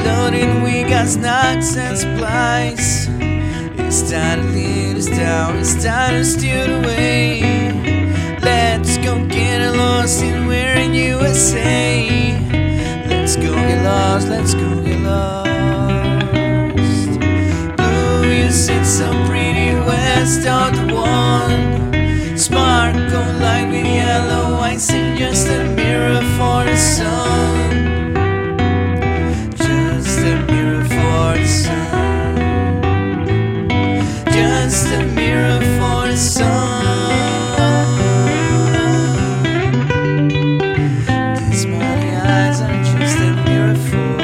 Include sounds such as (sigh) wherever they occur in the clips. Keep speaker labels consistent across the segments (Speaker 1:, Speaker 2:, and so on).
Speaker 1: Floating weak as nuts and supplies. It's time to lead us down, it's time to steer the way. Let's go get lost in where in USA. Let's go get lost, let's go get lost. Blue, you sit so pretty west of the one. Sparkle like with yellow eyes and just a mirror for the sun. Just a mirror for the sun. Just a mirror for the sun. These morning eyes are just a mirror for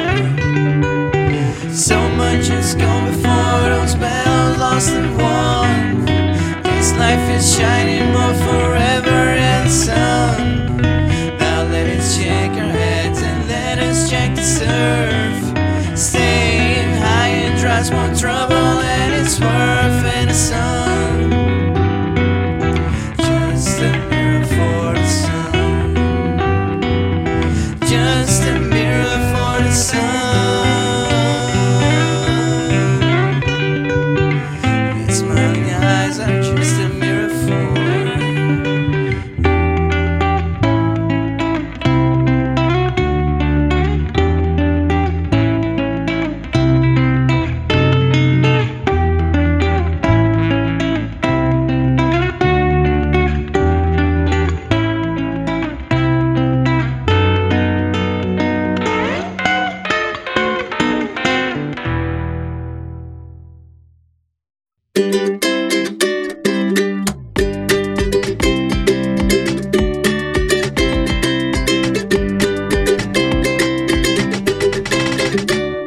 Speaker 1: So much has gone before those bells lost and won This life is shining more forever and sun Now let us shake our heads and let us check the surf Staying high and drives more trouble and it's worth and the sun Just a mirror for the sun just a mirror for the sun. These smiling eyes are just a mirror for.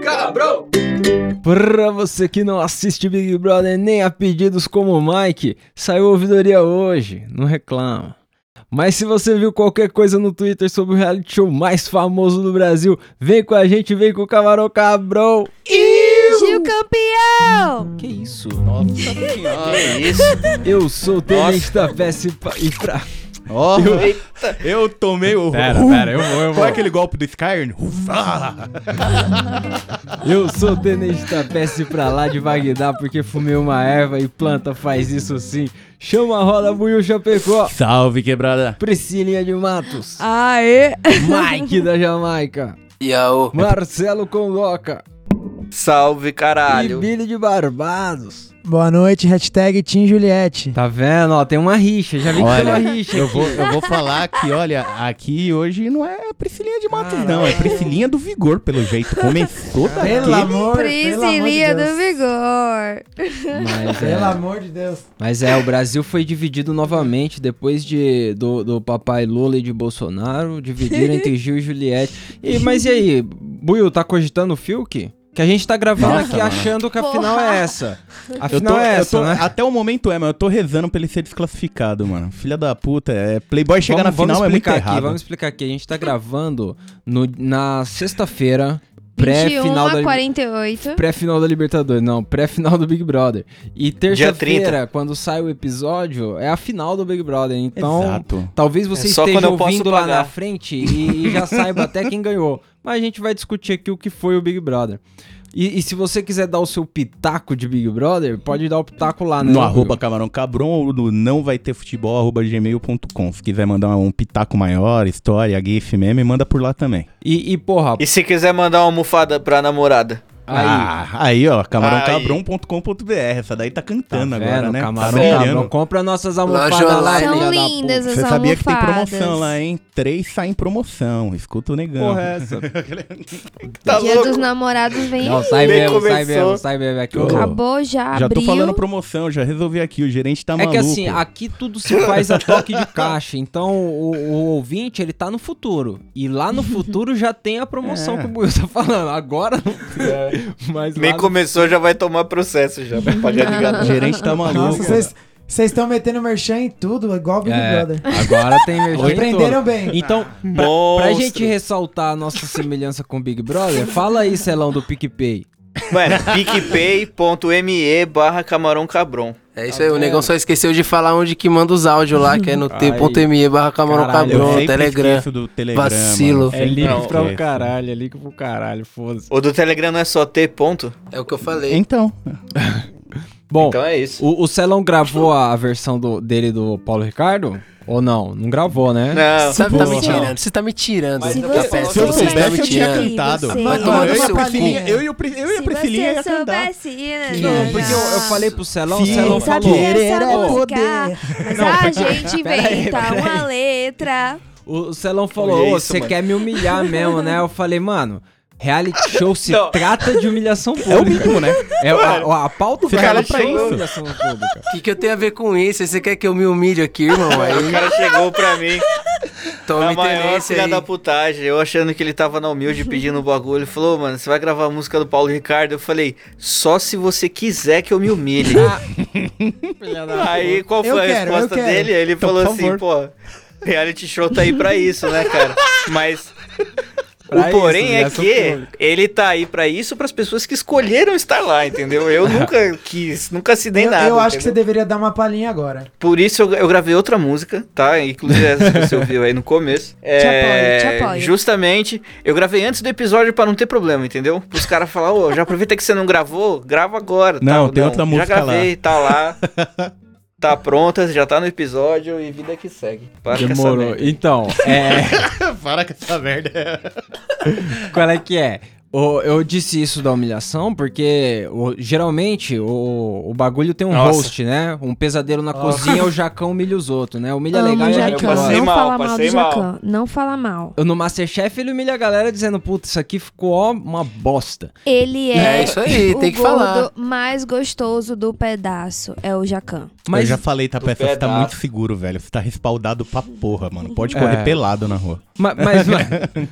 Speaker 2: Cabrão!
Speaker 3: Pra você que não assiste Big Brother nem a pedidos como o Mike, saiu ouvidoria hoje, não reclama. Mas se você viu qualquer coisa no Twitter sobre o reality show mais famoso do Brasil, vem com a gente, vem com o Camarão Cabrão.
Speaker 4: Gil campeão!
Speaker 3: Que isso?
Speaker 2: Nossa senhora!
Speaker 5: Isso.
Speaker 3: Eu sou o Tenente da PS e pa- e pra...
Speaker 2: Ó,
Speaker 5: Eita.
Speaker 2: eu tomei o.
Speaker 3: Pera, pera, eu vou, eu
Speaker 2: Qual
Speaker 3: vou.
Speaker 2: é aquele golpe do Skyrim? Ah!
Speaker 3: Eu sou o Tenente da Peste pra lá de Bagdá porque fumei uma erva e planta faz isso sim. Chama a roda, Buiu Chapecó.
Speaker 2: Salve, quebrada!
Speaker 3: Priscilinha de Matos.
Speaker 4: Aê!
Speaker 3: Mike da Jamaica.
Speaker 1: Yo.
Speaker 3: Marcelo Condoca.
Speaker 5: Salve,
Speaker 3: E
Speaker 5: caralho.
Speaker 3: Billy de Barbados.
Speaker 6: Boa noite, hashtag Team Juliette.
Speaker 3: Tá vendo? Ó, tem uma rixa. Já vi que tem uma rixa.
Speaker 2: eu vou, eu vou falar que, olha, aqui hoje não é Priscilinha de Matos,
Speaker 3: Ah,
Speaker 2: não. É Priscilinha do Vigor, pelo jeito. Começou
Speaker 6: Pelo
Speaker 2: daquele...
Speaker 6: amor, pelo amor de
Speaker 4: Priscilinha do
Speaker 6: Deus.
Speaker 4: Vigor!
Speaker 3: Mas
Speaker 6: Pelo
Speaker 3: é,
Speaker 6: amor de Deus.
Speaker 3: mas é, o Brasil foi dividido novamente depois de, do, do papai Lula e de Bolsonaro. Dividiram
Speaker 6: (laughs)
Speaker 3: entre Gil e Juliette. E, mas e aí? Buiu, tá cogitando o Fiuk? Que a gente tá gravando
Speaker 2: Nossa,
Speaker 3: aqui
Speaker 2: mano.
Speaker 3: achando que a
Speaker 4: Porra.
Speaker 3: final é essa. A
Speaker 2: Eu
Speaker 3: final
Speaker 2: tô,
Speaker 3: é
Speaker 2: eu
Speaker 3: essa,
Speaker 2: tô-
Speaker 3: né?
Speaker 2: Até o momento é, mas eu tô rezando pra ele ser desclassificado, mano. Filha da puta, é Playboy chegar na final é muito
Speaker 3: explicar aqui,
Speaker 2: errado.
Speaker 3: Vamos explicar aqui. A gente tá gravando no- na sexta-feira,
Speaker 6: um
Speaker 3: pré-final
Speaker 4: 21
Speaker 3: da,
Speaker 4: a
Speaker 6: é
Speaker 3: Li-
Speaker 4: 48.
Speaker 3: pré-final da Libertadores. Não, pré-final do Big Brother. E terça-feira,
Speaker 5: 30.
Speaker 3: quando sai o episódio, é a final do Big Brother. Então,
Speaker 2: Exato.
Speaker 3: talvez você
Speaker 5: É só
Speaker 3: esteja
Speaker 5: quando eu posso
Speaker 3: ouvindo lá
Speaker 5: pagar.
Speaker 3: na frente e, e
Speaker 5: (laughs)
Speaker 3: já saiba até quem ganhou. Mas a gente vai discutir aqui o que foi o Big Brother. E, e se você quiser dar o seu pitaco de Big Brother, pode dar o pitaco lá, né?
Speaker 2: No arroba camarão cabron ou no não vai ter futebol arroba gmail.com. Se quiser mandar um pitaco maior, história, gif, meme, manda por lá também.
Speaker 3: E, e, porra,
Speaker 5: E se quiser mandar uma almofada pra namorada?
Speaker 3: aí...
Speaker 5: tá
Speaker 2: Ah, aí ó,
Speaker 5: Aí.
Speaker 2: camarãocabron.com.br. Essa daí tá
Speaker 3: Tá
Speaker 2: cantando
Speaker 3: vendo?
Speaker 2: agora, né?
Speaker 3: Camarão,
Speaker 2: tá
Speaker 3: cabrão.
Speaker 2: brilhando.
Speaker 3: Compra nossas
Speaker 1: Loja
Speaker 3: almofadas lá,
Speaker 1: online.
Speaker 3: filha
Speaker 4: São
Speaker 3: da
Speaker 4: lindas
Speaker 2: Você
Speaker 4: as
Speaker 2: sabia que tem
Speaker 4: almofadas.
Speaker 2: promoção lá, hein? Três saem promoção. Escuta o negão.
Speaker 3: Porra, é essa?
Speaker 5: Tá
Speaker 4: Dia
Speaker 5: louco?
Speaker 4: dos namorados vem
Speaker 3: Não,
Speaker 4: aí.
Speaker 3: sai
Speaker 5: Nem
Speaker 3: mesmo, sai
Speaker 5: começou.
Speaker 3: mesmo, sai mesmo. é Aqui, ó.
Speaker 2: Acabou.
Speaker 4: Acabou já,
Speaker 2: Já tô
Speaker 4: abriu.
Speaker 2: falando promoção, já resolvi aqui. O gerente tá
Speaker 3: É
Speaker 2: maluco.
Speaker 3: que assim, aqui tudo se faz a toque de caixa. Então o, o ouvinte, ele tá no futuro. E lá no futuro já tem a promoção
Speaker 2: É.
Speaker 3: que o Buiu tá falando. Agora não. Mas
Speaker 5: É. Nem
Speaker 3: lá no-
Speaker 5: começou, já vai tomar processo já pra pagar de
Speaker 2: O (laughs)
Speaker 5: gato.
Speaker 3: (laughs)
Speaker 2: gerente tá maluco.
Speaker 6: Nossa, vocês vocês estão metendo merchan em tudo, igual o Big
Speaker 3: É,
Speaker 6: Brother.
Speaker 3: agora (laughs) tem merchan em
Speaker 6: Aprenderam
Speaker 3: todo.
Speaker 6: bem.
Speaker 3: Então, pra
Speaker 5: Monstro.
Speaker 3: gente ressaltar a nossa semelhança com o Big Brother, fala aí, Celão, do PicPay.
Speaker 5: Mano, picpay.me barra camarão cabron.
Speaker 7: É isso aí,
Speaker 2: Tá
Speaker 7: o negão só esqueceu de falar onde que manda os áudios lá, que
Speaker 2: (laughs)
Speaker 7: é no
Speaker 3: Ai.
Speaker 7: t.me barra camarão
Speaker 3: Caralho,
Speaker 2: Eu
Speaker 7: cabrão,
Speaker 2: sempre
Speaker 7: Telegram.
Speaker 2: esqueço do Telegram.
Speaker 7: Vacilo.
Speaker 2: mano,
Speaker 3: É
Speaker 2: sempre
Speaker 3: link pra o
Speaker 2: esqueço.
Speaker 3: caralho, é link pro caralho, foda-se.
Speaker 5: O do Telegram não é só T ponto?
Speaker 7: É o que eu falei.
Speaker 2: Então,
Speaker 3: Bom,
Speaker 5: Então é isso.
Speaker 3: o, o Celão gravou a versão do- dele do Paulo Ricardo? Ou não? Não gravou, né?
Speaker 5: Não.
Speaker 7: Você tá, tá me
Speaker 2: Porra.
Speaker 7: tirando, você tá me tirando.
Speaker 5: Mas
Speaker 4: Se
Speaker 5: tá
Speaker 4: você
Speaker 7: péssimo,
Speaker 2: se eu
Speaker 7: você tá
Speaker 2: soubesse, eu tinha
Speaker 7: mentindo.
Speaker 2: cantado.
Speaker 4: Você-
Speaker 2: Mano,
Speaker 7: Vai tomar
Speaker 2: eu,
Speaker 7: no
Speaker 2: e a
Speaker 7: seu
Speaker 2: Priscilinha-
Speaker 4: cu.
Speaker 2: eu e o Pri- eu e a Priscilinha ia
Speaker 4: Se você
Speaker 2: cantar.
Speaker 4: soubesse, né?
Speaker 3: Não, porque eu, eu falei pro Celão, o
Speaker 2: Sim.
Speaker 3: Celão
Speaker 4: Quem
Speaker 2: Ela
Speaker 4: sabe
Speaker 3: falou.
Speaker 4: essa
Speaker 6: Querer é
Speaker 4: música,
Speaker 6: poder.
Speaker 4: mas
Speaker 3: Não,
Speaker 4: a
Speaker 3: pera-
Speaker 4: gente
Speaker 3: pera aí,
Speaker 4: inventa
Speaker 3: pera aí.
Speaker 4: uma letra.
Speaker 3: O Celão falou,
Speaker 5: Olha
Speaker 3: "Ô,
Speaker 5: é isso,
Speaker 3: você
Speaker 5: mano."
Speaker 3: quer me humilhar mesmo, né? Eu falei, mano, reality show
Speaker 2: (laughs)
Speaker 3: se
Speaker 5: Não.
Speaker 3: trata de humilhação pública.
Speaker 2: É o mínimo, né?
Speaker 3: É, a, a pauta do
Speaker 2: Fica
Speaker 3: reality
Speaker 2: pra
Speaker 3: show é
Speaker 2: isso.
Speaker 3: humilhação pública.
Speaker 7: O que, que eu tenho a ver com isso? Você quer que eu me humilhe aqui, irmão?
Speaker 5: O
Speaker 7: Aí
Speaker 5: cara chegou pra mim,
Speaker 6: Então,
Speaker 7: toma
Speaker 5: É a maior
Speaker 7: interesse
Speaker 5: filha
Speaker 7: aí.
Speaker 5: da putagem, eu achando que ele tava na
Speaker 6: (laughs)
Speaker 5: humilde pedindo o bagulho. Ele falou, mano, você vai gravar a música do Paulo Ricardo? Eu falei, só se você quiser que eu me humilhe.
Speaker 6: Ah.
Speaker 5: (laughs) aí qual
Speaker 6: Eu
Speaker 5: foi a
Speaker 6: quero, eu
Speaker 5: resposta
Speaker 6: quero.
Speaker 5: dele? Ele
Speaker 2: Então,
Speaker 5: falou
Speaker 2: por
Speaker 5: assim,
Speaker 2: favor.
Speaker 5: pô, reality show tá aí pra isso, né, cara? Mas.
Speaker 3: Pra
Speaker 5: o porém
Speaker 3: isso,
Speaker 5: é
Speaker 3: humilhação
Speaker 5: que
Speaker 3: pública.
Speaker 5: ele tá aí pra isso pras pessoas que escolheram estar lá, entendeu? Eu nunca quis, nunca se dei
Speaker 6: Eu,
Speaker 5: nada.
Speaker 6: eu acho que
Speaker 5: entendeu?
Speaker 6: você deveria dar uma palhinha agora.
Speaker 5: Por isso eu, eu gravei outra música, tá? Inclusive essa que você ouviu aí no começo. É,
Speaker 4: apoio, (laughs) te apoio.
Speaker 5: Justamente, eu gravei antes do episódio pra não ter problema, entendeu? Os caras falar, ô, já aproveita que você não gravou, grava agora.
Speaker 2: Não,
Speaker 5: tal.
Speaker 2: tem outra música
Speaker 5: Já gravei, tá
Speaker 2: (laughs)
Speaker 5: lá. Tá pronta, já tá no episódio e vida que segue. Para com essa
Speaker 3: Demorou.
Speaker 5: merda.
Speaker 3: Então,
Speaker 2: (laughs)
Speaker 3: é,
Speaker 2: Para com essa merda.
Speaker 3: (laughs) qual é que é? O- eu disse isso da humilhação porque o- geralmente o, o bagulho tem um
Speaker 7: Nossa.
Speaker 3: host, né? Um pesadelo na cozinha, o Jacão humilha os outros, né? Humilha
Speaker 4: Amo
Speaker 3: legal
Speaker 4: o
Speaker 3: e a
Speaker 5: Jacão.
Speaker 3: gente
Speaker 5: Eu
Speaker 3: gosta.
Speaker 5: passei
Speaker 4: não
Speaker 5: mal,
Speaker 4: fala mal do
Speaker 5: passei mal.
Speaker 4: Jacão. Não fala mal.
Speaker 3: No Masterchef ele humilha a galera dizendo, puta, isso aqui ficou ó, uma bosta.
Speaker 4: Ele é,
Speaker 7: É isso aí,
Speaker 4: o
Speaker 7: tem que
Speaker 4: gordo
Speaker 7: falar.
Speaker 4: mais gostoso do pedaço. É o Jacan.
Speaker 2: eu
Speaker 3: Mas
Speaker 2: já falei, tá,
Speaker 5: do
Speaker 2: peça, você tá
Speaker 5: pedaço.
Speaker 2: muito seguro, velho. Você tá respaldado pra porra, mano. Pode correr
Speaker 3: É.
Speaker 2: pelado na rua.
Speaker 3: Ma- Mas, mas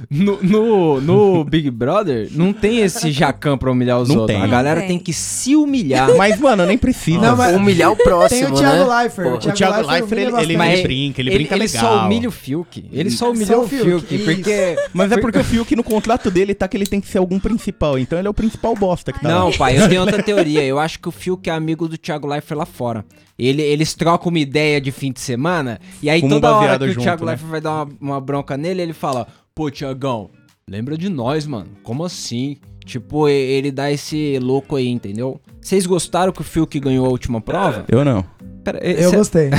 Speaker 3: no, no, no Big Brother não tem esse jacan pra humilhar os
Speaker 2: Não
Speaker 3: outros.
Speaker 2: tem.
Speaker 3: A galera
Speaker 4: Não
Speaker 3: tem
Speaker 4: tem.
Speaker 3: que se humilhar.
Speaker 2: Mas, mano, nem precisa.
Speaker 6: Não, mas-
Speaker 7: Humilhar o
Speaker 6: Tem
Speaker 7: próximo,
Speaker 6: o Thiago
Speaker 7: né?
Speaker 6: Leifert.
Speaker 7: Pô,
Speaker 6: O
Speaker 2: o
Speaker 6: Thiago,
Speaker 2: Thiago
Speaker 6: Leifert,
Speaker 2: Leifert, ele,
Speaker 6: humilha
Speaker 2: ele,
Speaker 6: bastante.
Speaker 3: Mas
Speaker 2: brinca, ele,
Speaker 3: Ele,
Speaker 2: brinca
Speaker 3: ele
Speaker 2: legal.
Speaker 3: só humilha o Fiuk. Ele só humilha
Speaker 6: Só
Speaker 3: o
Speaker 6: o Fiuk,
Speaker 3: Fiuk, porque...
Speaker 2: Mas é porque o Fiuk, no contrato dele, tá que ele tem que ser algum principal. Então ele é o principal bosta que tá
Speaker 3: Não,
Speaker 2: lá.
Speaker 3: pai, eu tenho outra teoria. Eu acho que o Fiuk é amigo do Thiago Leifert lá fora. Ele, eles trocam uma ideia de fim de semana e aí
Speaker 2: Fumam
Speaker 3: toda hora
Speaker 2: baseado
Speaker 3: que o
Speaker 2: junto,
Speaker 3: Thiago
Speaker 2: né?
Speaker 3: Leifert vai dar uma, uma bronca nele, ele fala: Pô, Thiagão, lembra de nós, mano. Como assim? Tipo, e- ele dá esse louco aí, entendeu? Vocês gostaram que o Fiuk ganhou a última prova?
Speaker 2: Eu não.
Speaker 3: Pera,
Speaker 6: Eu
Speaker 3: cê-
Speaker 6: gostei.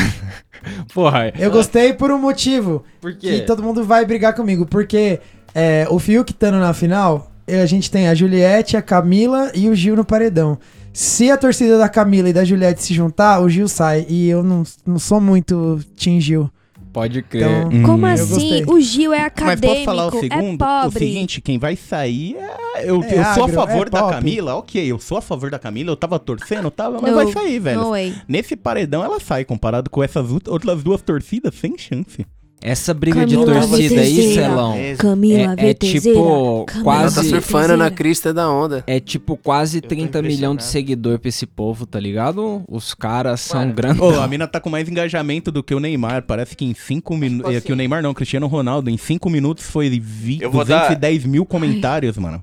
Speaker 3: (laughs) Porra, é. Então,
Speaker 6: Eu gostei por um motivo.
Speaker 3: por
Speaker 6: Que todo mundo vai brigar comigo. Porque é, o Fiuk estando na final, a gente tem a Juliette, a Camila e o Gil no paredão. Se a torcida da Camila e da Juliette se juntar, o Gil sai. E eu não, não sou muito Team Gil.
Speaker 3: Pode
Speaker 7: É.
Speaker 3: crer.
Speaker 6: Então,
Speaker 4: Como
Speaker 6: eu
Speaker 4: assim?
Speaker 6: gostei.
Speaker 4: O Gil é
Speaker 2: Mas
Speaker 4: acadêmico,
Speaker 2: posso falar o
Speaker 4: é
Speaker 2: segundo? o
Speaker 4: pobre.
Speaker 2: seguinte, quem vai sair é. Eu,
Speaker 6: É
Speaker 2: eu sou a
Speaker 6: agro,
Speaker 2: favor
Speaker 6: é
Speaker 2: da
Speaker 6: pop.
Speaker 2: Camila, ok. Eu sou a favor da Camila, eu tava torcendo, tava, mas
Speaker 4: No,
Speaker 2: vai sair, velho.
Speaker 4: No way.
Speaker 2: Nesse paredão ela sai, comparado com essas ut- outras duas torcidas, sem chance.
Speaker 3: Essa briga de
Speaker 4: Camila,
Speaker 3: torcida aí,
Speaker 4: vocês-
Speaker 3: Celão.
Speaker 5: Mesmo.
Speaker 4: Camila
Speaker 3: É- é
Speaker 4: VTZera,
Speaker 3: tipo
Speaker 4: Camila
Speaker 7: Ela
Speaker 3: quase-
Speaker 7: tá
Speaker 4: VTZera.
Speaker 7: surfando na crista da onda.
Speaker 3: É tipo quase
Speaker 5: tô
Speaker 3: 30 milhões de
Speaker 5: impressionado.
Speaker 3: seguidor pra esse povo, tá ligado? Os caras são grandes.
Speaker 2: Ô, a mina tá com mais engajamento do que o Neymar. Parece que em cinco minutos. que o Neymar não, Cristiano Ronaldo, em cinco minutos foi vi-
Speaker 5: Eu vou dar-
Speaker 2: 210 mil comentários, mano.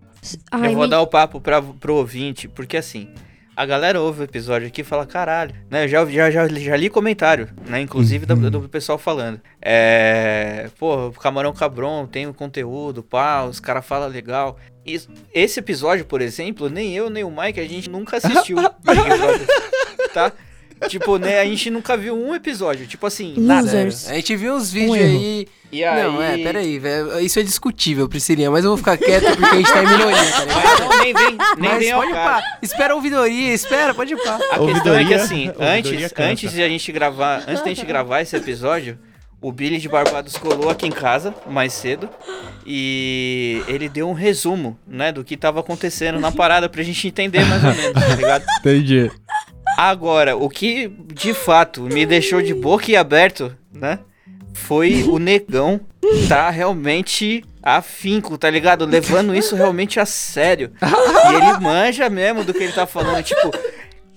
Speaker 4: Ai,
Speaker 5: eu vou
Speaker 4: me-
Speaker 5: dar o papo pra, pro ouvinte, porque assim, a galera ouve o episódio aqui e fala, caralho, né? Eu já, já, já, já li comentário, né? Inclusive da- do, pessoal falando. É. Pô, o Camarão Cabron tem o conteúdo, pá, os caras falam legal. Isso- esse episódio, por exemplo, nem eu nem o Mike, a gente nunca assistiu. Big Brother, tá? Tipo, né? A gente nunca viu um episódio. Tipo assim, nada.
Speaker 4: Losers.
Speaker 7: A gente viu uns vídeos
Speaker 6: Um erro.
Speaker 7: aí.
Speaker 5: E aí.
Speaker 7: Não, é, peraí, velho. Isso é discutível, Priscilinha, mas eu vou ficar quieto porque a gente tá
Speaker 5: (laughs)
Speaker 7: em minoria, tá ligado?
Speaker 5: Mas não, nem vem, nem
Speaker 7: Mas
Speaker 5: vem ao
Speaker 7: pode
Speaker 5: caso.
Speaker 7: pá. Espera a ouvidoria, espera, pode pá.
Speaker 5: A questão é que
Speaker 2: Ouvidoria-
Speaker 5: assim,
Speaker 2: ouvidoria
Speaker 5: antes,
Speaker 2: cansa.
Speaker 5: antes de a gente gravar, antes da gente gravar esse episódio, o Billy de Barbados colou aqui em casa mais cedo e ele deu um resumo, né, do que tava acontecendo na parada pra gente entender mais ou menos, tá ligado?
Speaker 3: Entendi.
Speaker 5: Agora, o que de fato me deixou de boca e aberto, né? Foi o negão tá realmente afinco, tá ligado? Levando isso realmente a sério. E ele manja mesmo do que ele tá falando. Tipo,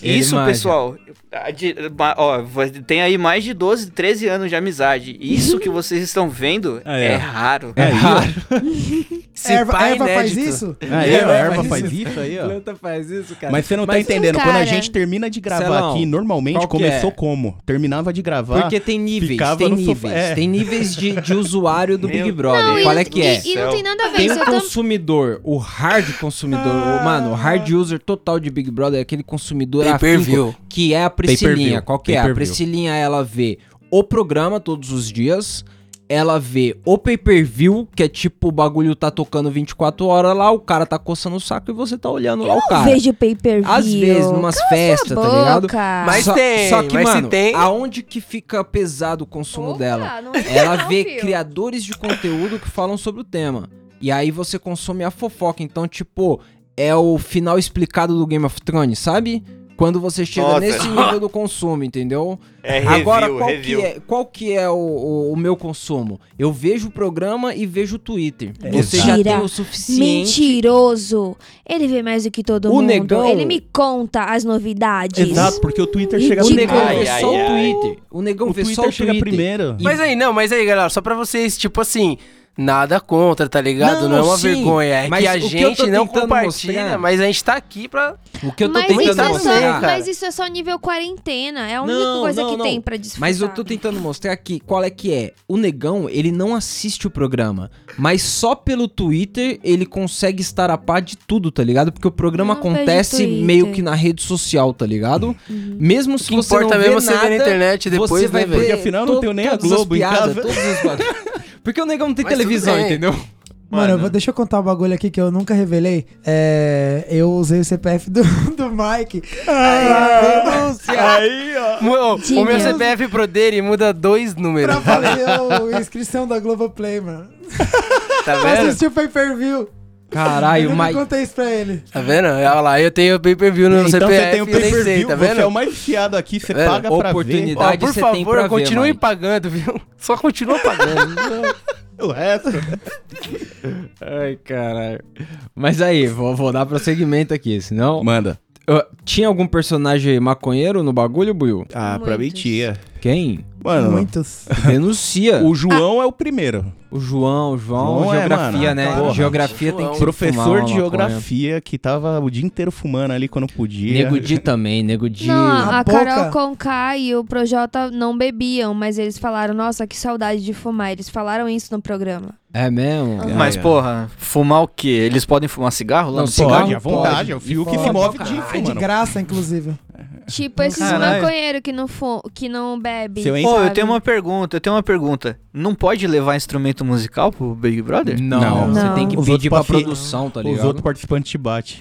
Speaker 3: Ele
Speaker 5: Isso,
Speaker 3: manja.
Speaker 5: pessoal. a de- ma- ó, va- tem aí mais de 12, 13 anos de amizade. Isso que vocês estão vendo
Speaker 2: Ah,
Speaker 5: é,
Speaker 2: é.
Speaker 5: raro.
Speaker 2: É,
Speaker 7: Se
Speaker 6: Erva,
Speaker 7: pá,
Speaker 6: erva faz
Speaker 7: inédito.
Speaker 6: isso?
Speaker 2: Aí, ó, a É, erva né? faz isso aí, ó.
Speaker 3: planta faz isso, cara.
Speaker 2: Mas você não tá
Speaker 3: Mas-
Speaker 2: entendendo.
Speaker 4: Cara-
Speaker 2: Quando a gente termina de gravar
Speaker 3: Celão,
Speaker 2: aqui, normalmente
Speaker 3: qual que
Speaker 2: começou
Speaker 3: é?
Speaker 2: como? Terminava de gravar.
Speaker 3: Porque tem níveis,
Speaker 2: ficava
Speaker 3: tem
Speaker 2: no sofá,
Speaker 3: níveis.
Speaker 2: é.
Speaker 3: Tem níveis de, de usuário do
Speaker 5: Meu
Speaker 3: Big Brother.
Speaker 5: Não, e-
Speaker 3: Qual é que é?
Speaker 5: Isso,
Speaker 8: E, e não tem nada a ver.
Speaker 3: Tem um
Speaker 8: Se
Speaker 3: o
Speaker 8: eu tam-
Speaker 3: consumidor, o hard consumidor, o- mano, o hard user total de Big Brother é aquele consumidor
Speaker 7: Pay-per-view.
Speaker 3: afinco, que é a Priscilinha.
Speaker 2: Pay-per-view,
Speaker 3: Qual que é? A
Speaker 2: pay-per-view.
Speaker 3: Priscilinha, ela vê o programa todos os dias, ela vê o pay-per-view, que é tipo o bagulho tá tocando 24 horas lá, o cara tá coçando o saco e você tá olhando lá o cara.
Speaker 4: Vejo pay per view.
Speaker 3: Às vezes, numas festas, tá ligado?
Speaker 7: Mas
Speaker 3: só,
Speaker 7: tem,
Speaker 3: só que,
Speaker 7: mas se
Speaker 3: mano,
Speaker 7: tem-
Speaker 3: aonde que fica pesado o consumo dela? Ela vê criadores de conteúdo que falam sobre o tema. E aí você consome a fofoca. Então, tipo, é o final explicado do Game of Thrones, sabe? Quando você chega
Speaker 5: Nossa.
Speaker 3: nesse nível do consumo, entendeu?
Speaker 5: É review,
Speaker 3: Agora, qual
Speaker 5: review.
Speaker 3: que é, qual que é o, o- o meu consumo? Eu vejo o programa e vejo o Twitter.
Speaker 2: É.
Speaker 3: Você já
Speaker 4: Mentira.
Speaker 3: tem o suficiente.
Speaker 4: Mentiroso. Ele vê mais do que todo
Speaker 3: O
Speaker 4: mundo.
Speaker 3: negão-
Speaker 4: Ele me conta as novidades.
Speaker 2: Exato, porque o Twitter
Speaker 4: O
Speaker 2: chega
Speaker 3: O
Speaker 2: primeiro.
Speaker 3: negão
Speaker 5: Ai,
Speaker 3: vê
Speaker 5: ai,
Speaker 3: só
Speaker 5: ai.
Speaker 3: o Twitter. O negão
Speaker 2: O
Speaker 3: vê
Speaker 2: Twitter
Speaker 3: só o
Speaker 2: chega
Speaker 3: Twitter.
Speaker 2: primeiro.
Speaker 7: Mas aí, não, mas aí, galera, só pra vocês, tipo assim, nada contra, tá ligado? Não,
Speaker 3: Não,
Speaker 7: é uma
Speaker 3: sim,
Speaker 7: vergonha. É
Speaker 3: mas
Speaker 7: que a
Speaker 3: o que eu
Speaker 7: gente
Speaker 3: tô
Speaker 7: não
Speaker 3: tentando
Speaker 7: compartilha,
Speaker 3: mostrar-
Speaker 7: mas a gente tá aqui pra.
Speaker 3: O que eu tô
Speaker 8: mas, isso
Speaker 3: tentando
Speaker 8: é só,
Speaker 3: mostrar.
Speaker 8: mas isso é só nível quarentena. É a única
Speaker 3: Não,
Speaker 8: coisa
Speaker 3: não,
Speaker 8: que
Speaker 3: não.
Speaker 8: tem pra desfrutar.
Speaker 3: Mas eu tô tentando mostrar aqui qual é que é. O negão, ele não assiste o programa, mas só pelo Twitter ele consegue estar a par de tudo, tá ligado? Porque o programa
Speaker 4: Eu não vejo
Speaker 3: acontece
Speaker 4: Twitter.
Speaker 3: meio que na rede social, tá ligado?
Speaker 8: Uhum.
Speaker 3: Mesmo se
Speaker 7: O que
Speaker 3: você
Speaker 7: importa
Speaker 3: não
Speaker 7: mesmo
Speaker 3: vê
Speaker 7: é você ver na
Speaker 3: nada,
Speaker 7: internet depois,
Speaker 3: você
Speaker 7: né,
Speaker 3: vai
Speaker 7: velho?
Speaker 3: ver
Speaker 2: Porque afinal não
Speaker 3: to-
Speaker 2: tenho nem a
Speaker 3: todas as
Speaker 2: Globo em
Speaker 3: piadas,
Speaker 2: casa.
Speaker 3: todos os bagulhos. (laughs) Porque o negão não tem
Speaker 7: Mas tudo
Speaker 3: televisão,
Speaker 7: bem.
Speaker 3: entendeu?
Speaker 6: Mano, eu vou- deixa eu contar um bagulho aqui que eu nunca revelei. É, eu usei o CPF do, (laughs) do Mike.
Speaker 3: tá
Speaker 2: Aí, ó.
Speaker 7: Mano, o meu
Speaker 4: Dinheiro.
Speaker 7: CPF pro dele muda dois números,
Speaker 6: Pra fazer o- a inscrição da Globoplay, mano.
Speaker 7: tá
Speaker 6: Eu
Speaker 7: vendo?
Speaker 6: assisti o pay-per-view.
Speaker 3: Caralho,
Speaker 6: eu
Speaker 3: o
Speaker 6: nunca
Speaker 3: Mike.
Speaker 6: contei isso pra ele.
Speaker 7: Tá vendo? Olha lá, eu tenho o pay-per-view no
Speaker 2: Então
Speaker 7: CPF,
Speaker 2: você tem o
Speaker 7: eu nem sei,
Speaker 2: pay-per-view,
Speaker 7: tá
Speaker 2: você é o
Speaker 7: vendo?
Speaker 2: mais fiado aqui, você
Speaker 7: Velho,
Speaker 2: paga pra ver.
Speaker 3: oportunidade.
Speaker 7: Ó, por
Speaker 3: você tem pra ver,
Speaker 7: favor, continue
Speaker 3: Mike.
Speaker 7: pagando, viu? Só continua pagando.
Speaker 2: O resto...
Speaker 3: Ai, caralho. Mas aí, vou, vou dar prosseguimento aqui, senão.
Speaker 2: Manda.
Speaker 3: Ah, tinha algum personagem maconheiro no bagulho, Buiu?
Speaker 2: Ah, pra
Speaker 8: Muitos.
Speaker 2: mentir. (laughs)
Speaker 3: Quem?
Speaker 6: É
Speaker 2: Mano,
Speaker 6: Muitos.
Speaker 3: Denuncia.
Speaker 2: o João é o primeiro.
Speaker 3: O João, o João,
Speaker 2: João é,
Speaker 3: geografia,
Speaker 2: mano.
Speaker 3: né?
Speaker 2: Ah, porra.
Speaker 3: Geografia
Speaker 7: João.
Speaker 3: tem que fumar
Speaker 2: Professor
Speaker 3: uma
Speaker 2: de
Speaker 3: maconha.
Speaker 2: geografia que tava o dia inteiro fumando ali quando podia.
Speaker 3: Nego Di também, Nego Di.
Speaker 4: Não, a,
Speaker 6: Na
Speaker 4: Carol
Speaker 6: boca.
Speaker 4: Conká e o Projota não bebiam, mas eles falaram, nossa, que saudade de fumar. Eles falaram isso no programa.
Speaker 3: É mesmo?
Speaker 2: Ah,
Speaker 5: Mas,
Speaker 2: é.
Speaker 5: porra, fumar o quê? Eles podem fumar cigarro lá
Speaker 3: Não,
Speaker 5: no
Speaker 3: cigarro
Speaker 2: Pode, à
Speaker 3: pode.
Speaker 2: vontade. É o fio que
Speaker 3: pode.
Speaker 2: se move
Speaker 7: Pode.
Speaker 2: de
Speaker 6: É de
Speaker 2: fumando.
Speaker 6: graça, inclusive.
Speaker 4: Tipo, esses
Speaker 5: Caralho.
Speaker 4: maconheiros que não, fu que não bebem.
Speaker 2: Seu hein?
Speaker 5: Pô, eu
Speaker 4: sabe?
Speaker 5: tenho uma pergunta, eu tenho uma pergunta. Não pode levar instrumento musical pro Big Brother?
Speaker 3: Não,
Speaker 2: Não.
Speaker 3: você
Speaker 4: Não.
Speaker 3: tem que
Speaker 2: Os
Speaker 3: pedir
Speaker 2: outros
Speaker 3: pra
Speaker 2: pafi-
Speaker 3: produção, tá
Speaker 2: Os
Speaker 3: ligado?
Speaker 2: outros participantes te batem.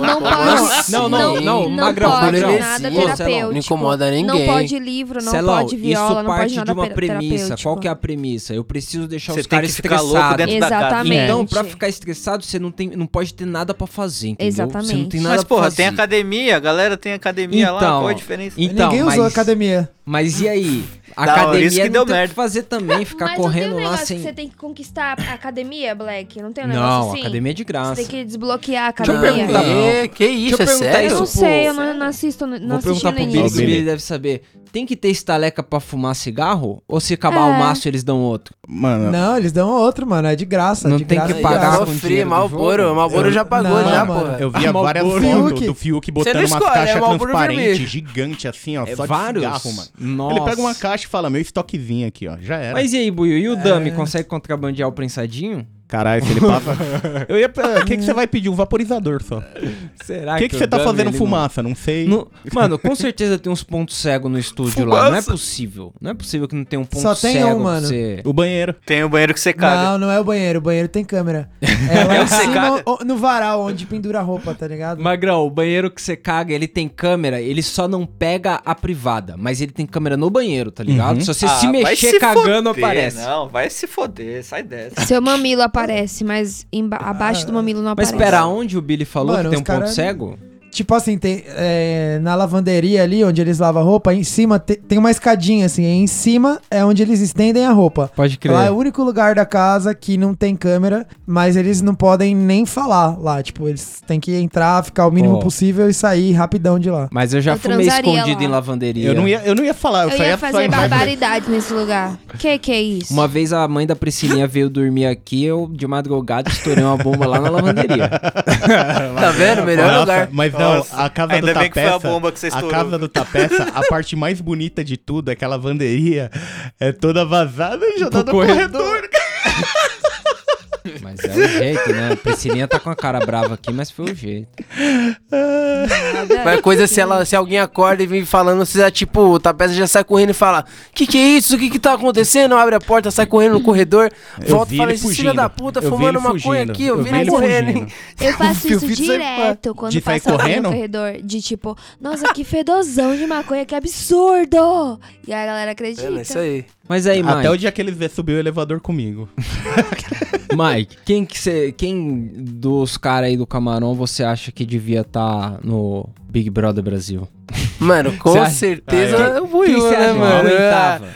Speaker 4: Não pode.
Speaker 3: não, não, não, Magrão,
Speaker 4: pode
Speaker 7: Magrão.
Speaker 4: nada
Speaker 7: Ô, Celão, não
Speaker 4: terapêutico.
Speaker 7: incomoda ninguém.
Speaker 4: Não pode livro, não
Speaker 3: Celão,
Speaker 4: pode viola,
Speaker 3: é isso
Speaker 4: não
Speaker 3: parte
Speaker 4: pode nada
Speaker 3: de uma
Speaker 4: pera-
Speaker 3: premissa.
Speaker 4: terapêutico.
Speaker 3: Qual que é a premissa? Eu preciso deixar
Speaker 5: Você
Speaker 3: os
Speaker 5: tem
Speaker 3: caras
Speaker 5: que ficar louco
Speaker 3: estressados.
Speaker 5: dentro da casa.
Speaker 4: Exatamente.
Speaker 3: Então, pra ficar estressado, você não, tem, não pode ter nada pra fazer, entendeu? Você não
Speaker 4: Exatamente.
Speaker 3: tem nada
Speaker 5: Mas,
Speaker 3: pra
Speaker 5: porra,
Speaker 3: fazer.
Speaker 5: tem academia, a galera tem academia lá,
Speaker 3: Então,
Speaker 5: qual a diferença?
Speaker 3: Então,
Speaker 6: Ninguém
Speaker 3: mas,
Speaker 6: usou academia.
Speaker 3: Mas e aí? A
Speaker 5: Da hora,
Speaker 3: academia
Speaker 5: isso que
Speaker 3: não
Speaker 5: deu
Speaker 3: tem o que
Speaker 5: merda.
Speaker 3: fazer também, ficar
Speaker 4: Mas
Speaker 3: correndo
Speaker 4: não tem um
Speaker 3: lá
Speaker 4: negócio
Speaker 3: sem...
Speaker 4: que você tem que conquistar a academia, Black? Não tem um negócio
Speaker 3: Não,
Speaker 4: assim?
Speaker 3: academia é de
Speaker 4: Você
Speaker 3: graça.
Speaker 4: tem que desbloquear a
Speaker 3: Deixa eu
Speaker 4: academia.
Speaker 3: perguntar,
Speaker 7: Que, que isso,
Speaker 3: Deixa eu
Speaker 7: é
Speaker 3: perguntar
Speaker 7: sério?
Speaker 4: Eu
Speaker 3: Pô,
Speaker 4: não sei, eu não, não assisto, não
Speaker 3: Vou
Speaker 4: assisti
Speaker 3: perguntar pro
Speaker 4: nem
Speaker 3: Billy,
Speaker 2: isso.
Speaker 3: que o Billy deve saber. Tem que ter estaleca pra fumar cigarro? Ou se acabar o
Speaker 4: É.
Speaker 3: maço, eles dão outro?
Speaker 2: Mano,
Speaker 6: Não, eles dão outro, mano. É de graça.
Speaker 3: Não
Speaker 6: de
Speaker 3: tem
Speaker 6: graça,
Speaker 3: que
Speaker 6: de
Speaker 3: pagar
Speaker 6: graça.
Speaker 3: com
Speaker 7: Sofri,
Speaker 3: dinheiro do
Speaker 7: Malboro,
Speaker 3: jogo.
Speaker 7: Malboro já pagou,
Speaker 6: Não,
Speaker 7: já,
Speaker 6: mano.
Speaker 7: porra.
Speaker 2: Eu via
Speaker 3: Ah, Malboro.
Speaker 2: várias fotos
Speaker 6: Fiuk.
Speaker 2: do Fiuk
Speaker 7: Você
Speaker 2: botando
Speaker 7: não
Speaker 2: umas
Speaker 7: escolhe, é
Speaker 2: caixas
Speaker 7: Marlboro
Speaker 2: transparentes,
Speaker 7: vermelho.
Speaker 2: gigante assim, ó,
Speaker 3: É
Speaker 2: só
Speaker 3: vários?
Speaker 2: de cigarro, mano.
Speaker 3: Nossa.
Speaker 2: Ele pega uma caixa e fala, meu estoquezinho aqui, ó, já era.
Speaker 3: Mas e aí, Buiu? E o Dami
Speaker 6: É.
Speaker 3: consegue contrabandear o prensadinho?
Speaker 2: Caralho, se ele passa... (laughs) Eu ia... O que que você vai pedir? Um vaporizador só. O
Speaker 3: Será
Speaker 2: que que você tá fazendo fumaça? Não,
Speaker 3: (laughs)
Speaker 2: sei.
Speaker 3: No- mano, com certeza tem uns pontos cegos no estúdio lá. Não é possível. Não é possível que não tenha um ponto
Speaker 6: Só tem
Speaker 3: cego.
Speaker 6: um,
Speaker 3: pra
Speaker 6: mano.
Speaker 3: Você...
Speaker 2: O banheiro.
Speaker 5: Tem o banheiro que você caga.
Speaker 6: Não, não é o banheiro. O banheiro tem câmera. É
Speaker 7: (laughs)
Speaker 6: lá
Speaker 5: É o
Speaker 6: em
Speaker 5: que você
Speaker 6: cima,
Speaker 5: caga.
Speaker 6: o- no varal, onde pendura a roupa, tá ligado?
Speaker 3: Magrão, o banheiro que você caga, ele tem câmera, ele só não pega a privada, mas ele tem câmera no banheiro, tá ligado? Se você
Speaker 5: Ah,
Speaker 3: se
Speaker 5: vai
Speaker 3: mexer
Speaker 5: se
Speaker 3: cagando,
Speaker 5: foder,
Speaker 3: aparece.
Speaker 5: Não, vai se foder, sai dessa.
Speaker 4: Seu mamilo aparece, mas emba- abaixo do mamilo não
Speaker 3: Mas
Speaker 4: aparece.
Speaker 2: um-
Speaker 3: pera, onde o Billy falou que
Speaker 6: Mano,
Speaker 3: tem
Speaker 6: os
Speaker 3: um
Speaker 6: cara-
Speaker 3: ponto cego?
Speaker 6: Tipo assim, tem, é, na lavanderia ali, onde eles lavam a roupa, em cima te- tem uma escadinha, assim. Em cima é onde eles estendem a roupa.
Speaker 3: Pode crer.
Speaker 6: Lá é o único lugar da casa que não tem câmera, mas eles não podem nem falar lá. Tipo, eles têm que entrar, ficar o mínimo
Speaker 3: Ó.
Speaker 6: possível e sair rapidão de lá.
Speaker 3: Mas eu já
Speaker 4: Eu
Speaker 3: fumei
Speaker 4: transaria
Speaker 3: escondido
Speaker 4: lá.
Speaker 3: em lavanderia.
Speaker 2: Eu não, ia, eu não ia falar, eu,
Speaker 4: Eu
Speaker 2: só
Speaker 4: ia
Speaker 2: ia só
Speaker 4: fazer
Speaker 2: imaginar.
Speaker 4: barbaridade nesse lugar. Que que é isso?
Speaker 3: Uma vez a mãe da (laughs) Priscilinha veio dormir aqui, eu de madrugada estourei uma bomba lá na lavanderia. (laughs)
Speaker 7: Tá vendo? Melhor
Speaker 2: Nossa,
Speaker 7: lugar.
Speaker 2: Mas não,
Speaker 5: Nossa,
Speaker 2: a casa
Speaker 5: ainda
Speaker 2: do
Speaker 5: bem que foi a
Speaker 2: Tapeça.
Speaker 5: bomba que você
Speaker 2: a
Speaker 5: estourou.
Speaker 2: casa do Tapeça,
Speaker 5: (laughs)
Speaker 2: a parte mais bonita de tudo é que a lavanderia é toda vazada e jogada no
Speaker 3: corredor.
Speaker 2: corredor.
Speaker 3: Mas é o jeito, né? A Priscilinha tá com a cara brava aqui, mas foi o jeito.
Speaker 4: Nada.
Speaker 7: Mas coisa se, ela, se alguém acorda e vem falando, você já, tipo, o tapete já sai correndo e fala: Que que é isso? O que que tá acontecendo? Abre a porta, sai correndo no corredor,
Speaker 2: Eu
Speaker 7: volta
Speaker 2: vi
Speaker 7: e fala:
Speaker 2: ele
Speaker 7: Esse filho
Speaker 2: fugindo.
Speaker 7: da puta
Speaker 2: Eu vi
Speaker 7: fumando
Speaker 2: ele
Speaker 7: maconha
Speaker 2: fugindo.
Speaker 7: aqui, eu vi ele
Speaker 2: fugindo.
Speaker 7: correndo. hein?"
Speaker 4: Eu
Speaker 2: um
Speaker 4: faço
Speaker 7: Fio
Speaker 4: isso
Speaker 7: Fito sempre
Speaker 4: direto quando
Speaker 2: é? De sair
Speaker 4: passa alguém no
Speaker 2: correndo?
Speaker 4: corredor. De tipo, nossa, que fedozão de maconha, que absurdo! E a galera
Speaker 7: É,
Speaker 4: acredita.
Speaker 7: mas isso aí.
Speaker 3: Mas aí, Mike,
Speaker 2: Até o dia que ele subiu o elevador comigo.
Speaker 3: Mike quem, que cê, quem dos caras aí do Camarão você acha que devia estar no Big Brother Brasil?
Speaker 7: Mano, com
Speaker 3: Você acha-
Speaker 7: certeza
Speaker 2: Ah,
Speaker 7: o Buiu,
Speaker 3: você
Speaker 7: né,
Speaker 3: acha que
Speaker 7: mano?
Speaker 3: aguentava?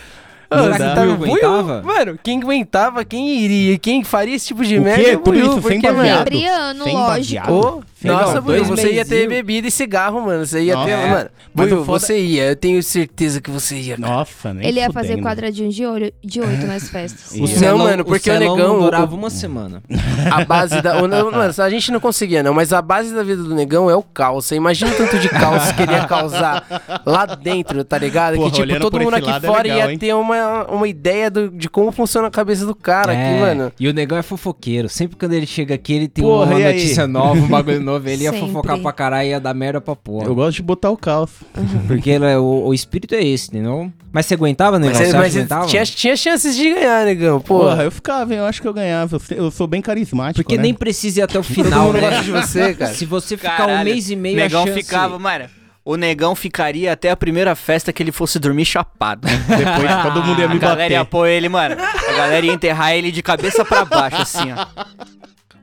Speaker 7: Ah,
Speaker 3: Não
Speaker 7: você
Speaker 3: dá.
Speaker 7: tá
Speaker 3: Buiu
Speaker 7: o Buiu?
Speaker 3: aguentava?
Speaker 7: Mano, quem aguentava, quem iria, quem faria esse tipo de
Speaker 2: O
Speaker 7: merda
Speaker 2: quê?
Speaker 7: é o
Speaker 2: Tudo
Speaker 7: Buiu,
Speaker 2: isso sem
Speaker 7: porque,
Speaker 2: baseado?
Speaker 7: mano,
Speaker 4: Adriano,
Speaker 2: Sem
Speaker 4: lógico.
Speaker 2: baseado.
Speaker 7: Ô,
Speaker 2: Sem
Speaker 7: nossa,
Speaker 2: não,
Speaker 7: Buiu,
Speaker 2: Ah, dois
Speaker 7: você ia ter
Speaker 3: mesinhos.
Speaker 7: bebida e cigarro, mano. Você ia
Speaker 2: Não,
Speaker 7: ter.
Speaker 2: é.
Speaker 7: Mano,
Speaker 2: Mas
Speaker 7: Buiu,
Speaker 2: o foda-
Speaker 7: você ia. Eu tenho certeza que você ia. cara.
Speaker 2: Nossa, nem
Speaker 4: Ele ia
Speaker 2: fudendo.
Speaker 4: fazer quadradinho de olho de oito nas festas.
Speaker 2: O
Speaker 4: Né?
Speaker 7: Não, mano, porque o
Speaker 3: celão
Speaker 7: negão-
Speaker 3: não durava uma semana.
Speaker 7: A base da.
Speaker 2: (laughs)
Speaker 7: o- não, Mano, a gente não conseguia, não, mas a base da vida do negão é o caos. Você imagina o tanto de caos que ele ia causar lá dentro, tá ligado?
Speaker 2: Porra,
Speaker 7: que, tipo,
Speaker 2: olhando
Speaker 7: todo
Speaker 2: por
Speaker 7: mundo
Speaker 2: esse
Speaker 7: aqui
Speaker 2: lado é
Speaker 7: fora
Speaker 2: legal,
Speaker 7: ia
Speaker 2: hein?
Speaker 7: ter uma, uma ideia do- de como funciona a cabeça do cara
Speaker 3: É,
Speaker 7: aqui, mano.
Speaker 3: E o negão é fofoqueiro. Sempre quando ele chega aqui, ele tem
Speaker 2: Porra,
Speaker 3: uma
Speaker 2: e aí?
Speaker 3: notícia nova, um bagulho novo. Ele ia
Speaker 4: Sempre.
Speaker 3: fofocar pra caralho e ia dar merda pra porra.
Speaker 2: Eu gosto de botar o calço.
Speaker 3: Porque ele é- o, o espírito é esse, entendeu? Mas você aguentava, negão?
Speaker 7: Mas,
Speaker 3: Você,
Speaker 7: você-
Speaker 3: acha
Speaker 7: mas
Speaker 3: que aguentava?
Speaker 7: tinha, tinha chances de ganhar, negão.
Speaker 2: Porra,
Speaker 7: Porra,
Speaker 2: eu ficava, hein? eu acho que eu ganhava. Eu sei- Eu sou bem carismático,
Speaker 3: Porque
Speaker 2: né?
Speaker 3: nem precisa ir até o
Speaker 7: todo
Speaker 3: final,
Speaker 7: mundo
Speaker 3: né?
Speaker 7: gosta um de você, cara.
Speaker 3: Se você ficar um
Speaker 5: Caralho,
Speaker 3: mês e meio, a
Speaker 5: Negão
Speaker 3: chance...
Speaker 5: ficava, mano. O negão ficaria até a primeira festa que ele fosse dormir chapado.
Speaker 2: Depois todo mundo ia
Speaker 5: a
Speaker 2: me
Speaker 5: galera ia
Speaker 2: bater.
Speaker 5: pôr ele, mano. A galera ia enterrar ele de cabeça pra baixo, assim, ó.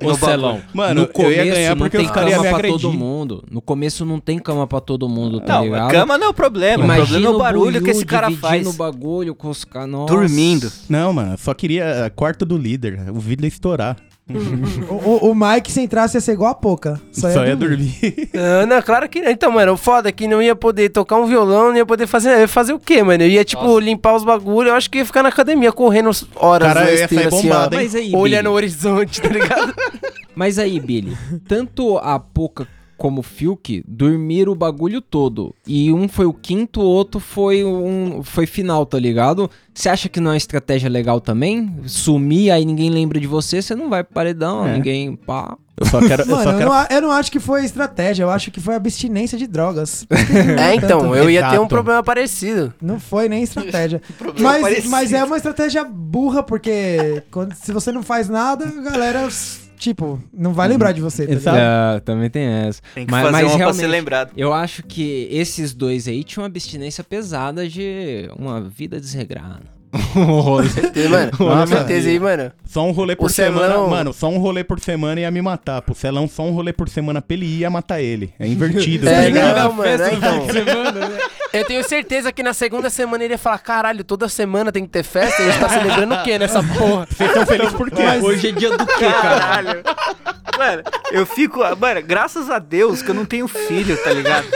Speaker 3: Ô,
Speaker 5: no bagulho.
Speaker 3: Celão,
Speaker 2: Mano,
Speaker 3: É no
Speaker 2: eu
Speaker 3: começo
Speaker 2: ia ganhar
Speaker 3: não
Speaker 2: porque
Speaker 3: tem
Speaker 2: os caras iam
Speaker 3: cama
Speaker 2: me
Speaker 3: pra todo
Speaker 2: agredir.
Speaker 3: mundo. No começo não tem cama pra todo mundo, tá
Speaker 5: Não,
Speaker 3: ligado?
Speaker 5: cama não é o problema. o problema é o barulho que esse cara faz.
Speaker 3: no bagulho com os caras...
Speaker 5: Dormindo.
Speaker 2: Não, mano, só queria eh, quarto do líder. O vidro ia estourar. Hum.
Speaker 6: O, o- o Mike, se entrasse, ia ser igual a Poca. Só ia, dormir.
Speaker 7: (laughs)
Speaker 2: dormir.
Speaker 7: Ah, não, claro que não. Então, mano, o foda é que não ia poder tocar um violão, não ia poder fazer. Eu ia fazer o quê, mano? Eu ia, tipo, limpar os bagulhos. Eu acho que ia ficar na academia correndo horas
Speaker 2: Cara,
Speaker 7: na
Speaker 2: eu ia
Speaker 7: esteira,
Speaker 2: sair
Speaker 7: assim, ó.
Speaker 2: bombado, hein?
Speaker 3: Mas aí,
Speaker 7: Olha
Speaker 3: Billy,
Speaker 7: no horizonte,
Speaker 3: (laughs)
Speaker 7: tá ligado?
Speaker 3: Mas aí, Billy, tanto a Poca como o Fiuk dormiram o bagulho todo. E um foi o quinto, o outro foi um foi final, tá ligado? Você acha que não é uma estratégia legal também? Sumir, aí ninguém lembra de você, você não vai pro paredão,
Speaker 2: É.
Speaker 3: ninguém pá.
Speaker 2: Eu só quero. eu
Speaker 6: Mano,
Speaker 2: só
Speaker 6: eu,
Speaker 2: quero...
Speaker 6: não, a- eu não acho que foi estratégia, eu acho que foi abstinência de drogas. (laughs)
Speaker 7: é, então, eu ia ter um
Speaker 2: Exato.
Speaker 7: problema parecido.
Speaker 6: Não foi nem estratégia. mas, mas é uma estratégia burra, porque quando- se você não faz nada, a galera, tipo, não vai lembrar de você. tá
Speaker 2: Exato.
Speaker 6: ligado?
Speaker 3: É, também tem essa.
Speaker 5: Tem que fazer uma pra ser
Speaker 3: realmente,
Speaker 5: lembrado.
Speaker 3: Eu acho que esses dois aí tinham uma abstinência pesada de uma vida desregrada.
Speaker 7: Certeza, mano. Com
Speaker 2: Nossa.
Speaker 7: certeza aí, mano.
Speaker 2: Só um rolê por
Speaker 7: O
Speaker 2: semana.
Speaker 7: Celão-
Speaker 2: Mano, só um rolê por semana ia me matar. Pro Celão, só um rolê por semana pra ele ir ia matar ele. É
Speaker 7: (laughs)
Speaker 2: invertido, tá
Speaker 7: É,
Speaker 2: ligado?
Speaker 7: não, mano, é, então.
Speaker 2: né?
Speaker 7: Eu tenho certeza que na segunda semana ele ia falar: caralho, toda semana tem que ter festa. A gente tá celebrando o quê nessa porra?
Speaker 2: Vocês estão felizes por quê?
Speaker 3: Hoje é dia do quê, cara?
Speaker 5: Caralho. Mano, eu fico. Mano, graças a Deus que eu não tenho filho, tá ligado?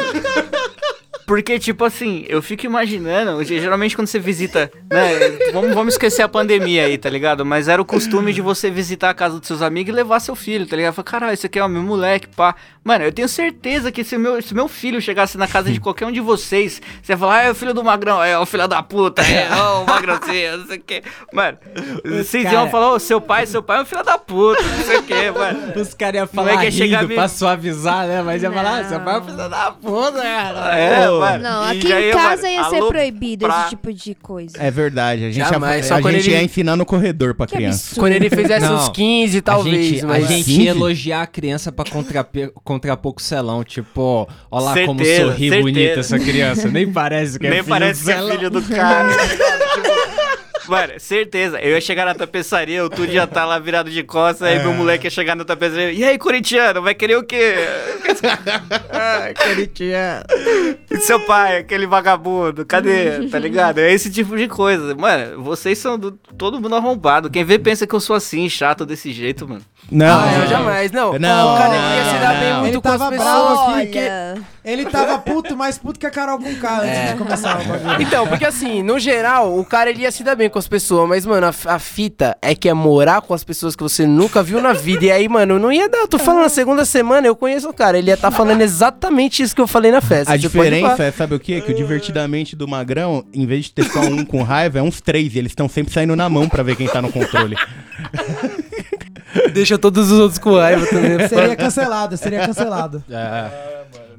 Speaker 5: Porque, tipo assim, eu fico imaginando, ge- geralmente quando você visita, né, vamos, vamos esquecer a pandemia aí, tá ligado? Mas era o costume de você visitar a casa dos seus amigos e levar seu filho, tá ligado? Falar, caralho, esse aqui é o meu moleque, pá. Mano, eu tenho certeza que se meu, se meu filho chegasse na casa de qualquer um de vocês, você ia falar, ah, é o filho do Magrão, é o filho da puta, é ó, o Magrãozinho, não sei o quê. Mano, vocês iam
Speaker 3: cara-
Speaker 5: falar, ô, seu pai, seu pai é um filho da puta, não sei o quê, mano.
Speaker 3: Os caras iam
Speaker 5: Moleque
Speaker 3: falar
Speaker 5: ia chegar
Speaker 3: rindo
Speaker 5: meio-
Speaker 3: pra suavizar, né? Mas ia falar, ah,
Speaker 4: Não.
Speaker 3: você vai precisar da puta, né?" cara.
Speaker 5: É, mano.
Speaker 4: Não,
Speaker 5: E
Speaker 4: aqui
Speaker 5: já
Speaker 4: em
Speaker 5: ia,
Speaker 4: casa
Speaker 5: mano,
Speaker 4: ia ser
Speaker 5: alô,
Speaker 4: proibido
Speaker 5: pra-
Speaker 4: esse tipo de coisa.
Speaker 2: É verdade, a gente, ia-
Speaker 7: Jamais, só
Speaker 2: a
Speaker 7: quando
Speaker 2: gente
Speaker 7: ele-
Speaker 2: ia ensinar no corredor pra
Speaker 4: Que
Speaker 2: criança.
Speaker 4: absurdo.
Speaker 7: Quando ele fizesse
Speaker 3: Não.
Speaker 7: uns 15,
Speaker 3: a
Speaker 7: talvez.
Speaker 3: gente, a
Speaker 7: mas...
Speaker 3: gente
Speaker 2: Sim,
Speaker 3: ia
Speaker 2: filho.
Speaker 3: elogiar a criança pra contrapor, contrapor com o Celão. Tipo, ó lá como
Speaker 5: Certeza,
Speaker 3: sorri
Speaker 5: certeza.
Speaker 3: bonita essa criança. Nem parece que é
Speaker 5: Nem
Speaker 3: filho
Speaker 5: parece
Speaker 3: do
Speaker 5: que é
Speaker 3: Celão.
Speaker 5: filho do cara. Mano, certeza. Eu ia chegar na tapeçaria, o Tudo já tá lá virado de costas, aí meu moleque ia chegar na tapeçaria. E aí, corintiano, vai querer o quê? ah, corintiano. E seu pai, aquele vagabundo, cadê? Tá ligado? É esse tipo de coisa. Mano, vocês são do- todo mundo arrombado. Quem vê pensa que eu sou assim, chato desse jeito, mano.
Speaker 2: Não,
Speaker 7: Ah, eu jamais, não.
Speaker 2: Não,
Speaker 7: o cara ele ia
Speaker 2: não,
Speaker 7: se dar bem
Speaker 2: não.
Speaker 7: muito
Speaker 6: Ele
Speaker 7: com as
Speaker 6: tava
Speaker 7: pessoas.
Speaker 6: bravo aqui.
Speaker 4: Olha,
Speaker 6: Ele tava puto, mais puto que a Carol com K antes
Speaker 7: É.
Speaker 6: de começar o
Speaker 7: (laughs)
Speaker 6: bagulho.
Speaker 7: Então, porque assim, no geral, o cara ele ia se dar bem com as pessoas, mas, mano, a, f- a fita é que é morar com as pessoas que você nunca viu na vida. E aí, mano, não ia dar. Eu tô falando, na segunda semana eu conheço o cara. Ele ia tá falando exatamente isso que eu falei na festa.
Speaker 2: A
Speaker 7: Você pode ir
Speaker 2: diferença
Speaker 7: pra-
Speaker 2: é, sabe o quê? Que o divertidamente do Magrão, em vez de ter só um com raiva, é uns três. E eles estão sempre saindo na mão pra ver quem tá no controle.
Speaker 7: Deixa todos os outros com raiva É, também.
Speaker 6: Seria cancelado, seria cancelado.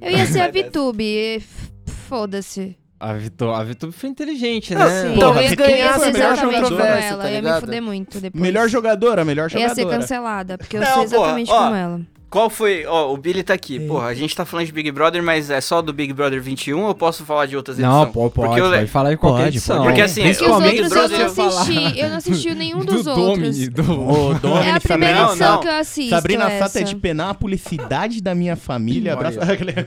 Speaker 4: Eu ia ser a VTube. e f- Foda-se.
Speaker 3: A Vitube a Vitube foi inteligente,
Speaker 7: Não,
Speaker 3: né?
Speaker 7: sim.
Speaker 4: Então
Speaker 7: Porra,
Speaker 4: eu ia
Speaker 7: quem
Speaker 2: é
Speaker 7: ia
Speaker 4: ganhar
Speaker 7: ser melhor
Speaker 4: exatamente como
Speaker 7: jogadora,
Speaker 4: ela.
Speaker 7: tá
Speaker 4: eu ia me
Speaker 7: ligado?
Speaker 4: fuder muito depois.
Speaker 2: melhor jogadora, melhor
Speaker 4: Eu ia ser
Speaker 2: jogadora.
Speaker 4: cancelada, porque eu
Speaker 5: Não,
Speaker 4: sou
Speaker 5: pô,
Speaker 4: exatamente
Speaker 5: ó.
Speaker 4: como ela.
Speaker 5: Qual foi? Ó, o Billy tá aqui. Porra, a gente tá falando de Big Brother, mas é só do Big Brother 21 ou posso falar de outras edições?
Speaker 3: Não, pô, pode,
Speaker 5: Porque eu-
Speaker 3: pode falar de qualquer
Speaker 2: Pode,
Speaker 3: edição.
Speaker 2: pode.
Speaker 5: Porque assim,
Speaker 4: Porque os
Speaker 5: o Big
Speaker 4: outros assim. eu
Speaker 5: Brother-
Speaker 4: não assisti. Eu não assisti nenhum dos
Speaker 3: do
Speaker 4: outros.
Speaker 3: Domini, do...
Speaker 2: Ô, Domini,
Speaker 4: É a primeira
Speaker 5: Sabrina-
Speaker 4: edição
Speaker 5: não.
Speaker 4: que eu assisto.
Speaker 2: Sabrina
Speaker 4: essa.
Speaker 2: Satta é de Penápolis, cidade da minha família. Abraço.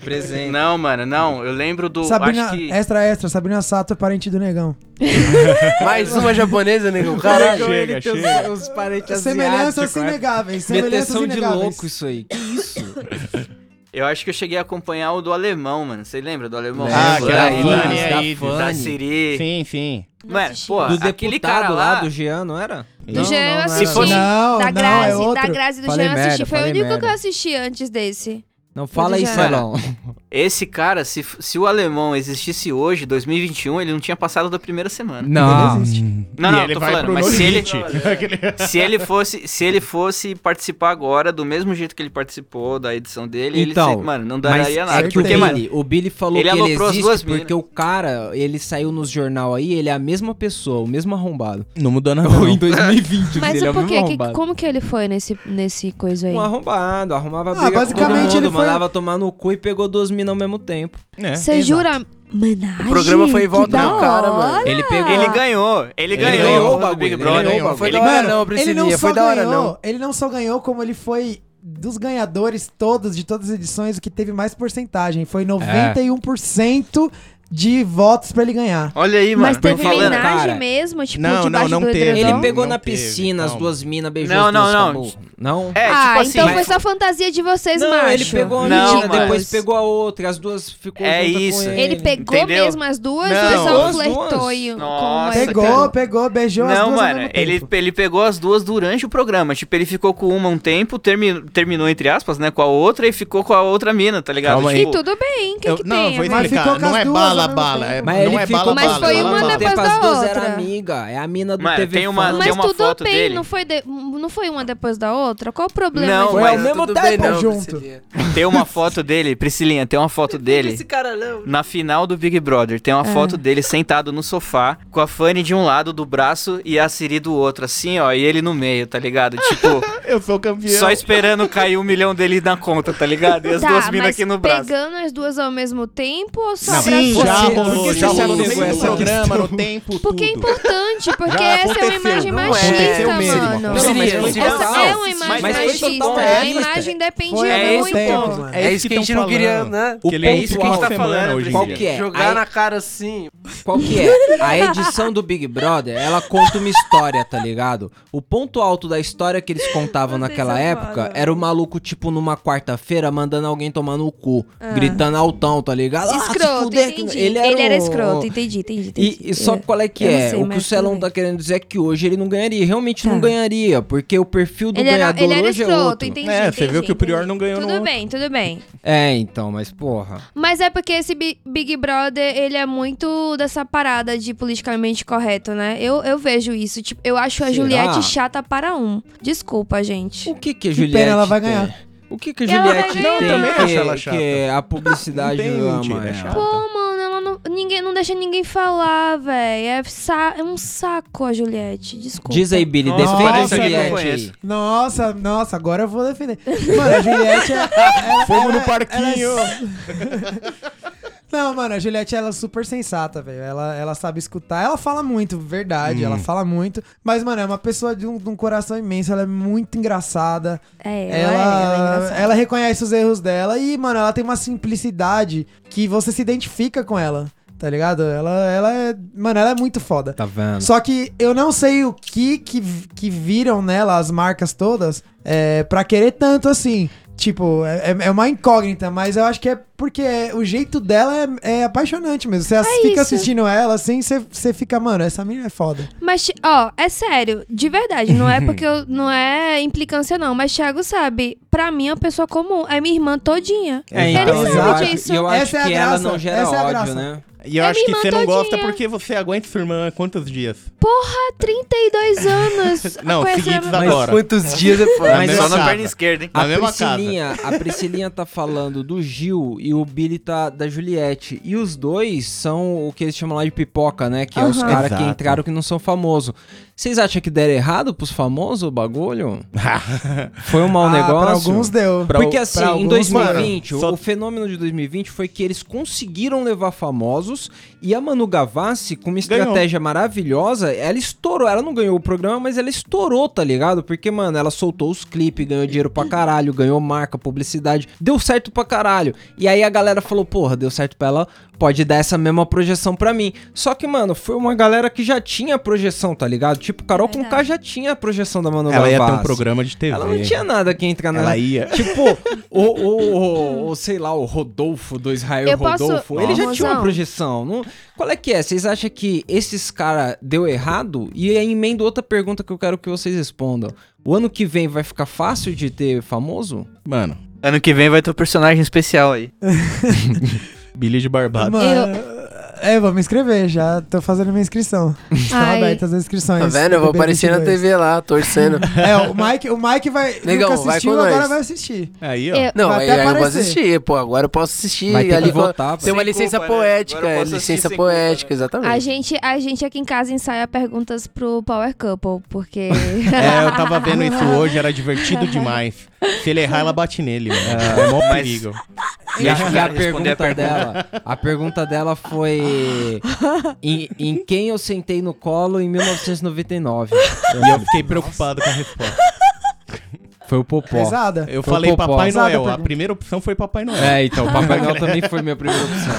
Speaker 3: Presente.
Speaker 5: Não, mano, não. Eu lembro do.
Speaker 6: Sabrina,
Speaker 5: acho que...
Speaker 6: extra, extra, Sabrina Sato é parente do negão.
Speaker 7: Mais uma japonesa, negão. Caralho.
Speaker 2: Chega, chega.
Speaker 7: Os
Speaker 6: É
Speaker 7: parentes
Speaker 6: Semelhanças
Speaker 7: asiáticos, né?
Speaker 6: inegáveis, semelhanças
Speaker 3: Meteção de
Speaker 6: inegáveis.
Speaker 3: louco isso aí. Que isso?
Speaker 5: Eu acho que eu cheguei a acompanhar o do alemão, mano. Você lembra do alemão?
Speaker 2: Ah,
Speaker 5: Do
Speaker 2: que era
Speaker 5: Flanes,
Speaker 2: Fanny
Speaker 5: da-
Speaker 2: aí.
Speaker 5: Da
Speaker 7: Fanny.
Speaker 5: Siri.
Speaker 2: Sim, sim.
Speaker 5: Mano, pô,
Speaker 3: do
Speaker 5: aquele
Speaker 3: deputado
Speaker 5: cara
Speaker 3: lá,
Speaker 5: lá.
Speaker 3: do Jean, não era?
Speaker 4: Do
Speaker 7: Não,
Speaker 4: Jean
Speaker 7: não,
Speaker 4: eu
Speaker 7: não,
Speaker 4: assisti.
Speaker 6: não, não,
Speaker 4: da
Speaker 6: é
Speaker 4: Grazi, da
Speaker 6: outro.
Speaker 4: Grazi do
Speaker 3: Falei
Speaker 4: Jean eu
Speaker 3: merda,
Speaker 4: assisti. Foi o
Speaker 3: falei
Speaker 4: único que
Speaker 3: merda.
Speaker 4: eu assisti antes desse.
Speaker 3: Não fala
Speaker 4: do
Speaker 3: isso,
Speaker 4: Jean.
Speaker 3: Elon.
Speaker 5: Esse cara, se, se o alemão existisse hoje, 2021, ele não tinha passado da primeira semana.
Speaker 3: Não.
Speaker 5: Não,
Speaker 2: E
Speaker 5: não,
Speaker 2: ele
Speaker 5: tô
Speaker 2: vai
Speaker 5: falando,
Speaker 2: pro
Speaker 5: mas
Speaker 2: No
Speaker 5: se ele,
Speaker 2: Limite.
Speaker 5: se ele fosse, se ele fosse participar agora do mesmo jeito que ele participou da edição dele, ele,
Speaker 3: Então,
Speaker 5: se- mano, não
Speaker 3: Mas
Speaker 5: daria
Speaker 3: é
Speaker 5: nada.
Speaker 3: que o
Speaker 5: Porque, mano,
Speaker 3: Billy, o Billy falou
Speaker 5: ele
Speaker 3: que ele
Speaker 5: aloprou as duas
Speaker 3: existe porque
Speaker 5: minas.
Speaker 3: o cara, ele saiu nos jornal aí, ele é a mesma pessoa, o mesmo arrombado.
Speaker 2: Não mudou nada.
Speaker 3: Ou em
Speaker 2: Não.
Speaker 3: 2020,
Speaker 4: Mas
Speaker 3: ele é o
Speaker 4: por
Speaker 3: mesmo
Speaker 4: quê? Que-
Speaker 3: arrombado.
Speaker 4: como que ele foi nesse, nesse coisa aí?
Speaker 3: Um arrombado, arrumava
Speaker 6: Ah,
Speaker 3: briga
Speaker 6: basicamente
Speaker 3: com todo mundo,
Speaker 6: ele foi-
Speaker 3: mandava tomar no cu e pegou duas minas ao mesmo tempo.
Speaker 2: É.
Speaker 4: Você jura? Menagem?
Speaker 7: O programa foi em
Speaker 4: Que
Speaker 7: volta
Speaker 4: da
Speaker 7: do cara, mano.
Speaker 4: hora!
Speaker 3: Ele pegou...
Speaker 5: ele ganhou, ele, ganhou,
Speaker 2: ganhou
Speaker 5: o bagulho do Big
Speaker 7: ele
Speaker 5: Brother.
Speaker 7: ganhou o bagulho. Foi
Speaker 5: Ele-
Speaker 7: da hora
Speaker 6: Mano,
Speaker 7: não,
Speaker 6: ele não
Speaker 7: Priscilinha,
Speaker 6: só
Speaker 7: foi da hora
Speaker 6: ganhou,
Speaker 7: não.
Speaker 6: ele não só ganhou, como ele foi dos ganhadores todos, de todas as edições, o que teve mais porcentagem.
Speaker 7: É.
Speaker 6: Foi 91% de votos pra ele ganhar.
Speaker 5: Olha aí, mano.
Speaker 4: Mas
Speaker 5: tô
Speaker 4: teve
Speaker 5: falando.
Speaker 4: menagem
Speaker 3: Cara,
Speaker 4: mesmo? Tipo,
Speaker 2: não, não,
Speaker 4: debaixo
Speaker 2: não
Speaker 4: do
Speaker 2: teve.
Speaker 4: edredom?
Speaker 3: Ele
Speaker 2: Não,
Speaker 3: pegou
Speaker 2: não
Speaker 3: na
Speaker 2: teve,
Speaker 3: piscina, as
Speaker 2: calma.
Speaker 3: duas minas beijou
Speaker 5: Não,
Speaker 3: as
Speaker 5: não,
Speaker 3: duas
Speaker 5: não.
Speaker 3: acabou. Não?
Speaker 5: É,
Speaker 4: ah,
Speaker 5: tipo assim,
Speaker 4: então foi
Speaker 5: mas-
Speaker 4: só fantasia de vocês,
Speaker 3: Não,
Speaker 4: macho.
Speaker 3: ele pegou uma
Speaker 5: Não,
Speaker 3: menina,
Speaker 5: mas-
Speaker 3: depois pegou a outra, as duas ficou
Speaker 5: É
Speaker 3: junta com
Speaker 5: isso.
Speaker 3: ele.
Speaker 4: Ele pegou
Speaker 5: Entendeu?
Speaker 4: mesmo as duas
Speaker 5: Não.
Speaker 4: ou ele
Speaker 3: Pegou
Speaker 4: só
Speaker 3: as
Speaker 4: flertou
Speaker 3: duas.
Speaker 4: e- com
Speaker 5: Nossa,
Speaker 4: essa
Speaker 6: Pegou,
Speaker 4: cara?
Speaker 6: pegou, beijou as
Speaker 5: Não,
Speaker 6: duas ao
Speaker 5: mano,
Speaker 6: mesmo
Speaker 5: ele,
Speaker 6: tempo.
Speaker 5: ele pegou as duas durante o programa. Tipo, ele ficou com uma um tempo, termi- terminou, entre aspas, né, com a outra e ficou com a outra mina, tá ligado?
Speaker 2: Calma aí.
Speaker 4: E
Speaker 5: Tipo,
Speaker 4: tudo bem, que
Speaker 2: Eu-
Speaker 4: que
Speaker 2: não,
Speaker 4: tem?
Speaker 2: eu vou
Speaker 4: agora?
Speaker 6: Mas ficou
Speaker 2: explicar.
Speaker 6: com as
Speaker 2: Não é
Speaker 6: duas
Speaker 2: bala,
Speaker 6: ao mesmo
Speaker 2: bala.
Speaker 6: tempo.
Speaker 2: É-
Speaker 3: Mas
Speaker 2: não
Speaker 3: ele
Speaker 2: é
Speaker 3: ficou
Speaker 2: bala,
Speaker 4: Mas
Speaker 2: bala.
Speaker 4: foi
Speaker 2: bala,
Speaker 4: uma
Speaker 2: bala.
Speaker 4: depois da
Speaker 3: as duas
Speaker 4: outra.
Speaker 3: era amiga, é a mina do
Speaker 5: Mano,
Speaker 3: TV
Speaker 5: tem uma-
Speaker 3: Fama.
Speaker 5: tem
Speaker 4: Mas
Speaker 5: uma
Speaker 4: tudo
Speaker 5: foto
Speaker 4: bem,
Speaker 5: dele.
Speaker 4: não foi de- não foi uma depois da outra? Qual o
Speaker 3: é
Speaker 4: problema?
Speaker 5: Não,
Speaker 4: disso?
Speaker 5: Foi ao
Speaker 3: mesmo
Speaker 7: tudo
Speaker 3: tempo
Speaker 7: não,
Speaker 6: junto.
Speaker 7: Priscilinha.
Speaker 5: Tem uma foto dele, Priscilinha, tem uma foto dele. Esse cara não. Na final do Big Brother, tem
Speaker 4: É.
Speaker 5: uma foto dele sentado no sofá, com a Fanny de um lado do braço e a Siri do outro, assim, ó, e ele no meio, tá ligado?
Speaker 4: (laughs)
Speaker 5: Tipo,
Speaker 2: Eu sou campeão.
Speaker 5: só esperando cair um milhão dele na conta, tá ligado? E as
Speaker 4: Tá,
Speaker 5: duas minas
Speaker 4: mas
Speaker 5: aqui no braço.
Speaker 4: pegando as duas ao mesmo tempo ou só
Speaker 2: Não,
Speaker 4: abraçou?
Speaker 2: Sim, já
Speaker 3: Você-
Speaker 2: rolou,
Speaker 3: por que
Speaker 2: já
Speaker 3: você
Speaker 2: rolou no
Speaker 3: pegou
Speaker 2: meio do
Speaker 3: essa
Speaker 2: programa, no tempo,
Speaker 4: Porque é
Speaker 2: tudo.
Speaker 4: importante, porque
Speaker 2: Já
Speaker 4: essa é uma
Speaker 2: aconteceu,
Speaker 4: imagem
Speaker 2: não é?
Speaker 4: machista,
Speaker 2: Aconteceu mesmo,
Speaker 4: mano.
Speaker 2: não,
Speaker 3: mas
Speaker 7: Priscilinha,
Speaker 3: foi
Speaker 7: Priscilinha,
Speaker 4: Essa
Speaker 3: total.
Speaker 4: é uma imagem
Speaker 5: Mas foi
Speaker 4: machista,
Speaker 5: total
Speaker 4: a
Speaker 5: machista.
Speaker 4: imagem dependia
Speaker 6: Foi
Speaker 5: é
Speaker 6: ao
Speaker 5: esse
Speaker 4: muito.
Speaker 6: tempo,
Speaker 5: ponto.
Speaker 6: mano.
Speaker 2: É
Speaker 7: É
Speaker 2: isso
Speaker 7: isso que
Speaker 2: tão
Speaker 7: a gente não queria,
Speaker 2: falando.
Speaker 7: né?
Speaker 3: O
Speaker 2: Que ele é isso que a gente
Speaker 3: ponto
Speaker 2: tá
Speaker 5: alto.
Speaker 2: falando hoje em
Speaker 3: Qual
Speaker 2: dia.
Speaker 3: que é?
Speaker 7: Jogar
Speaker 3: Aí-
Speaker 7: na cara assim.
Speaker 3: Qual que é? A edição do Big Brother, ela conta uma história, tá ligado? O ponto alto da história que eles contavam
Speaker 4: Vocês
Speaker 3: naquela
Speaker 4: são
Speaker 3: época
Speaker 4: foda.
Speaker 3: era o maluco, tipo, numa quarta-feira, mandando alguém tomar no cu, gritando altão, tá ligado? Ah, se
Speaker 4: Ah. Escroto,
Speaker 3: fuder, que-
Speaker 4: entendi.
Speaker 3: Ele
Speaker 4: Ele
Speaker 3: era,
Speaker 4: era,
Speaker 3: o-
Speaker 4: escroto, entendi, entendi. entendi.
Speaker 3: E, e só qual é que
Speaker 4: Eu não
Speaker 3: é?
Speaker 4: sei,
Speaker 3: o que o
Speaker 4: mas
Speaker 3: Celão
Speaker 4: tudo
Speaker 3: tá querendo dizer é que hoje ele não ganharia. Realmente não
Speaker 4: Tá.
Speaker 3: ganharia, porque o perfil do
Speaker 4: Ele era,
Speaker 3: ganhador
Speaker 4: ele era
Speaker 3: hoje é
Speaker 4: escroto,
Speaker 3: outro.
Speaker 4: entendi.
Speaker 2: É, você
Speaker 4: entendi,
Speaker 2: viu que o Prior
Speaker 4: entendi.
Speaker 2: não ganhou no
Speaker 4: Tudo
Speaker 2: outro.
Speaker 4: bem, tudo bem.
Speaker 3: É, então, mas porra.
Speaker 4: Mas é porque esse Bi- Big Brother, ele é muito dessa parada de politicamente correto, né? Eu, eu vejo isso. Tipo, eu acho a
Speaker 3: Será?
Speaker 4: Juliette chata para um. Desculpa, gente.
Speaker 3: O que que a
Speaker 6: Que
Speaker 3: Juliette
Speaker 6: pena, ela vai
Speaker 4: é.
Speaker 3: tem?
Speaker 6: ganhar.
Speaker 3: O que que a
Speaker 4: Ela vai
Speaker 3: Juliette tem
Speaker 4: ganhar. Não, eu
Speaker 2: também acho
Speaker 3: que,
Speaker 2: ela chata.
Speaker 3: que a publicidade
Speaker 2: Não tem
Speaker 3: ama
Speaker 2: mentira, é
Speaker 3: ela?
Speaker 2: chata.
Speaker 4: Pô, mano, ela não, ninguém, não deixa ninguém falar, velho. É, sa- é um saco a Juliette, desculpa.
Speaker 3: Diz aí, Billy,
Speaker 5: Nossa,
Speaker 3: defende a
Speaker 6: parece que eu
Speaker 3: Juliette
Speaker 5: conheço.
Speaker 3: aí.
Speaker 6: Nossa, nossa, agora eu vou defender. Mano, a Juliette é. ela-
Speaker 2: (laughs) Fomos no
Speaker 6: ela-
Speaker 2: parquinho.
Speaker 6: ela é- Não, mano, a Juliette, ela é super sensata, velho. Ela, ela sabe escutar. Ela fala muito, verdade. Ela fala muito. Mas, mano, é uma pessoa de um, de um coração imenso. Ela é muito engraçada.
Speaker 4: É, ela,
Speaker 6: Ela,
Speaker 4: é, ela é
Speaker 6: ela,
Speaker 4: engraçada.
Speaker 6: reconhece os erros dela e, mano, ela tem uma simplicidade que você se identifica com ela, tá ligado? Ela, ela é. Mano, ela é muito foda.
Speaker 3: Tá vendo?
Speaker 6: Só que eu não sei o que que, que viram nela, as marcas todas, é, pra querer tanto assim. Tipo, é, é uma incógnita, mas eu acho que é porque é- o jeito dela é, é apaixonante mesmo. Você ass- fica
Speaker 4: isso.
Speaker 6: assistindo ela assim, você, você fica, mano, essa menina é foda.
Speaker 4: Mas, ó, é sério, de verdade, não é
Speaker 2: (laughs)
Speaker 4: porque eu. Não é implicância, não. Mas Thiago sabe, pra mim é uma pessoa comum. É minha irmã todinha.
Speaker 3: É,
Speaker 6: então,
Speaker 3: eu
Speaker 6: exato.
Speaker 3: acho-
Speaker 4: Isso.
Speaker 3: E eu acho
Speaker 6: Essa é a
Speaker 3: que ela
Speaker 6: graça,
Speaker 3: não gera
Speaker 6: essa é a
Speaker 3: ódio,
Speaker 6: graça.
Speaker 3: né?
Speaker 2: E eu
Speaker 4: É
Speaker 2: acho que
Speaker 4: minha
Speaker 2: você não
Speaker 4: todinha.
Speaker 2: gosta porque você aguenta sua irmã há quantos dias?
Speaker 4: Há 32 anos.
Speaker 2: (laughs)
Speaker 4: conhecendo
Speaker 2: Não,
Speaker 4: a
Speaker 2: seguidos
Speaker 4: minha-
Speaker 2: Mas Agora.
Speaker 7: quantos dias é
Speaker 2: Na
Speaker 5: Mas
Speaker 2: mesma
Speaker 5: só na
Speaker 2: casa.
Speaker 5: perna esquerda, hein?
Speaker 2: Na
Speaker 3: A
Speaker 2: mesma casa.
Speaker 3: Priscilinha, a Priscilinha tá falando do Gil e o Billy tá da Juliette. E os dois são o que eles chamam lá de pipoca, né? Que é os
Speaker 4: Aham.
Speaker 3: caras que
Speaker 2: Exato.
Speaker 3: entraram que não são famosos. Vocês acham que deram errado pros famosos o
Speaker 2: (laughs)
Speaker 3: bagulho? Foi um mau
Speaker 6: Ah,
Speaker 3: negócio?
Speaker 6: Pra alguns deu.
Speaker 3: Porque assim,
Speaker 6: pra
Speaker 3: em
Speaker 6: alguns,
Speaker 3: 2020,
Speaker 2: mano, só-
Speaker 3: o fenômeno de 2020 foi que eles conseguiram levar famosos e a Manu Gavassi, com uma
Speaker 2: Ganhou.
Speaker 3: estratégia maravilhosa, ela estourou. Ela não ganhou o programa, mas ela estourou, tá ligado? Porque, mano, ela soltou os clipes, ganhou dinheiro pra caralho, ganhou marca, publicidade, deu certo pra caralho. E aí a galera falou, porra, deu certo pra ela, pode dar essa mesma projeção pra mim. Só que, mano, foi uma galera que já tinha projeção, tá ligado? Tipo, Carol com K
Speaker 4: Verdade.
Speaker 3: já tinha a projeção da Manu
Speaker 2: Ela
Speaker 3: Gavassi.
Speaker 2: ia ter um programa de TV.
Speaker 3: Ela não tinha nada que entrar nela.
Speaker 2: Ela ia.
Speaker 3: Tipo, o, o, o- o- sei lá, o Rodolfo do Israel
Speaker 4: Eu posso-
Speaker 3: Rodolfo, ele já tinha uma
Speaker 4: Mozão.
Speaker 3: projeção. Não... Qual é que é? Vocês acham que esses cara deu errado? E aí emendo outra pergunta que eu quero que vocês respondam. O ano que vem vai ficar fácil de ter famoso?
Speaker 2: Mano,
Speaker 5: Ano que vem vai ter um personagem especial aí.
Speaker 2: Billy de (laughs) Barbado.
Speaker 6: Mano, é, vou me inscrever, já tô fazendo minha inscrição. Estão
Speaker 4: Ai.
Speaker 6: abertas as inscrições.
Speaker 7: Tá vendo? Eu vou
Speaker 6: BBB
Speaker 7: aparecer na
Speaker 6: 22.
Speaker 7: TV lá, torcendo.
Speaker 6: É, o Mike, o Mike vai.
Speaker 7: Negão,
Speaker 6: nunca
Speaker 7: vai
Speaker 6: assistiu,
Speaker 7: com
Speaker 6: agora
Speaker 7: nós.
Speaker 6: vai assistir.
Speaker 2: Aí, ó.
Speaker 4: Eu-
Speaker 7: (laughs) Não,
Speaker 6: Vai
Speaker 7: aí,
Speaker 6: até
Speaker 7: aí eu vou
Speaker 6: aparecer.
Speaker 7: assistir, pô. Agora eu posso assistir.
Speaker 3: Vai ter
Speaker 7: ali
Speaker 3: que
Speaker 7: com-
Speaker 3: voltar, pô.
Speaker 7: Tem uma
Speaker 5: Sem
Speaker 7: licença
Speaker 5: culpa, né?
Speaker 7: poética,
Speaker 5: Agora eu posso assistir
Speaker 7: licença
Speaker 5: sem culpa, né?
Speaker 7: poética,
Speaker 4: A
Speaker 2: é.
Speaker 7: exatamente.
Speaker 4: gente, a gente aqui em casa ensaia perguntas pro Power Couple, porque.
Speaker 2: (laughs) É, eu tava vendo
Speaker 4: (laughs)
Speaker 2: isso hoje, era divertido demais. Se ele errar, ela bate nele, mano. É, mó
Speaker 5: Mas-
Speaker 2: perigo.
Speaker 3: E a,
Speaker 5: Deixa o
Speaker 3: e a
Speaker 5: cara um responder
Speaker 3: pergunta
Speaker 5: a pergunta.
Speaker 3: dela, a pergunta dela foi
Speaker 4: (laughs)
Speaker 3: em, em quem eu sentei no colo em
Speaker 4: (laughs)
Speaker 3: 1999.
Speaker 2: E eu fiquei preocupado com a resposta.
Speaker 3: Foi o Popó.
Speaker 6: Pesada.
Speaker 2: Eu
Speaker 3: Foi
Speaker 2: falei
Speaker 3: popó.
Speaker 2: Papai
Speaker 6: Pesada
Speaker 2: Noel.
Speaker 6: a
Speaker 2: A primeira opção foi Papai Noel.
Speaker 3: É, então, o Papai Noel também foi minha primeira
Speaker 5: (laughs)
Speaker 3: opção.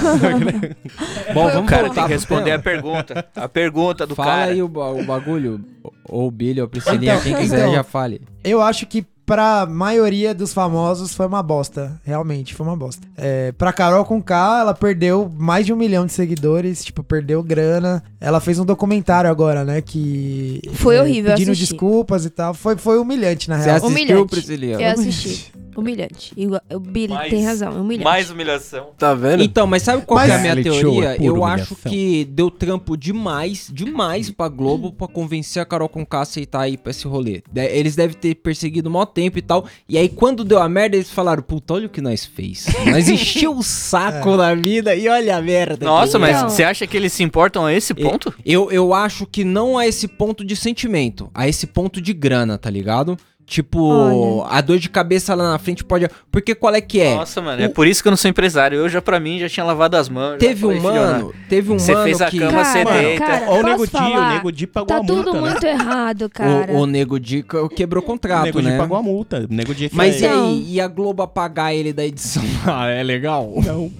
Speaker 3: Bom, vamos
Speaker 5: Cara,
Speaker 3: voltar
Speaker 5: tem que
Speaker 3: pro
Speaker 5: responder a
Speaker 3: tema.
Speaker 5: pergunta. A pergunta do
Speaker 3: Fala
Speaker 5: cara.
Speaker 3: aí o, ba- o bagulho. Ou o Billy, ou a Priscilinha,
Speaker 6: Então,
Speaker 3: quem quiser
Speaker 6: então.
Speaker 3: já fale.
Speaker 6: Eu acho que pra maioria dos famosos foi uma bosta. Realmente, foi uma bosta. É, pra Carol com K, ela perdeu mais de um milhão de seguidores, tipo, perdeu grana. Ela fez um documentário agora, né? Que. é,
Speaker 4: Foi horrível,
Speaker 6: Pedindo
Speaker 4: assisti.
Speaker 6: desculpas e tal. Foi, foi humilhante, na
Speaker 3: Você
Speaker 6: real.
Speaker 3: assistiu,
Speaker 4: Humilhante. Eu
Speaker 3: Priscilinha?
Speaker 4: assisti. Humilhante. Igual- O Billy
Speaker 5: Mais-
Speaker 4: tem razão, é humilhante.
Speaker 5: Mais humilhação.
Speaker 7: Tá vendo?
Speaker 3: Então, mas sabe qual
Speaker 6: Mas-
Speaker 3: que é a minha
Speaker 2: Reality show
Speaker 3: teoria?
Speaker 2: é pura
Speaker 3: Eu
Speaker 2: humilhação.
Speaker 3: acho que deu trampo demais, demais pra Globo pra convencer a Carol Conká a aceitar aí pra esse rolê. De- Eles devem ter perseguido o maior tempo e tal. E aí, quando deu a merda, eles falaram, puta, olha o que nós fez. Nós encheu o saco da vida e olha a merda. que
Speaker 5: Nossa, mas
Speaker 4: Então-
Speaker 5: você acha que eles se importam a esse ponto?
Speaker 3: Eu, eu acho que não a esse ponto de sentimento, a esse ponto de grana, tá ligado? Tipo,
Speaker 4: Olha.
Speaker 3: a dor de cabeça lá na frente pode. Porque qual é que é?
Speaker 5: Nossa, mano, é por isso que eu não sou empresário. Eu já, pra mim, já tinha lavado as mãos. já
Speaker 3: teve
Speaker 5: falei, né?
Speaker 3: um mano, teve um
Speaker 5: Você
Speaker 3: mano
Speaker 5: fez a
Speaker 3: que.
Speaker 5: cama, você
Speaker 4: Cara,
Speaker 5: deita.
Speaker 4: cara,
Speaker 2: (laughs) Ó, o Nego
Speaker 4: posso
Speaker 2: Di, o
Speaker 4: falar?
Speaker 2: Nego Di pagou
Speaker 4: Tá
Speaker 2: a multa,
Speaker 4: tudo
Speaker 2: né?
Speaker 4: muito
Speaker 2: (laughs)
Speaker 4: errado, cara.
Speaker 3: O, o Nego Di que- quebrou o
Speaker 2: O
Speaker 3: contrato,
Speaker 2: Nego
Speaker 3: né?
Speaker 2: Di pagou a multa. O Nego Di é
Speaker 3: Mas
Speaker 2: fez-
Speaker 3: e
Speaker 4: Então.
Speaker 3: aí? E a Globo apagar ele da edição? (laughs) Ah, é legal?
Speaker 2: Não.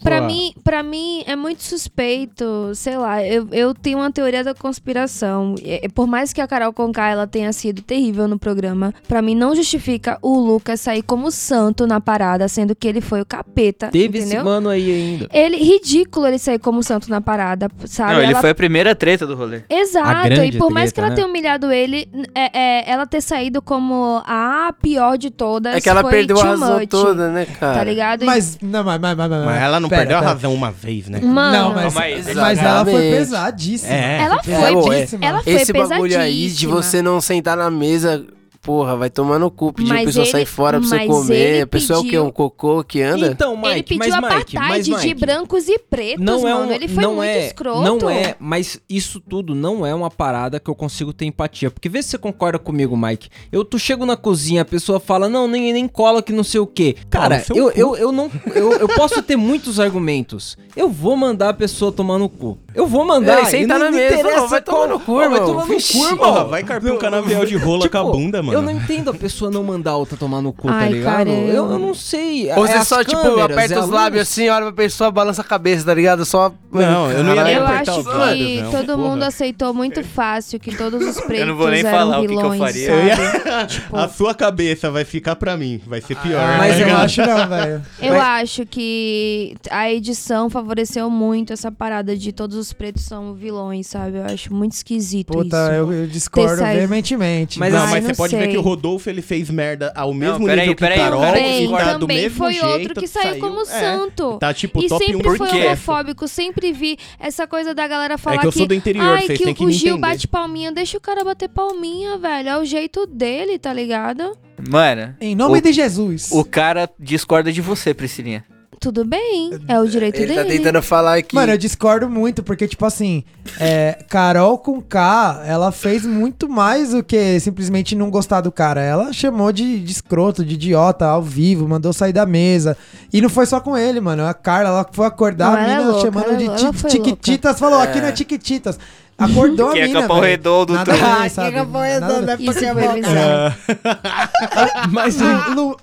Speaker 4: Pra
Speaker 3: Pô.
Speaker 4: mim, pra mim é muito suspeito, sei lá, eu, eu tenho uma teoria da conspiração. É, é, por mais que a Carol Conká ela tenha sido terrível no programa, pra mim não justifica o Lucas sair como santo na parada, sendo que ele foi o capeta,
Speaker 3: Teve esse
Speaker 4: entendeu?
Speaker 3: mano aí ainda.
Speaker 4: Ele ridículo ele sair como santo na parada, sabe?
Speaker 5: Não, ele
Speaker 4: Ela-
Speaker 5: foi a primeira treta do rolê.
Speaker 3: A
Speaker 4: Exato,
Speaker 3: grande
Speaker 4: e por mais que
Speaker 3: treta,
Speaker 4: ela
Speaker 3: né?
Speaker 4: tenha humilhado ele, n- é, é, ela ter saído como a pior de todas.
Speaker 7: É que ela
Speaker 4: foi
Speaker 7: perdeu a
Speaker 4: too
Speaker 7: razão
Speaker 4: much,
Speaker 7: toda, né, cara?
Speaker 4: Tá ligado? E-
Speaker 6: Mas, não, mas, mas, mas, mas,
Speaker 2: Mas ela não
Speaker 6: pera,
Speaker 2: perdeu
Speaker 6: pera.
Speaker 2: a razão uma vez, né?
Speaker 4: Mano,
Speaker 6: Não, mas,
Speaker 5: Calma aí,
Speaker 6: mas
Speaker 7: exatamente.
Speaker 6: ela foi pesadíssima.
Speaker 2: É.
Speaker 4: ela foi.
Speaker 7: É, ué,
Speaker 4: ela foi
Speaker 7: Esse
Speaker 4: pesadíssima.
Speaker 7: bagulho aí de você não sentar na mesa porra, vai tomar no cu, pedir a
Speaker 4: Mas
Speaker 7: pessoa
Speaker 4: ele-
Speaker 7: sair fora pra você
Speaker 4: mas
Speaker 7: comer.
Speaker 4: ele
Speaker 7: A pessoa é o quê?
Speaker 4: pediu-
Speaker 7: Um cocô que anda?
Speaker 3: Então, Mike,
Speaker 4: ele pediu
Speaker 3: mas Mike, mas
Speaker 4: apartheid
Speaker 3: Mike,
Speaker 4: de brancos e pretos,
Speaker 3: não é um,
Speaker 4: mano. Ele foi
Speaker 3: não
Speaker 4: muito
Speaker 3: é,
Speaker 4: escroto.
Speaker 3: Não é, mas isso tudo não é uma parada que eu consigo ter empatia. Porque vê se você concorda comigo, Mike. Eu tu chego na cozinha, a pessoa fala, não, nem, nem cola que não sei o quê. Cara,
Speaker 2: no seu
Speaker 3: eu,
Speaker 2: cu.
Speaker 3: eu, eu não. Eu, eu posso ter muitos argumentos. Eu vou mandar a pessoa tomar no cu. Eu vou mandar.
Speaker 7: É, senta
Speaker 3: e não
Speaker 7: na
Speaker 3: me
Speaker 7: mesa,
Speaker 3: interessa
Speaker 7: não, vai
Speaker 3: qual-
Speaker 7: tomar no cu,
Speaker 3: Vai
Speaker 7: irmão.
Speaker 3: tomar no
Speaker 7: Vixe,
Speaker 3: cu, irmão.
Speaker 2: Porra, vai carpir um canavial de rola
Speaker 3: Tipo,
Speaker 2: com a bunda, mano.
Speaker 3: Eu não entendo a pessoa não mandar outra tomar no cu, tá
Speaker 4: Ai,
Speaker 3: ligado?
Speaker 4: cara, eu-
Speaker 3: eu, eu não sei.
Speaker 7: Ou
Speaker 3: É
Speaker 7: você
Speaker 3: as
Speaker 7: só, tipo,
Speaker 3: câmeras,
Speaker 7: aperta
Speaker 3: é
Speaker 7: os
Speaker 3: a
Speaker 7: lábios
Speaker 3: luz.
Speaker 7: assim, olha pra pessoa, balança a cabeça, tá ligado? Só.
Speaker 2: Não, eu não ia nem
Speaker 4: Eu
Speaker 2: é apertar
Speaker 4: acho
Speaker 2: os lábios,
Speaker 4: que
Speaker 2: não.
Speaker 4: todo
Speaker 2: Porra.
Speaker 4: mundo aceitou muito fácil que todos
Speaker 2: (laughs)
Speaker 4: os pretos
Speaker 5: Eu não vou nem
Speaker 4: eram
Speaker 5: falar o que que eu
Speaker 4: vilões,
Speaker 5: faria.
Speaker 4: sabe?
Speaker 2: Eu ia- (laughs)
Speaker 4: Tipo,
Speaker 2: A sua cabeça vai ficar pra mim, vai ser pior.
Speaker 6: Ah, Mas
Speaker 2: tá
Speaker 6: eu
Speaker 2: ligado?
Speaker 6: acho não, velho.
Speaker 4: Eu acho que a edição favoreceu muito essa parada de todos os pretos são vilões, sabe? Eu acho muito esquisito
Speaker 6: Puta,
Speaker 4: isso.
Speaker 6: eu, eu discordo
Speaker 4: Ter saído.
Speaker 6: veementemente.
Speaker 3: Mas-
Speaker 2: não,
Speaker 4: Ai,
Speaker 2: mas
Speaker 4: não
Speaker 2: você pode ver
Speaker 4: sei.
Speaker 2: que o Rodolfo ele fez merda ao mesmo
Speaker 5: peraí,
Speaker 2: nível que o
Speaker 5: peraí,
Speaker 2: Carol.
Speaker 5: peraí,
Speaker 2: que
Speaker 4: Bem,
Speaker 5: discordo.
Speaker 2: tá do
Speaker 4: também
Speaker 2: mesmo
Speaker 4: foi
Speaker 2: jeito,
Speaker 4: outro que saiu como
Speaker 2: é.
Speaker 4: santo.
Speaker 2: Tá tipo
Speaker 4: e
Speaker 2: top
Speaker 4: sempre
Speaker 2: 1%.
Speaker 4: foi
Speaker 5: Por quê?
Speaker 4: homofóbico, sempre vi essa coisa da galera falar
Speaker 2: É que eu sou do interior,
Speaker 4: Ai,
Speaker 2: vocês
Speaker 4: que
Speaker 2: têm
Speaker 4: o,
Speaker 2: que
Speaker 4: o
Speaker 2: me
Speaker 4: Gil
Speaker 2: entender.
Speaker 4: bate palminha, deixa o cara bater palminha, velho. É o jeito dele, tá ligado?
Speaker 5: Mano,
Speaker 6: Em nome
Speaker 5: O-
Speaker 6: de Jesus.
Speaker 5: o cara discorda de você, Priscilinha.
Speaker 4: Tudo bem, é o direito
Speaker 7: Ele
Speaker 4: dele.
Speaker 7: tá tentando falar que.
Speaker 6: Mano, eu discordo muito, porque, tipo assim, é, Carol com K, ela fez muito mais do que simplesmente não gostar do cara. Ela chamou de, de escroto, de idiota, ao vivo, mandou sair da mesa. E não foi só com ele, mano. A Carla, ela foi acordar,
Speaker 4: Não,
Speaker 6: a
Speaker 4: ela é
Speaker 6: mina
Speaker 4: louca,
Speaker 6: chamando
Speaker 4: ela é
Speaker 6: de
Speaker 4: lou-
Speaker 6: ti-
Speaker 4: ela foi
Speaker 6: tiquititas, falou, aqui não é tiquititas. Acordou
Speaker 5: Que
Speaker 6: a
Speaker 5: é
Speaker 6: mina,
Speaker 5: capão
Speaker 6: velho.
Speaker 5: redondo,
Speaker 6: Nada
Speaker 5: tru-
Speaker 4: é
Speaker 6: a ver, sabe? Nada a ver.
Speaker 4: Isso foi bizarro.
Speaker 3: Mas
Speaker 4: Ah.
Speaker 6: Lu-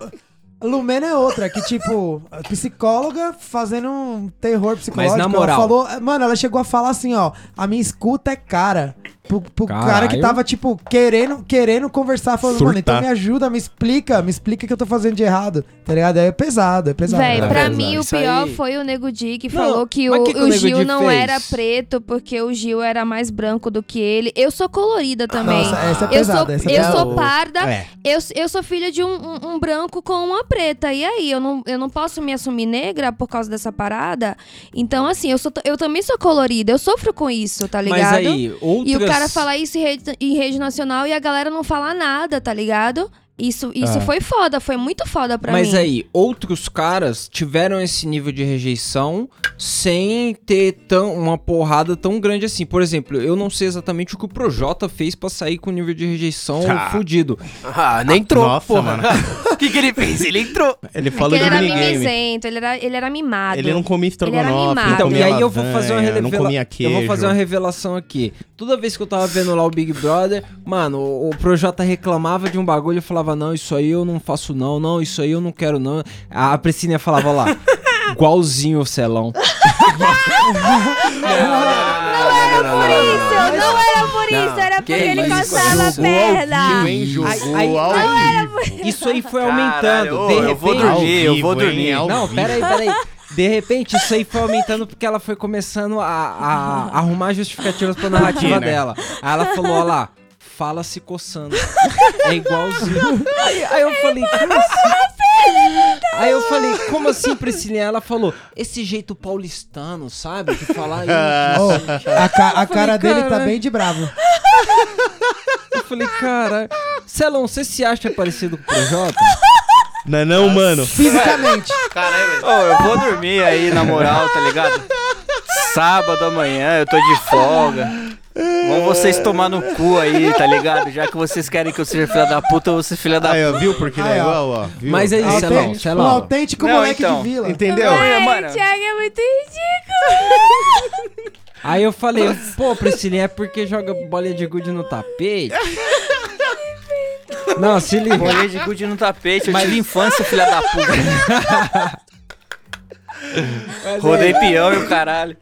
Speaker 6: Lumena é outra, que tipo, psicóloga fazendo um terror psicológico.
Speaker 3: Mas na moral.
Speaker 6: Ela falou, mano, ela chegou a falar assim, ó, a minha escuta é cara. Pro, pro
Speaker 3: Caralho.
Speaker 6: cara que tava, tipo, querendo, querendo conversar, falando, mano, então
Speaker 2: Surtar.
Speaker 6: me ajuda, me explica, me explica o que eu tô fazendo de errado. Tá ligado? É pesado, é pesado.
Speaker 4: Véi,
Speaker 6: é
Speaker 4: pra
Speaker 6: pesado.
Speaker 4: mim o
Speaker 7: Isso aí-
Speaker 4: pior foi o Nego Di que
Speaker 3: Não,
Speaker 4: falou que
Speaker 3: mas
Speaker 4: o,
Speaker 3: que que
Speaker 4: o
Speaker 3: o Nego
Speaker 4: Gil
Speaker 3: Di
Speaker 4: não
Speaker 3: fez?
Speaker 4: era preto porque o Gil era mais branco do que ele. Eu sou colorida também.
Speaker 6: Nossa, essa é
Speaker 4: eu sou,
Speaker 6: pesada. essa é
Speaker 4: eu
Speaker 6: pesada.
Speaker 4: sou parda,
Speaker 2: É.
Speaker 4: eu, eu sou filha de um, um- um branco com uma preta. E aí, eu não, eu não posso me assumir negra por causa dessa parada? Então, assim, eu, sou, t- eu também sou colorida, eu sofro com isso,
Speaker 7: assim,
Speaker 4: tá ligado?
Speaker 3: Mas aí, outras...
Speaker 4: E o cara falar isso em rede, em rede nacional e a galera não falar nada, tá ligado? Isso, isso
Speaker 2: Ah.
Speaker 4: foi foda, foi muito foda pra
Speaker 3: Mas
Speaker 4: mim.
Speaker 3: aí, outros caras tiveram esse nível de rejeição sem ter tão, uma porrada tão grande assim. Por exemplo, eu não sei exatamente o que o Projota fez pra sair com um nível de rejeição
Speaker 2: Ah.
Speaker 3: fudido.
Speaker 7: Ah, nem entrou,
Speaker 2: Nossa,
Speaker 7: porra.
Speaker 2: mano.
Speaker 7: O que, que ele fez? Ele entrou.
Speaker 2: Ele
Speaker 4: É que
Speaker 2: falou
Speaker 4: ele
Speaker 2: de
Speaker 4: era
Speaker 2: minigame.
Speaker 4: mimizento, ele era, ele era mimado.
Speaker 2: Ele não comia estrogonofe,
Speaker 4: mimado.
Speaker 2: não
Speaker 3: Então,
Speaker 2: comia
Speaker 3: e aí eu vou
Speaker 2: lasanha,
Speaker 3: fazer uma
Speaker 2: Não
Speaker 3: revelação.
Speaker 2: comia
Speaker 3: Eu
Speaker 2: queijo.
Speaker 3: vou fazer uma revelação aqui. Toda vez que eu tava vendo lá o Big Brother, mano, o, o Projota reclamava de um bagulho e falava: Não, isso aí eu não faço, não, não, isso aí eu não quero, não. A Priscina falava lá. (laughs) Igualzinho o Celão.
Speaker 4: era por isso, não era por isso, era
Speaker 7: que
Speaker 4: porque ele
Speaker 7: isso,
Speaker 4: passava
Speaker 3: jogou
Speaker 4: a
Speaker 3: ao
Speaker 4: perna.
Speaker 2: hein, jogou
Speaker 3: Aí-
Speaker 2: ao vivo.
Speaker 3: Isso aí
Speaker 6: Tá
Speaker 3: foi
Speaker 5: Caralho,
Speaker 3: aumentando.
Speaker 5: ô,
Speaker 3: de
Speaker 5: eu vou
Speaker 3: repente.
Speaker 5: dormir, eu vou
Speaker 2: Ao vivo, hein,
Speaker 5: dormir.
Speaker 2: ao
Speaker 3: Não,
Speaker 2: vivo.
Speaker 3: peraí, peraí. De repente, isso aí foi aumentando porque ela foi começando a, a- a arrumar justificativas pra narrativa
Speaker 2: Por quê, né?
Speaker 3: dela. Aí ela falou, ó lá, fala se coçando. É igualzinho. Aí, aí eu falei, como assim? Aí eu falei, como assim, Priscilinha? Ela falou, esse jeito paulistano, sabe? Que
Speaker 2: (laughs)
Speaker 3: falar.
Speaker 6: Ô, a, ca- a cara dele tá
Speaker 3: "Caralho."
Speaker 6: bem de bravo.
Speaker 3: Eu falei, cara. Celão, você se acha parecido com o Projota?
Speaker 2: Não, é não, mano.
Speaker 6: Fisicamente.
Speaker 5: Caralho, velho. Ô, eu vou dormir aí, na moral, tá ligado? Sábado amanhã, eu tô de folga. Vão vocês tomar no cu aí, tá ligado? Já que vocês querem que eu seja filha da puta, eu vou ser filha da
Speaker 2: Aí, ó, viu? Porque ele é
Speaker 6: Aí, ó.
Speaker 2: igual, ó. viu? Tá
Speaker 3: Mas é isso, Celão,
Speaker 6: Autêntico, um
Speaker 3: Celão.
Speaker 6: autêntico
Speaker 5: Não,
Speaker 6: moleque
Speaker 5: então,
Speaker 6: de vila.
Speaker 2: Entendeu?
Speaker 5: É, mano.
Speaker 4: Thiago é muito ridículo.
Speaker 3: Aí eu falei, pô, Priscilinha, é porque joga bolinha de gude no tapete? Não, se liga.
Speaker 5: Bolinha de gude no tapete, eu tive infância, filha da puta. Rodei peão e o caralho.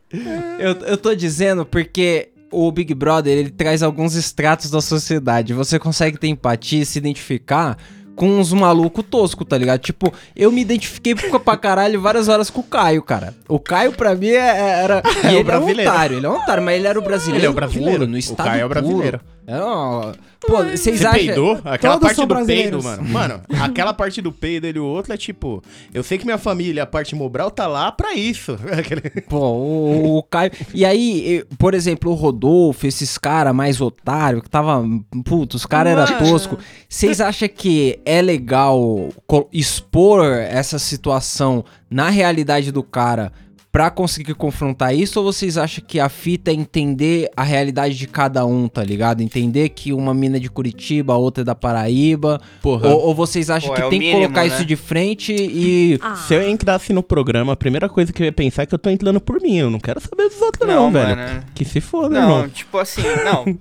Speaker 3: Eu, eu tô dizendo porque o Big Brother, ele traz alguns extratos da sociedade. Você consegue ter empatia e se identificar com uns malucos tosco, tá ligado? Tipo, eu me identifiquei pra- pra caralho várias horas com o Caio, cara. O Caio, pra mim, é- era... E ele é um
Speaker 2: brasileiro.
Speaker 3: otário, ele é um otário, mas ele era o brasileiro
Speaker 2: Ele é o brasileiro.
Speaker 3: puro, no
Speaker 2: O
Speaker 3: estado
Speaker 2: Caio é o
Speaker 3: puro.
Speaker 2: brasileiro.
Speaker 3: É, ó, pô, vocês
Speaker 2: Você
Speaker 3: acham.
Speaker 2: peidou? Aquela
Speaker 6: Todos
Speaker 2: parte
Speaker 6: são
Speaker 2: do peido,
Speaker 6: brasileiros.
Speaker 2: mano. Mano, aquela parte do peido ele o outro é tipo, eu sei que minha família, a parte mobral, tá lá pra isso. (laughs) Aquele-
Speaker 3: Pô, o, o Caio. E aí, eu- por exemplo, o Rodolfo, esses caras mais otário, que tava. Puto, os caras era
Speaker 4: Mano.
Speaker 3: tosco. Vocês acham que é legal co- expor essa situação na realidade do cara pra conseguir confrontar isso? Ou vocês acham que a fita é entender a realidade de cada um, tá ligado? Entender que uma mina é de Curitiba, a outra é da Paraíba.
Speaker 2: Porra.
Speaker 3: Ou, ou vocês acham
Speaker 5: Pô,
Speaker 3: que
Speaker 5: é o
Speaker 3: tem que
Speaker 5: mínimo,
Speaker 3: colocar
Speaker 5: né?
Speaker 3: isso de frente e.
Speaker 4: Ah,
Speaker 2: Se eu entrasse no programa, a primeira coisa que eu ia pensar é que eu tô entrando por mim. Eu não quero saber dos outros, não,
Speaker 5: Não,
Speaker 2: velho.
Speaker 5: mano. é.
Speaker 2: Que se foda,
Speaker 5: Não,
Speaker 2: irmão.
Speaker 5: tipo assim, não.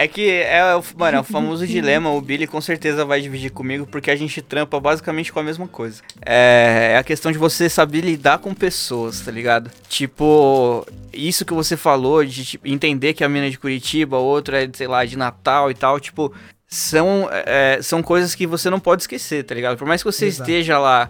Speaker 5: É que é, o- mano, é o famoso dilema. O Billy com certeza vai dividir comigo, porque a gente trampa basicamente com a mesma coisa. É, é a questão de você saber lidar com pessoas, tá ligado? Tipo, isso que você falou, de tipo, entender que a mina é de Curitiba, a outra é, sei lá, de Natal e tal, tipo. São, é, são coisas que você não pode esquecer, tá ligado? Por mais que você
Speaker 6: Exato.
Speaker 5: esteja lá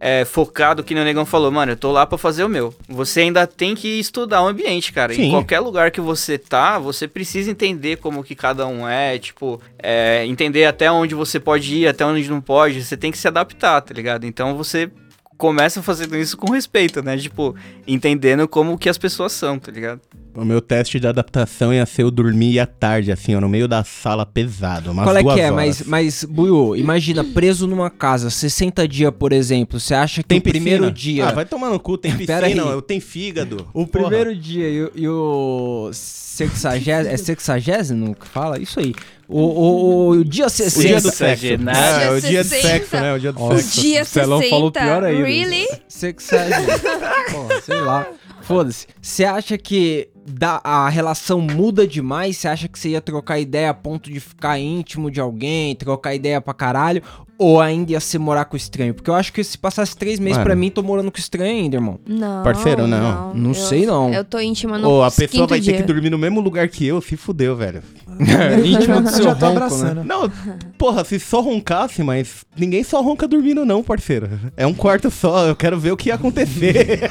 Speaker 5: é, focado, que nem o Negão falou, mano, eu tô lá pra fazer o meu. Você ainda tem que estudar o ambiente, cara.
Speaker 2: Sim.
Speaker 5: Em qualquer lugar que você tá, você precisa entender como que cada um é, tipo, é, entender até onde você pode ir, até onde não pode. Você tem que se adaptar, tá ligado? Então você começa fazendo isso com respeito, né? Tipo, entendendo como que as pessoas são, tá ligado?
Speaker 2: O meu teste de adaptação ia ser eu dormir à tarde, assim, ó, no meio da sala pesado. Umas
Speaker 3: Qual é
Speaker 2: duas
Speaker 3: que é?
Speaker 2: horas.
Speaker 3: Mas, mas Buiu, imagina, preso numa casa, 60 dias, por exemplo, você acha que
Speaker 2: Tem
Speaker 3: o primeiro
Speaker 2: piscina?
Speaker 3: dia.
Speaker 2: Ah, vai tomar no cu, tem piscina,
Speaker 3: Pera aí.
Speaker 2: eu tenho fígado.
Speaker 3: O
Speaker 2: Porra.
Speaker 3: primeiro dia e, o- e o. Sexagésimo. É sexagésimo que fala? Isso aí. O, o, o, o dia 60.
Speaker 2: O dia do sexo.
Speaker 5: Sexagenário.
Speaker 2: É, é o dia do
Speaker 4: 60.
Speaker 2: sexo, né? O dia do
Speaker 3: Nossa.
Speaker 2: sexo.
Speaker 4: o dia
Speaker 9: O Celão
Speaker 4: 60.
Speaker 9: falou pior ainda.
Speaker 4: Really?
Speaker 3: Sexagésimo. é
Speaker 6: (laughs)
Speaker 3: Porra, sei lá. Foda-se. Você acha que dá, a relação muda demais? Você acha que você ia trocar ideia a ponto de ficar íntimo de alguém, trocar ideia pra caralho? Ou ainda ia se morar com estranho? Porque eu acho que se passasse três meses
Speaker 2: Mano.
Speaker 3: pra mim, tô morando com estranho ainda, (laughs) irmão.
Speaker 4: Não.
Speaker 2: Parceiro, não.
Speaker 3: Não
Speaker 4: Eu-
Speaker 3: sei, não.
Speaker 4: Eu tô íntima no
Speaker 2: Ou a pessoa
Speaker 4: quinto
Speaker 2: vai
Speaker 4: dia.
Speaker 2: ter que dormir no mesmo lugar que eu, se fudeu, velho.
Speaker 3: É, Íntimo do seu
Speaker 6: já tô
Speaker 3: ronco, né?
Speaker 6: abraçando.
Speaker 2: Não, porra, se só roncasse, mas ninguém só ronca dormindo, não, parceiro. É um quarto só, eu quero ver o que ia acontecer.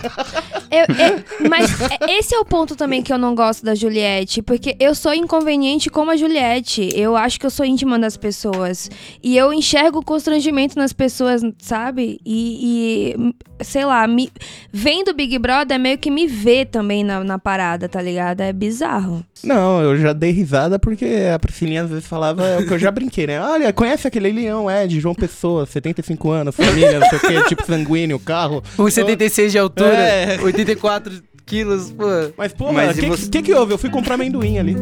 Speaker 4: Eu- eu- mas é- esse é o ponto também que eu não gosto da Juliette, porque eu sou inconveniente como a Juliette. Eu acho que eu sou íntima das pessoas. E eu enxergo o constrangimento nas pessoas, sabe? E, e, hum, sei lá, me, vendo o Big Brother é meio que me vê também na, na parada, tá ligado? É bizarro.
Speaker 2: não, eu já dei risada porque a Priscilinha às vezes falava é o que eu já brinquei, né? Olha, conhece aquele leão, é, de João Pessoa, 75 anos, família, não sei o quê, tipo sanguíneo, carro.
Speaker 7: 1,76 de altura,
Speaker 2: É.
Speaker 7: 84 quilos, pô.
Speaker 2: Mas, porra, o
Speaker 5: Mas e
Speaker 2: que,
Speaker 5: você-
Speaker 2: que que houve? Eu fui comprar amendoim ali.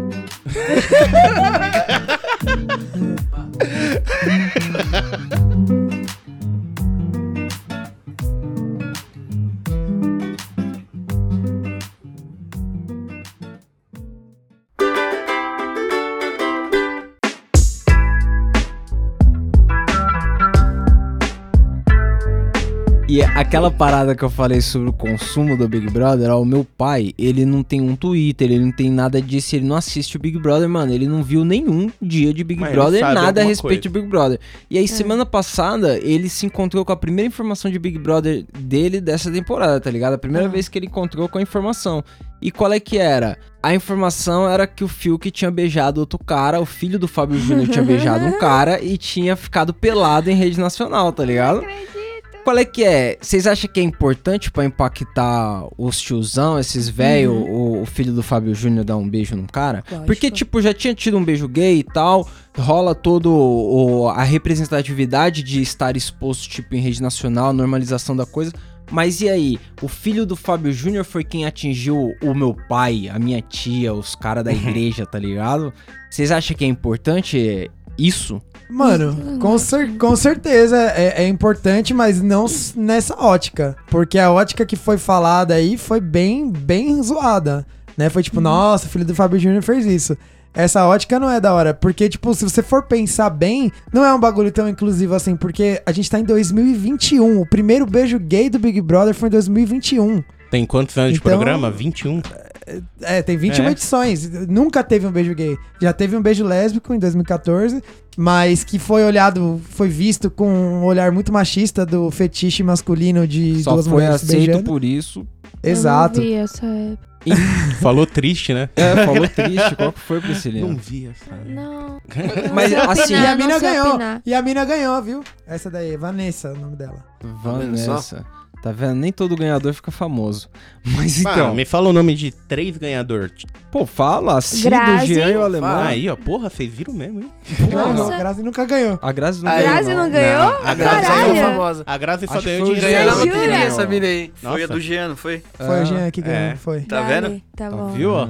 Speaker 3: E aquela parada que eu falei sobre o consumo do Big Brother, ó, o meu pai, ele não tem um Twitter, ele não tem nada disso, ele não assiste o Big Brother, mano. Ele não viu nenhum dia de Big
Speaker 2: Mas ele
Speaker 3: Brother,
Speaker 2: sabe
Speaker 3: nada a
Speaker 2: alguma
Speaker 3: respeito
Speaker 2: coisa.
Speaker 3: do Big Brother. E aí, semana passada, ele se encontrou com a primeira informação de Big Brother dele dessa temporada, tá ligado? A primeira vez que ele encontrou com a informação. E qual é que era? A informação era que o Fiuk tinha beijado outro cara, o filho do Fábio Júnior tinha beijado um cara e tinha ficado pelado em rede nacional, tá ligado? Qual é que é? Vocês acham que é importante pra impactar os tiozão, esses velho, o, o filho do Fábio Júnior dar um beijo num cara?
Speaker 4: Lógico.
Speaker 3: Porque, tipo, já tinha tido um beijo gay e tal, rola todo o- a representatividade de estar exposto, tipo, em rede nacional, normalização da coisa. Mas e aí? O filho do Fábio Júnior foi quem atingiu o meu pai, a minha tia, os caras da
Speaker 6: Uhum.
Speaker 3: igreja, tá ligado? Vocês acham que é importante isso?
Speaker 6: Mano, com, cer- com certeza é, é importante, mas não s- nessa ótica. Porque a ótica que foi falada aí foi bem, bem zoada. Né? Foi tipo, nossa, o filho do Fábio Júnior fez isso. Essa ótica não é da hora. Porque, tipo, se você for pensar bem, não é um bagulho tão inclusivo assim. Porque a gente tá em 2021. O primeiro beijo gay do Big Brother foi em 2021.
Speaker 2: Tem quantos anos
Speaker 6: Então-
Speaker 2: de programa? 21?
Speaker 6: É, tem 21
Speaker 2: É.
Speaker 6: edições. Nunca teve um beijo gay. Já teve um beijo lésbico em 2014, mas que foi olhado, foi visto com um olhar muito machista do fetiche masculino de
Speaker 3: Só
Speaker 6: duas
Speaker 3: foi
Speaker 6: mulheres se
Speaker 3: aceito
Speaker 6: beijando.
Speaker 3: por isso.
Speaker 4: Eu não
Speaker 6: Exato.
Speaker 4: vi essa época.
Speaker 2: Falou triste, né?
Speaker 3: É, falou triste. Qual que foi, Priscilina?
Speaker 2: Não vi essa.
Speaker 4: Não.
Speaker 3: Mas,
Speaker 4: sei
Speaker 3: assim-
Speaker 6: E
Speaker 4: opinar,
Speaker 6: a mina
Speaker 4: Ah, não sei
Speaker 6: ganhou.
Speaker 4: opinar.
Speaker 6: E a mina ganhou, viu? Essa daí, Vanessa, o nome dela.
Speaker 3: Vamos
Speaker 7: vendo só?
Speaker 3: nessa. Tá vendo? Nem todo ganhador fica famoso. Mas
Speaker 2: Então,
Speaker 3: então,
Speaker 2: me fala o nome de três ganhadores. Tipo,
Speaker 3: pô, fala. Cid,
Speaker 4: Grazi.
Speaker 3: Jean e o alemão.
Speaker 7: Ah.
Speaker 2: Aí, ó, porra, vocês viram mesmo, hein?
Speaker 6: Não, não,
Speaker 4: Nossa.
Speaker 6: a Grazi nunca ganhou.
Speaker 3: A Grazi não
Speaker 7: A
Speaker 3: ganhou,
Speaker 4: Grazi não
Speaker 3: não.
Speaker 4: ganhou?
Speaker 7: A Grazi é
Speaker 4: Ah, Caralho.
Speaker 7: famosa.
Speaker 2: A Grazi só
Speaker 3: Acho que
Speaker 2: ganhou
Speaker 3: foi o
Speaker 2: dinheiro.
Speaker 7: Ganhou na
Speaker 4: Jura?
Speaker 7: loteria essa mina aí.
Speaker 5: Foi a do Jean, não foi?
Speaker 6: Foi
Speaker 3: Ah,
Speaker 6: o Jean que ganhou,
Speaker 2: é.
Speaker 6: foi.
Speaker 5: Tá
Speaker 4: Vale,
Speaker 5: vendo?
Speaker 4: Tá
Speaker 3: Tá
Speaker 4: bom.
Speaker 2: viu? ó?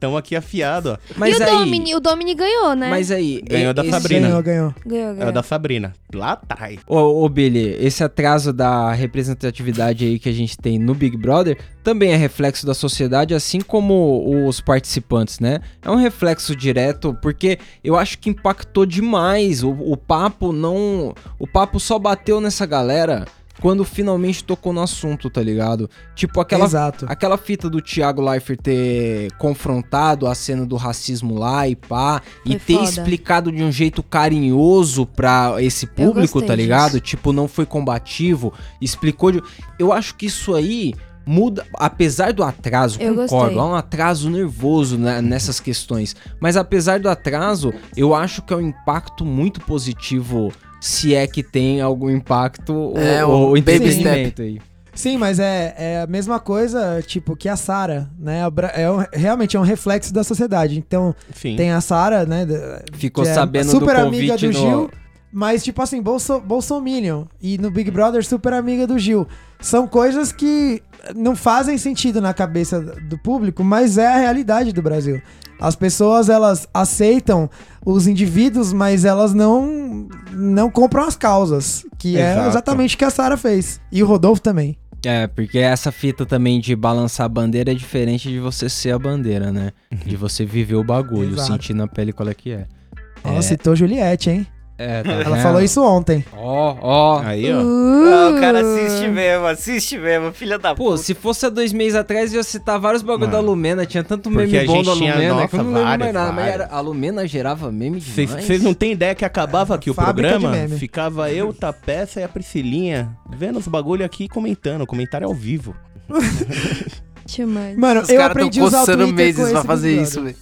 Speaker 2: Tamo aqui afiado, ó.
Speaker 3: Mas
Speaker 4: e o
Speaker 3: aí,
Speaker 4: Domini, o Domini ganhou, né?
Speaker 3: mas é- aí,
Speaker 2: Ganhou
Speaker 3: e-
Speaker 2: da
Speaker 3: esse-
Speaker 2: Sabrina.
Speaker 6: Ganhou, ganhou.
Speaker 4: Ganhou,
Speaker 2: É
Speaker 4: ganhou.
Speaker 2: o da Sabrina. Lá tá. aí.
Speaker 3: Ô, ô Billy, esse atraso da representatividade aí que a gente tem no Big Brother também é reflexo da sociedade, assim como os participantes, né? É um reflexo direto, porque eu acho que impactou demais. O, o papo não. O papo só bateu nessa galera quando finalmente tocou no assunto, tá ligado? Tipo aquela
Speaker 6: Exato.
Speaker 3: Aquela fita do Thiago Leifert ter confrontado a cena do racismo lá e pá, e
Speaker 4: Foi
Speaker 3: ter
Speaker 4: foda.
Speaker 3: explicado de um jeito carinhoso pra esse público,
Speaker 4: gostei
Speaker 3: tá ligado? Tipo, não foi combativo, explicou de... Eu acho que isso aí muda, apesar do atraso,
Speaker 4: Eu
Speaker 3: concordo,
Speaker 4: gostei.
Speaker 3: há um atraso nervoso né, nessas questões, mas apesar do atraso, eu acho que é um impacto muito positivo, se é que tem algum impacto
Speaker 7: É,
Speaker 3: ou,
Speaker 7: um baby
Speaker 3: entretenimento aí.
Speaker 6: Sim, mas é, é a mesma coisa, tipo, que a Sara, né? A Bra- É um- realmente é um reflexo da sociedade. Então,
Speaker 2: Sim.
Speaker 6: tem a Sara, né? da-
Speaker 3: Ficou
Speaker 6: que é
Speaker 3: sabendo
Speaker 6: super
Speaker 3: do convite
Speaker 6: amiga do
Speaker 3: no-
Speaker 6: Gil, mas tipo assim, Bolso, Bolsominion e no Big Brother super amiga do Gil. São coisas que não fazem sentido na cabeça do público, mas é a realidade do Brasil. As pessoas, elas aceitam os indivíduos, mas elas não não compram as causas, que é
Speaker 2: Exato.
Speaker 6: exatamente o que a Sara fez. E o Rodolfo também.
Speaker 3: É, porque essa fita também de balançar a bandeira é diferente de você ser a bandeira, né?
Speaker 2: Uhum.
Speaker 3: De você viver o bagulho,
Speaker 6: Exato.
Speaker 3: sentir na pele qual é que é.
Speaker 6: Ela citou Juliette, hein?
Speaker 3: É, tá
Speaker 6: Ela falou isso ontem.
Speaker 3: Ó, ó.
Speaker 2: Aí, ó.
Speaker 5: Ah, o cara assiste mesmo, assiste mesmo, filha da
Speaker 3: Pô,
Speaker 5: puta.
Speaker 3: se fosse há dois meses atrás, eu ia citar vários bagulho
Speaker 2: Mano.
Speaker 3: da Lumena. Tinha tanto
Speaker 2: Porque
Speaker 3: meme
Speaker 2: a
Speaker 3: bom
Speaker 2: gente
Speaker 3: da
Speaker 2: tinha,
Speaker 3: Lumena que eu
Speaker 2: nossa,
Speaker 3: não lembro mais
Speaker 2: várias,
Speaker 3: nada. Mas
Speaker 2: várias.
Speaker 3: era- a Lumena gerava meme demais.
Speaker 2: Vocês não têm ideia que acabava aqui o
Speaker 6: Fábrica de
Speaker 2: programa?
Speaker 6: meme.
Speaker 2: Ficava eu, o Tapeça e a Priscilinha vendo os bagulho aqui e comentando. Comentário ao vivo.
Speaker 4: Te mando.
Speaker 6: Mano,
Speaker 7: Os
Speaker 6: eu
Speaker 7: caras tão
Speaker 6: aprendi a usar o
Speaker 7: coçando
Speaker 6: Twitter com
Speaker 7: meses pra
Speaker 6: esse
Speaker 7: fazer
Speaker 6: Big
Speaker 7: isso, velho.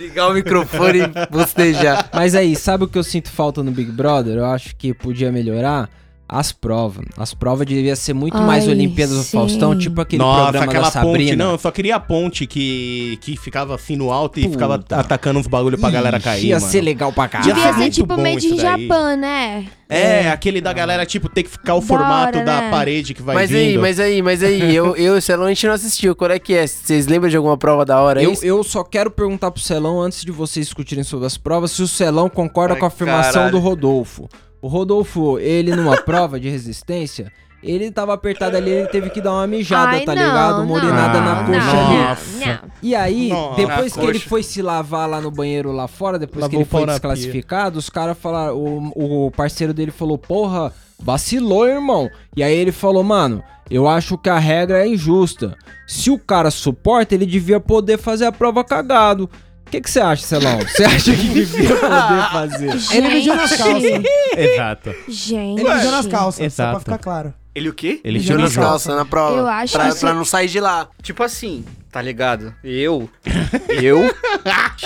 Speaker 7: Ligar
Speaker 3: (laughs)
Speaker 7: o microfone e bostejar.
Speaker 3: Mas aí, sabe o que eu sinto falta no Big Brother? Eu acho que podia melhorar as provas. As provas devia ser muito mais
Speaker 4: Ai,
Speaker 3: Olimpíadas do
Speaker 4: sim.
Speaker 3: Faustão, tipo aquele
Speaker 2: Nossa,
Speaker 3: programa
Speaker 2: aquela
Speaker 3: da Sabrina.
Speaker 2: ponte. Não, eu só queria a ponte que, que ficava assim no alto e
Speaker 3: Puta.
Speaker 2: ficava atacando uns bagulho pra galera
Speaker 3: Ih,
Speaker 2: cair.
Speaker 3: Ia
Speaker 2: mano.
Speaker 3: ser legal pra caralho.
Speaker 2: Devia
Speaker 4: Devia
Speaker 2: ser
Speaker 4: ser
Speaker 2: muito
Speaker 4: tipo
Speaker 2: bom
Speaker 4: Made in
Speaker 2: isso daí.
Speaker 4: Japan, né?
Speaker 2: É, aquele da galera, tipo, ter que ficar o
Speaker 4: Da
Speaker 2: formato
Speaker 4: hora,
Speaker 2: da
Speaker 4: né?
Speaker 2: parede que vai
Speaker 7: mas
Speaker 2: vindo.
Speaker 7: aí, mas aí, mas aí, (laughs) eu, eu, Celão, a gente não assistiu. Qual é que é? Vocês lembram de alguma prova da hora É aí?
Speaker 3: Eu, eu só quero perguntar pro Celão, antes de vocês discutirem sobre as provas, se o Celão concorda
Speaker 5: Ai,
Speaker 3: com a afirmação
Speaker 5: caralho.
Speaker 3: do Rodolfo. O Rodolfo, ele numa (laughs) prova de resistência, ele tava apertado ali, ele teve que dar uma mijada,
Speaker 4: Ai,
Speaker 3: tá
Speaker 4: não,
Speaker 3: ligado? Uma
Speaker 4: não,
Speaker 3: urinada na
Speaker 4: não,
Speaker 3: coxa
Speaker 4: não,
Speaker 3: ali.
Speaker 2: Nossa.
Speaker 4: Não.
Speaker 3: E aí,
Speaker 2: Nossa.
Speaker 3: depois que
Speaker 5: Na
Speaker 3: ele
Speaker 5: coxa.
Speaker 3: foi se lavar lá no banheiro lá fora, depois que
Speaker 2: Lavou
Speaker 3: ele
Speaker 2: o pau
Speaker 3: foi
Speaker 2: na
Speaker 3: desclassificado, os caras falaram. O, o parceiro dele falou, porra, vacilou, irmão. E aí ele falou, mano, eu acho que a regra é injusta. Se o cara suporta, ele devia poder fazer a prova cagado. O que que você acha, (laughs) Celão? Você acha que devia poder fazer?
Speaker 6: Ele mijou nas calças.
Speaker 2: (laughs) Exato.
Speaker 4: Gente.
Speaker 6: Ele mijou nas calças, só pra
Speaker 2: Exato.
Speaker 6: ficar claro.
Speaker 5: Ele o quê?
Speaker 2: Ele
Speaker 7: Mijou
Speaker 2: tinha
Speaker 7: nas calças na prova.
Speaker 4: Eu acho
Speaker 7: pra,
Speaker 4: que
Speaker 7: pra
Speaker 4: isso-
Speaker 7: não sair de lá.
Speaker 5: Tipo assim, tá ligado? Eu, (laughs) eu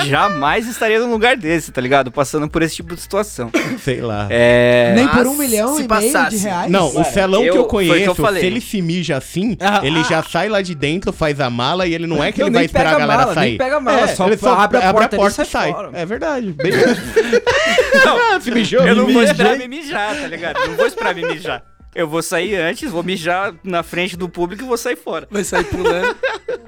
Speaker 5: jamais estaria num lugar desse, tá ligado? Passando por esse tipo de situação.
Speaker 2: Sei lá.
Speaker 5: É.
Speaker 6: Nem por um
Speaker 7: Mas
Speaker 6: milhão
Speaker 7: Ah, se
Speaker 6: e meio de
Speaker 7: passasse.
Speaker 6: reais?
Speaker 2: Não, o
Speaker 5: Mano,
Speaker 2: Celão
Speaker 5: eu-
Speaker 2: que eu
Speaker 5: foi o que
Speaker 2: conheço,
Speaker 5: eu falei.
Speaker 2: se ele se mija assim,
Speaker 3: Ah,
Speaker 2: ele
Speaker 3: ah.
Speaker 2: já sai lá de dentro, faz a mala e ele não é que
Speaker 3: Não,
Speaker 2: ele
Speaker 3: nem
Speaker 2: vai esperar
Speaker 3: pega
Speaker 2: a galera
Speaker 3: mala, nem
Speaker 2: sair.
Speaker 3: pega mala,
Speaker 2: é,
Speaker 3: só
Speaker 2: ele só abre, abre a porta e
Speaker 3: sai
Speaker 2: sai.
Speaker 3: fora.
Speaker 2: É verdade. Beleza.
Speaker 5: Não,
Speaker 2: se mijou,
Speaker 5: eu não
Speaker 2: me
Speaker 5: vou
Speaker 2: mijei.
Speaker 5: esperar me mijar, tá ligado? Não vou esperar me mijar. Eu vou sair antes, vou mijar na frente do público e vou sair fora.
Speaker 7: Vai sair pulando.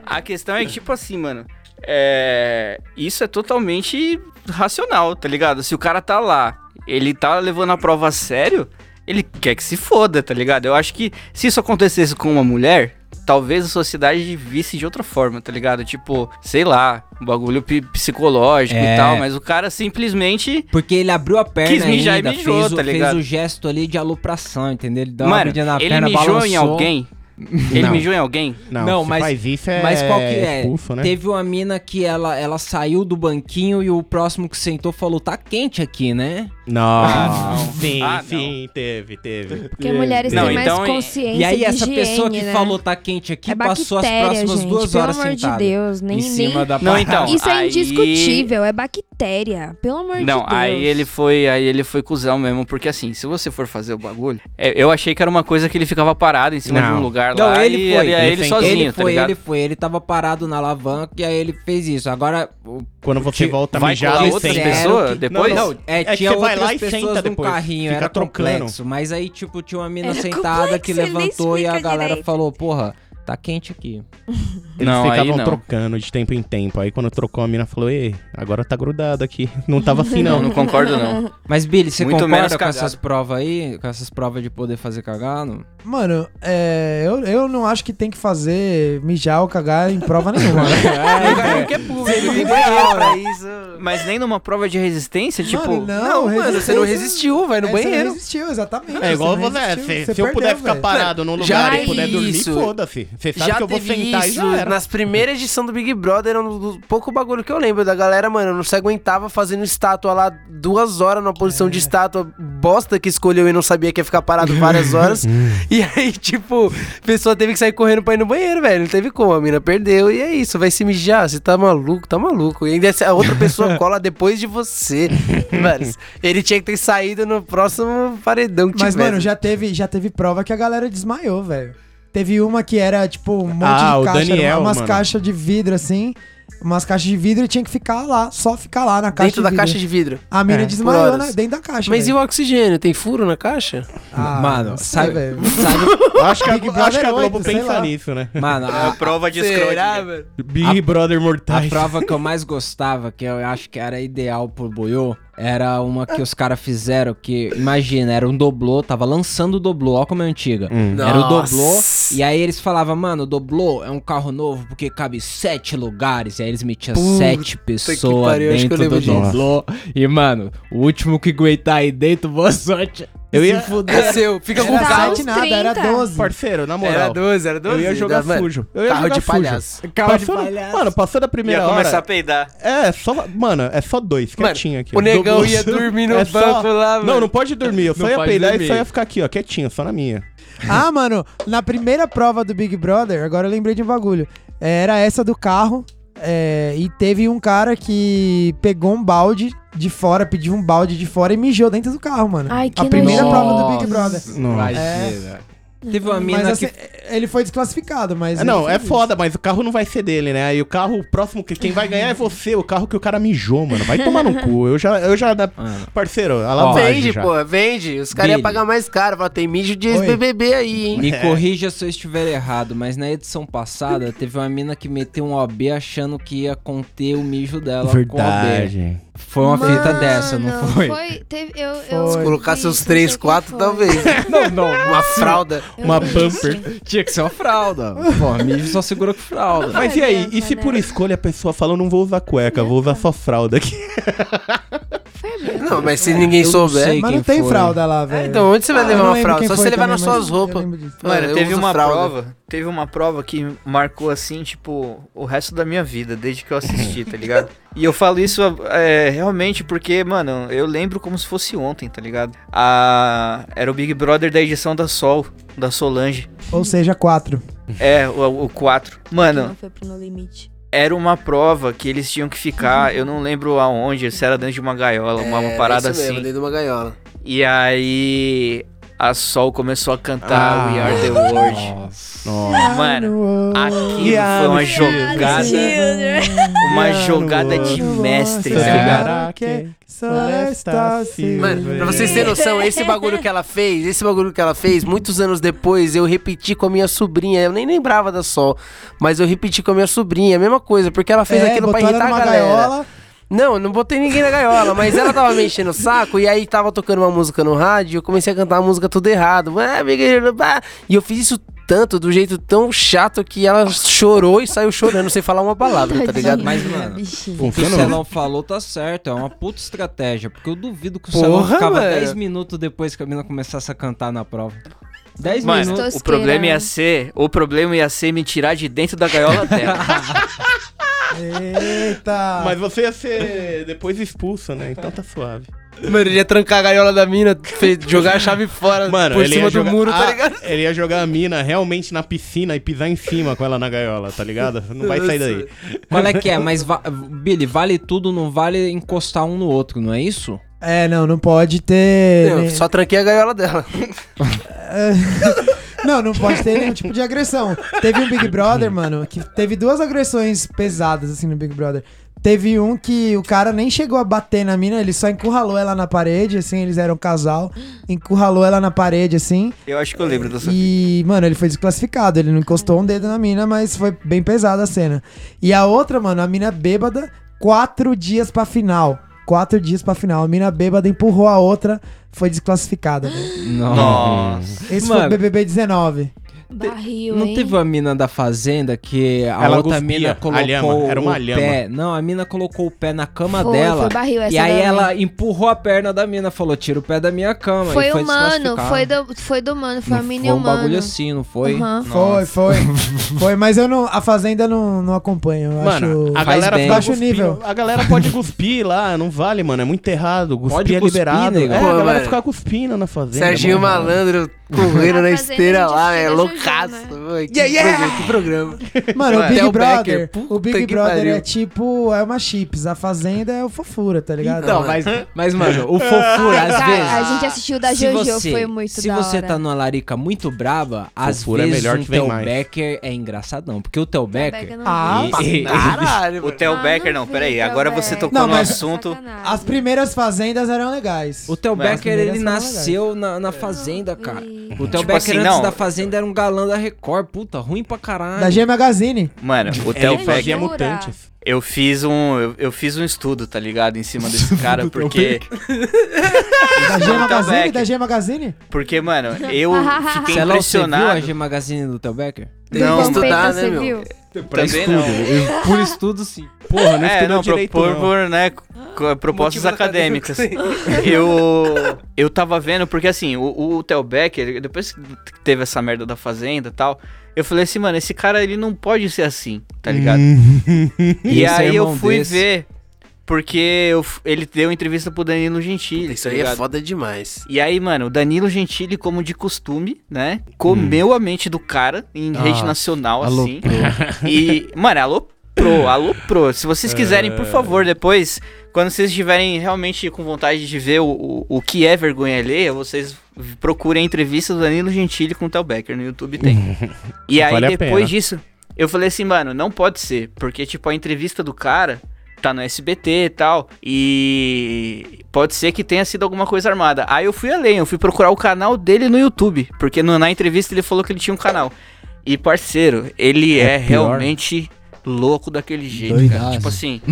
Speaker 5: A questão é que, tipo assim, mano. É. Isso é totalmente racional, tá ligado? Se o cara tá lá, ele tá levando a prova a sério, ele quer que se foda, tá ligado? Eu acho que se isso acontecesse com uma mulher, talvez a sociedade visse de outra forma, tá ligado? Tipo, sei lá, um bagulho pi- psicológico
Speaker 3: É.
Speaker 5: e tal, mas o cara simplesmente.
Speaker 3: Porque ele abriu a perna
Speaker 5: Quis mijar e
Speaker 3: ainda,
Speaker 5: mijou,
Speaker 3: fez, o,
Speaker 5: tá
Speaker 3: fez
Speaker 5: ligado?
Speaker 3: o gesto ali de alopração, entendeu? Ele deu uma
Speaker 5: mano,
Speaker 3: abridinha na
Speaker 5: ele
Speaker 3: perna,
Speaker 5: mijou
Speaker 3: balançou.
Speaker 5: em alguém. Ele
Speaker 3: Não.
Speaker 5: mijou em alguém.
Speaker 2: Não,
Speaker 3: Não,
Speaker 2: se
Speaker 3: mas-
Speaker 2: faz isso é
Speaker 3: Mas qual que é?
Speaker 2: expulso, né?
Speaker 3: Teve uma mina que ela, ela saiu do banquinho e o próximo que sentou falou: tá quente aqui, né?
Speaker 2: Não.
Speaker 5: não.
Speaker 2: Sim,
Speaker 5: Ah, não.
Speaker 2: sim, teve, teve.
Speaker 4: Porque mulheres
Speaker 5: Não,
Speaker 4: têm
Speaker 5: então,
Speaker 4: mais
Speaker 5: e-
Speaker 4: consciência
Speaker 3: E aí
Speaker 4: de
Speaker 3: essa
Speaker 4: higiene,
Speaker 3: pessoa que
Speaker 4: né?
Speaker 3: falou tá quente aqui
Speaker 4: é
Speaker 3: passou as
Speaker 4: bactéria,
Speaker 3: próximas
Speaker 4: gente,
Speaker 3: duas
Speaker 4: pelo
Speaker 3: horas
Speaker 4: amor
Speaker 3: sentada.
Speaker 4: de Deus, nem,
Speaker 3: em
Speaker 4: nem-
Speaker 3: cima da
Speaker 5: Não,
Speaker 3: parada.
Speaker 5: então,
Speaker 4: Isso é
Speaker 5: Aí-
Speaker 4: indiscutível, é bactéria, pelo amor de
Speaker 5: Não,
Speaker 4: Deus.
Speaker 5: aí ele foi, aí ele foi cuzão mesmo, porque assim, se você for fazer o bagulho, é, eu achei que era uma coisa que ele ficava parado em cima de um
Speaker 2: Não.
Speaker 5: lugar
Speaker 3: Não,
Speaker 5: lá
Speaker 3: ele
Speaker 5: e
Speaker 3: foi,
Speaker 5: era
Speaker 2: ele
Speaker 5: ele,
Speaker 2: foi,
Speaker 5: sozinho,
Speaker 3: ele
Speaker 5: tá
Speaker 3: foi,
Speaker 5: ligado?
Speaker 3: ele foi, ele tava parado na alavanca e aí ele fez isso. Agora o-
Speaker 2: Quando você
Speaker 3: Ti-
Speaker 2: volta
Speaker 5: vai
Speaker 2: mijado
Speaker 5: colar
Speaker 2: e
Speaker 5: outras
Speaker 2: senta.
Speaker 5: pessoas
Speaker 2: Não,
Speaker 5: depois?
Speaker 2: não,
Speaker 3: é,
Speaker 2: que
Speaker 3: tinha
Speaker 2: você vai
Speaker 3: outras
Speaker 2: lá e
Speaker 3: pessoas
Speaker 2: senta
Speaker 3: num
Speaker 2: depois,
Speaker 3: carrinho,
Speaker 2: fica
Speaker 3: era
Speaker 2: trocando.
Speaker 3: complexo, mas aí tipo tinha uma mina
Speaker 4: Era
Speaker 3: sentada que
Speaker 4: complexo, ele nem
Speaker 3: levantou e a
Speaker 4: explica
Speaker 3: galera
Speaker 4: direito.
Speaker 3: falou: "Porra, tá quente aqui".
Speaker 2: Eles
Speaker 5: Não, aí
Speaker 2: ficavam
Speaker 5: não.
Speaker 2: trocando de tempo em tempo. Aí quando trocou, a mina falou, ei, agora tá grudado aqui. (laughs) Não tava assim,
Speaker 5: Não,
Speaker 2: não.
Speaker 5: não concordo não.
Speaker 3: Mas Billy, você
Speaker 5: Muito menos
Speaker 3: concorda com
Speaker 5: cagado.
Speaker 3: essas provas aí, com essas provas de poder fazer cagado?
Speaker 6: Mano, é, eu, eu não acho que tem que fazer mijar ou cagar em prova
Speaker 7: (laughs)
Speaker 6: nenhuma.
Speaker 7: Lugar que é público, não tem banheiro
Speaker 5: é
Speaker 7: pra isso.
Speaker 5: Mas nem numa prova de resistência, tipo,
Speaker 6: Mano,
Speaker 7: Não, mano, você não
Speaker 6: resistência-
Speaker 7: resistiu, vai no
Speaker 6: É, Você não
Speaker 7: banheiro.
Speaker 6: resistiu, exatamente.
Speaker 2: É igual
Speaker 6: você. não
Speaker 2: você,
Speaker 6: resistiu,
Speaker 2: se,
Speaker 6: você
Speaker 2: se eu puder
Speaker 6: perdeu,
Speaker 2: ficar
Speaker 6: velho.
Speaker 2: parado num lugar
Speaker 7: já
Speaker 2: e puder dormir,
Speaker 7: isso.
Speaker 2: foda-se. Você sabe
Speaker 7: Já
Speaker 2: que eu vou
Speaker 7: teve
Speaker 2: sentar
Speaker 7: isso
Speaker 2: e já era.
Speaker 7: nas primeiras edições do Big Brother, era um dos pouco bagulho que eu lembro da galera, mano, não se aguentava fazendo estátua lá duas horas numa posição de estátua bosta que escolheu e não sabia que ia ficar parado várias horas. e aí, tipo, a pessoa teve que sair correndo pra ir no banheiro, velho. Não teve como, a mina perdeu. E é isso, vai se mijar. Você tá maluco, tá maluco. E ainda essa outra pessoa cola depois de você. mano, ele tinha que ter saído no próximo paredão que
Speaker 6: Mas,
Speaker 7: tivesse.
Speaker 6: mano, já teve, já teve prova que a galera desmaiou, velho. Teve uma que era, tipo, um monte
Speaker 2: Ah,
Speaker 6: de
Speaker 2: o
Speaker 6: caixa,
Speaker 2: Daniel,
Speaker 6: umas
Speaker 2: mano.
Speaker 6: caixas de vidro, assim. Umas caixas de vidro e tinha que ficar lá, só ficar lá na caixa
Speaker 7: Dentro da caixa de vidro.
Speaker 6: A mina
Speaker 7: É. Por
Speaker 6: desmaiou
Speaker 7: horas.
Speaker 6: né, dentro da caixa,
Speaker 7: Mas e
Speaker 6: velho.
Speaker 7: o oxigênio? Tem furo na caixa?
Speaker 6: Ah,
Speaker 3: Mano,
Speaker 6: não sei,
Speaker 3: sabe-
Speaker 6: velho.
Speaker 3: Sabe,
Speaker 2: Acho que, a-
Speaker 6: Big
Speaker 2: acho que a
Speaker 6: Brother
Speaker 2: Globo
Speaker 6: oito, sei
Speaker 2: pensa
Speaker 6: lá.
Speaker 2: nisso, né?
Speaker 3: mano, a,
Speaker 5: prova de
Speaker 7: Será,
Speaker 5: escrote.
Speaker 7: velho?
Speaker 2: Big Brother
Speaker 3: A
Speaker 2: Mortais.
Speaker 3: prova que eu mais gostava, que eu acho que era ideal pro Boiô, era uma que os caras fizeram que, imagina, era um doblô, tava lançando o doblô, ó como é antiga. Era o doblô,
Speaker 7: Nossa.
Speaker 3: e aí eles falavam, mano, o doblô é um carro novo porque cabe sete lugares, e aí eles metiam sete pessoas
Speaker 7: pariu, acho que eu
Speaker 3: dentro do
Speaker 7: lembro disso.
Speaker 3: doblô. E, mano, o último que aguentar aí dentro, boa sorte.
Speaker 2: Eu ia...
Speaker 7: É seu, fica com
Speaker 6: Era
Speaker 4: Tá,
Speaker 7: calma.
Speaker 4: uns
Speaker 6: 7 nada, era
Speaker 4: 30.
Speaker 6: 12.
Speaker 2: Parceiro, na
Speaker 7: Era
Speaker 2: moral.
Speaker 7: 12, era 12.
Speaker 2: Eu ia jogar
Speaker 7: dá- mano,
Speaker 2: sujo. Eu ia
Speaker 7: Carro
Speaker 2: jogar
Speaker 7: de
Speaker 2: sujo.
Speaker 7: palhaço.
Speaker 3: Carro de
Speaker 2: Passou na-
Speaker 3: palhaço.
Speaker 2: Mano, passou da
Speaker 5: Ia
Speaker 2: primeira
Speaker 5: começar a
Speaker 2: hora.
Speaker 5: peidar.
Speaker 2: É, só. Mano, é só dois, quietinho aqui. ó.
Speaker 7: o negão
Speaker 2: Dobro-
Speaker 7: ia dormir no
Speaker 2: (laughs) É
Speaker 7: banco lá, mano.
Speaker 2: Não, não pode dormir. Eu só
Speaker 3: Não
Speaker 2: ia
Speaker 3: pode
Speaker 2: peidar
Speaker 3: dormir.
Speaker 2: e só ia ficar aqui, ó, quietinho, só na minha.
Speaker 6: Ah, mano, na primeira prova do Big Brother, agora eu lembrei de um bagulho. Era essa do carro. é, e teve um cara que pegou um balde de fora, pediu um balde de fora e mijou dentro do carro, mano.
Speaker 4: Ai, que
Speaker 6: A primeira
Speaker 4: nojento.
Speaker 6: prova do Big Brother.
Speaker 7: é.
Speaker 3: Imagina. Teve uma mina
Speaker 6: Mas assim,
Speaker 3: que...
Speaker 6: ele foi desclassificado, mas.
Speaker 2: É, não,
Speaker 6: ele
Speaker 2: é
Speaker 6: fez
Speaker 2: foda, mas o carro não vai ser dele, né? Aí o carro, o próximo, que quem vai ganhar é você, o carro que o cara mijou, mano. Vai tomar no cu. Eu já, eu já, da-
Speaker 3: Mano.
Speaker 2: parceiro, a
Speaker 7: Vende,
Speaker 2: lavagem já.
Speaker 7: pô, vende. Os caras iam
Speaker 3: Billy.
Speaker 7: pagar mais caro. Fala, tem mijo de ex-BBB aí, hein?
Speaker 3: Me corrija se eu estiver errado, mas na edição passada teve uma mina que meteu um OB achando que ia conter o mijo dela com
Speaker 2: Verdade.
Speaker 3: OB. Foi uma fita
Speaker 10: Mano,
Speaker 3: dessa, não foi?
Speaker 10: teve- eu, eu
Speaker 6: Foi.
Speaker 10: vi
Speaker 6: Se
Speaker 7: Colocar
Speaker 10: isso,
Speaker 7: seus
Speaker 10: não
Speaker 7: 3,
Speaker 10: sei quem
Speaker 7: 4,
Speaker 10: foi.
Speaker 7: talvez.
Speaker 3: (laughs) Não, não.
Speaker 7: Uma fralda.
Speaker 10: Eu
Speaker 2: Uma
Speaker 10: vi
Speaker 2: bumper.
Speaker 10: isso.
Speaker 3: Tinha que ser uma fralda. Pô, mijo só segura com fralda.
Speaker 2: Mas e aí? E se por escolha a pessoa fala, eu não vou usar cueca, vou usar só fralda aqui?
Speaker 7: Não, mas se ninguém
Speaker 3: Eu não
Speaker 7: souber.
Speaker 3: sei.
Speaker 6: Mas
Speaker 3: quem
Speaker 6: não tem
Speaker 3: foi.
Speaker 6: fralda lá, velho.
Speaker 7: Então, onde você vai
Speaker 6: Ah, eu
Speaker 7: levar
Speaker 6: não
Speaker 7: uma
Speaker 6: lembro
Speaker 7: fralda?
Speaker 6: quem
Speaker 7: Só
Speaker 6: foi
Speaker 7: se levar
Speaker 6: também,
Speaker 7: nas
Speaker 6: mas
Speaker 7: suas
Speaker 6: eu
Speaker 7: roupas.
Speaker 6: lembro disso.
Speaker 5: Mano,
Speaker 7: eu
Speaker 5: teve
Speaker 7: uso
Speaker 5: uma
Speaker 7: fralda.
Speaker 5: prova, teve uma prova que marcou assim, tipo, o resto da minha vida, desde que eu assisti, tá
Speaker 7: (laughs)
Speaker 5: ligado? E eu falo isso é, realmente porque, mano, eu lembro como se fosse ontem, tá ligado? A, era o Big Brother da edição da Sol, da
Speaker 7: (laughs)
Speaker 5: Solange.
Speaker 6: Ou seja, quatro.
Speaker 5: É, o, o 4.
Speaker 4: Que
Speaker 5: Mano,
Speaker 7: Uhum.
Speaker 4: não foi pro No Limite.
Speaker 5: era uma prova que eles tinham que ficar, eu não lembro aonde, se era dentro de uma gaiola, uma, uma
Speaker 7: Uhum. É,
Speaker 5: parada
Speaker 7: isso mesmo,
Speaker 5: assim.
Speaker 7: dentro de uma gaiola.
Speaker 5: E aí a Sol começou a cantar
Speaker 2: Ah.
Speaker 5: We Are The
Speaker 7: (laughs)
Speaker 5: World.
Speaker 3: Nossa.
Speaker 2: Nossa.
Speaker 5: Mano, aquilo
Speaker 2: Yeah,
Speaker 5: foi uma
Speaker 2: no
Speaker 5: jogada, uma
Speaker 2: Yeah, no
Speaker 5: jogada de
Speaker 2: world.
Speaker 5: mestre, tá
Speaker 2: Nossa,
Speaker 5: ligado?
Speaker 2: Mano,
Speaker 7: Mano, pra vocês terem noção, esse bagulho que ela fez, esse bagulho que ela fez, muitos anos depois, eu repeti com a minha sobrinha. Eu nem lembrava da Sol, mas eu repeti com a minha sobrinha, a mesma coisa, porque ela fez
Speaker 6: É,
Speaker 7: aquilo pra
Speaker 6: botou ela
Speaker 7: irritar a
Speaker 6: numa
Speaker 7: tá, galera.
Speaker 6: gaiola.
Speaker 7: Não, não botei ninguém na gaiola, mas ela tava me enchendo o saco e aí tava tocando uma música no rádio, eu comecei a cantar a música tudo errado. Ah, big- bah. E eu fiz isso tanto, do jeito tão chato, que ela chorou e saiu chorando sem falar uma palavra, tá ligado?
Speaker 3: Mas, mano,
Speaker 4: Bichinho.
Speaker 3: O que o
Speaker 2: Funcionou.
Speaker 3: Celão falou tá certo, é uma puta estratégia, porque eu duvido que o Celão
Speaker 7: Porra,
Speaker 3: ficava
Speaker 7: velho.
Speaker 3: 10 minutos depois que a mina começasse a cantar na prova. 10
Speaker 5: Mano,
Speaker 3: minutos.
Speaker 5: o problema ia ser, o problema ia ser me tirar de dentro da gaiola dela.
Speaker 6: Eita.
Speaker 2: Mas você ia ser depois expulso, né? Então tá suave.
Speaker 7: Mano, ele ia trancar a gaiola da mina, fe- jogar a chave fora
Speaker 2: Mano,
Speaker 7: por
Speaker 2: ele
Speaker 7: cima
Speaker 2: ia
Speaker 7: do
Speaker 2: jogar-
Speaker 7: muro, tá
Speaker 2: Ah,
Speaker 7: ligado?
Speaker 2: Ele ia jogar a mina realmente na piscina e pisar em cima com ela na gaiola, tá ligado? Não vai sair daí.
Speaker 3: Qual é que é? Mas, va- Billy, vale tudo, não vale encostar um no outro, não é isso?
Speaker 6: É, não, não pode
Speaker 5: é.
Speaker 6: ter. né?
Speaker 7: Eu
Speaker 6: nem-
Speaker 7: só tranquei a gaiola dela.
Speaker 6: Não, não pode ter nenhum tipo de agressão. Teve um Big Brother, mano, que teve duas agressões pesadas, assim, no Big Brother. Teve um que o cara nem chegou a bater na mina, ele só encurralou ela na parede, assim, eles eram um casal, encurralou ela na parede, assim.
Speaker 5: (laughs) Eu acho que eu lembro dessa
Speaker 6: E, mano, ele foi desclassificado, ele não encostou um dedo na mina, mas foi bem pesada a cena. E a outra, mano, a mina bêbada, quatro dias pra final. Quatro dias pra final. A mina bêbada empurrou a outra, foi desclassificada. velho.
Speaker 5: Nossa.
Speaker 6: Esse foi
Speaker 3: Mano.
Speaker 6: o BBB 19.
Speaker 4: Barril,
Speaker 3: Não
Speaker 4: hein?
Speaker 3: teve a mina da fazenda que a
Speaker 2: Ela
Speaker 3: outra
Speaker 2: cuspia
Speaker 3: mina
Speaker 2: a
Speaker 3: colocou
Speaker 2: lhama, era uma
Speaker 3: o
Speaker 2: lhama.
Speaker 3: pé. Não, a mina colocou o pé na cama
Speaker 4: Foi,
Speaker 3: dela.
Speaker 4: foi barril essa
Speaker 3: e aí
Speaker 4: daí.
Speaker 3: ela empurrou a perna da mina, falou: tira o pé da minha cama.
Speaker 4: Foi
Speaker 3: e foi
Speaker 4: humano,
Speaker 3: desclassificado.
Speaker 4: foi do, foi do humano, foi
Speaker 3: Não
Speaker 4: a mini
Speaker 3: Foi um bagulho
Speaker 4: humano.
Speaker 3: assim, não foi?
Speaker 4: Aham.
Speaker 6: Foi, foi. foi, mas eu não. A Fazenda não, não acompanho. Eu
Speaker 2: Mano, a
Speaker 6: acho.
Speaker 3: faz
Speaker 2: galera,
Speaker 3: bem.
Speaker 2: tá
Speaker 6: Baixo
Speaker 2: cuspindo-
Speaker 6: nível.
Speaker 2: a galera pode cuspir lá, não vale, mano. É muito errado. Cuspir
Speaker 3: Pode
Speaker 2: é
Speaker 3: cuspir,
Speaker 2: liberado.
Speaker 3: nego.
Speaker 2: É,
Speaker 7: Pô,
Speaker 2: a galera
Speaker 7: velho.
Speaker 2: ficar cuspindo na fazenda.
Speaker 7: Serginho
Speaker 2: mano.
Speaker 7: Malandro correndo
Speaker 11: A
Speaker 7: na
Speaker 11: Fazenda
Speaker 7: esteira
Speaker 11: de
Speaker 7: lá, é
Speaker 11: Juju,
Speaker 7: loucaço.
Speaker 11: né?
Speaker 7: mano. Que
Speaker 5: Yeah, yeah!
Speaker 7: programa, Que programa.
Speaker 6: Mano, o
Speaker 7: Mano,
Speaker 6: Big
Speaker 7: Theo
Speaker 6: Brother.
Speaker 7: Becker, puta
Speaker 6: o Big
Speaker 7: que
Speaker 6: Brother
Speaker 7: pariu.
Speaker 6: é tipo. É uma chips. A Fazenda é o fofura, tá ligado?
Speaker 7: Então,
Speaker 3: mas, mas, mano, o fofura, às
Speaker 4: Cara,
Speaker 3: vezes.
Speaker 4: a gente assistiu da
Speaker 3: se
Speaker 4: Jojo,
Speaker 3: você-
Speaker 4: foi muito
Speaker 3: Se
Speaker 4: da
Speaker 3: você
Speaker 4: hora.
Speaker 3: tá numa larica muito braba, às
Speaker 2: Fofura é
Speaker 3: vezes
Speaker 2: melhor
Speaker 3: um
Speaker 2: que vem
Speaker 3: Theo
Speaker 2: mais.
Speaker 3: Becker é engraçadão. Porque o Theo Becker.
Speaker 4: não
Speaker 6: Ah,
Speaker 4: vi.
Speaker 3: e- e-
Speaker 7: Caralho,
Speaker 5: é O
Speaker 7: mano.
Speaker 4: Ah,
Speaker 5: Theo
Speaker 4: não
Speaker 5: Becker, não,
Speaker 4: vi,
Speaker 5: peraí.
Speaker 4: Theo
Speaker 5: Agora você
Speaker 4: Becker. é
Speaker 5: tocou
Speaker 6: Não,
Speaker 5: no
Speaker 6: mas-
Speaker 5: assunto.
Speaker 4: Sacanagem.
Speaker 6: As primeiras fazendas eram legais.
Speaker 3: O Theo
Speaker 5: Mas
Speaker 3: Becker, ele
Speaker 6: merece uma
Speaker 3: nasceu na, na Fazenda, cara.
Speaker 4: vi.
Speaker 3: O Theo
Speaker 5: Tipo
Speaker 3: Becker
Speaker 5: assim,
Speaker 3: antes
Speaker 5: não.
Speaker 3: da Fazenda era um galã da Record. Puta, ruim pra caralho.
Speaker 6: Da G Magazine.
Speaker 5: Mano, o
Speaker 2: É, Ele
Speaker 5: Theo
Speaker 4: Jura?
Speaker 2: fazia
Speaker 5: Becker.
Speaker 2: mutantes.
Speaker 5: Eu fiz um. Eu, eu fiz um estudo, tá ligado? Em cima desse cara, porque.
Speaker 6: Da G
Speaker 5: Theo
Speaker 6: Magazine?
Speaker 5: Becker.
Speaker 6: Da G Magazine?
Speaker 5: Porque, mano, eu fiquei
Speaker 3: Sei lá, você viu a
Speaker 5: impressionado.
Speaker 3: G Magazine do Theo Becker?
Speaker 7: Tem que
Speaker 5: Não,
Speaker 7: estudar, né,
Speaker 4: você
Speaker 7: meu?
Speaker 4: viu?
Speaker 5: Pra Também estudo, não.
Speaker 3: Por estudo, sim.
Speaker 2: Porra, não
Speaker 5: É,
Speaker 2: estudou
Speaker 5: não,
Speaker 2: direito,
Speaker 5: por,
Speaker 2: não.
Speaker 5: por, né, co- propostas acadêmicas. (laughs) eu, eu tava vendo, porque assim, o, o Theo Becker, depois que teve essa merda da Fazenda e tal, eu falei assim, mano, esse cara, ele não pode ser assim, tá ligado? e
Speaker 3: Esse é
Speaker 5: aí eu
Speaker 3: irmão
Speaker 5: fui
Speaker 3: desse.
Speaker 5: ver, porque eu f- ele deu entrevista pro Danilo Gentili,
Speaker 7: Isso
Speaker 5: tá
Speaker 7: aí é
Speaker 5: ligado?
Speaker 7: foda demais.
Speaker 5: E aí, mano, o Danilo Gentili, como de costume, né? Comeu a mente do cara em rede nacional, assim. E, mano, aloprou, aloprou. Se vocês quiserem, por favor, depois, quando vocês estiverem realmente com vontade de ver o, o, o que é vergonha alheia, vocês procurem a entrevista do Danilo Gentili com o Tel Becker no YouTube
Speaker 2: (laughs)
Speaker 5: tem. E aí,
Speaker 2: Vale a pena.
Speaker 5: depois disso, eu falei assim, mano, não pode ser, porque, tipo, a entrevista do cara tá no SBT e tal, e pode ser que tenha sido alguma coisa armada. Aí eu fui além, eu fui procurar o canal dele no YouTube, porque no- na entrevista ele falou que ele tinha um canal. E, parceiro, ele é, realmente louco daquele jeito, cara.
Speaker 3: Doidaço.
Speaker 5: Tipo assim...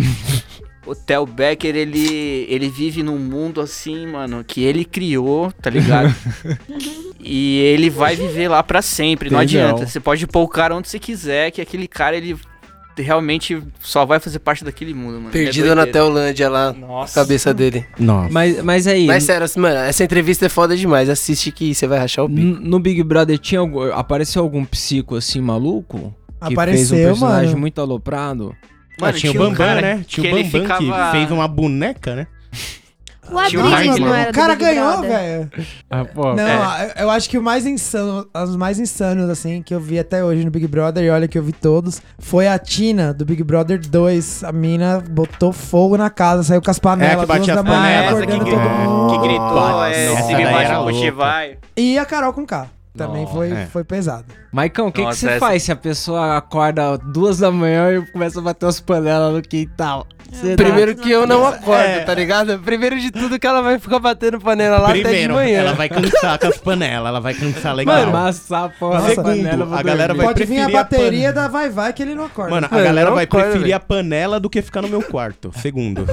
Speaker 5: O Theo Becker, ele, ele vive num mundo assim, mano, que ele criou,
Speaker 2: (laughs)
Speaker 5: tá ligado? e ele vai viver lá pra sempre, não
Speaker 3: Entendeu?
Speaker 5: adianta. Você pode pôr o cara onde você quiser, que aquele cara, ele realmente só vai fazer parte daquele mundo, mano. É
Speaker 7: Perdido na
Speaker 5: doideira.
Speaker 7: Teolândia lá,
Speaker 5: Nossa.
Speaker 7: cabeça dele.
Speaker 2: Nossa.
Speaker 3: Mas, mas aí,
Speaker 7: Mas sério, assim, mano, essa entrevista é foda demais. Assiste que você vai rachar o bico.
Speaker 3: n- no Big Brother tinha algum, apareceu algum psico assim maluco? Que fez um
Speaker 6: Apareceu,
Speaker 3: personagem
Speaker 6: mano.
Speaker 3: muito aloprado?
Speaker 2: Ah, tinha o Bambam,
Speaker 5: um cara
Speaker 2: né? Tinha o
Speaker 5: ele
Speaker 2: Bambam
Speaker 5: ficava-
Speaker 2: que fez uma boneca, né?
Speaker 4: O
Speaker 5: Tinha o
Speaker 4: Adriles
Speaker 5: Heinz,
Speaker 4: não
Speaker 5: mano.
Speaker 4: era
Speaker 6: o
Speaker 4: do
Speaker 6: cara
Speaker 4: Big
Speaker 6: ganhou,
Speaker 4: Brother. né?
Speaker 6: velho.
Speaker 3: Ah, pô,
Speaker 6: Não,
Speaker 5: É.
Speaker 6: a- eu acho que o mais insano, os mais insanos, assim, que eu vi até hoje no Big Brother, e olha que eu vi todos, foi a Tina, do Big Brother 2. A mina botou fogo na casa, saiu com as
Speaker 2: É,
Speaker 6: panelas
Speaker 2: que
Speaker 6: duas
Speaker 2: batia
Speaker 6: da
Speaker 2: as
Speaker 5: Ah,
Speaker 6: manhã,
Speaker 2: panelas,
Speaker 5: essa que,
Speaker 6: acordando
Speaker 5: gri-
Speaker 2: gritou.
Speaker 6: todo mundo.
Speaker 5: que gritou, é,
Speaker 2: né? Nossa,
Speaker 5: se
Speaker 2: daí
Speaker 5: me
Speaker 2: era
Speaker 5: machuca,
Speaker 2: louca.
Speaker 5: te vai.
Speaker 6: E a Carol com K. Também
Speaker 3: Nossa,
Speaker 6: foi,
Speaker 2: é.
Speaker 6: foi pesado.
Speaker 3: Maicão, o que que
Speaker 5: Nossa,
Speaker 3: você
Speaker 5: essa-
Speaker 3: faz se a pessoa acorda duas da manhã e começa a bater as panelas no quintal? Você dá-
Speaker 7: Primeiro que eu não acordo,
Speaker 2: É.
Speaker 7: tá ligado? Primeiro de tudo que ela vai ficar batendo panela lá até de
Speaker 2: Primeiro,
Speaker 7: manhã.
Speaker 2: ela vai cansar com as panelas, ela vai cansar
Speaker 3: Vai
Speaker 2: legal.
Speaker 3: amassar a porra da
Speaker 6: Nossa,
Speaker 3: panela, eu vou
Speaker 2: a galera
Speaker 3: dormir.
Speaker 2: vai
Speaker 6: Pode vir a
Speaker 2: preferir a
Speaker 6: bateria da Vai Vai que ele não acorda.
Speaker 2: Mano, a
Speaker 7: Mano,
Speaker 2: galera
Speaker 7: não
Speaker 2: vai
Speaker 7: acorda,
Speaker 2: preferir
Speaker 7: velho.
Speaker 2: a panela do que ficar no meu quarto. Segundo.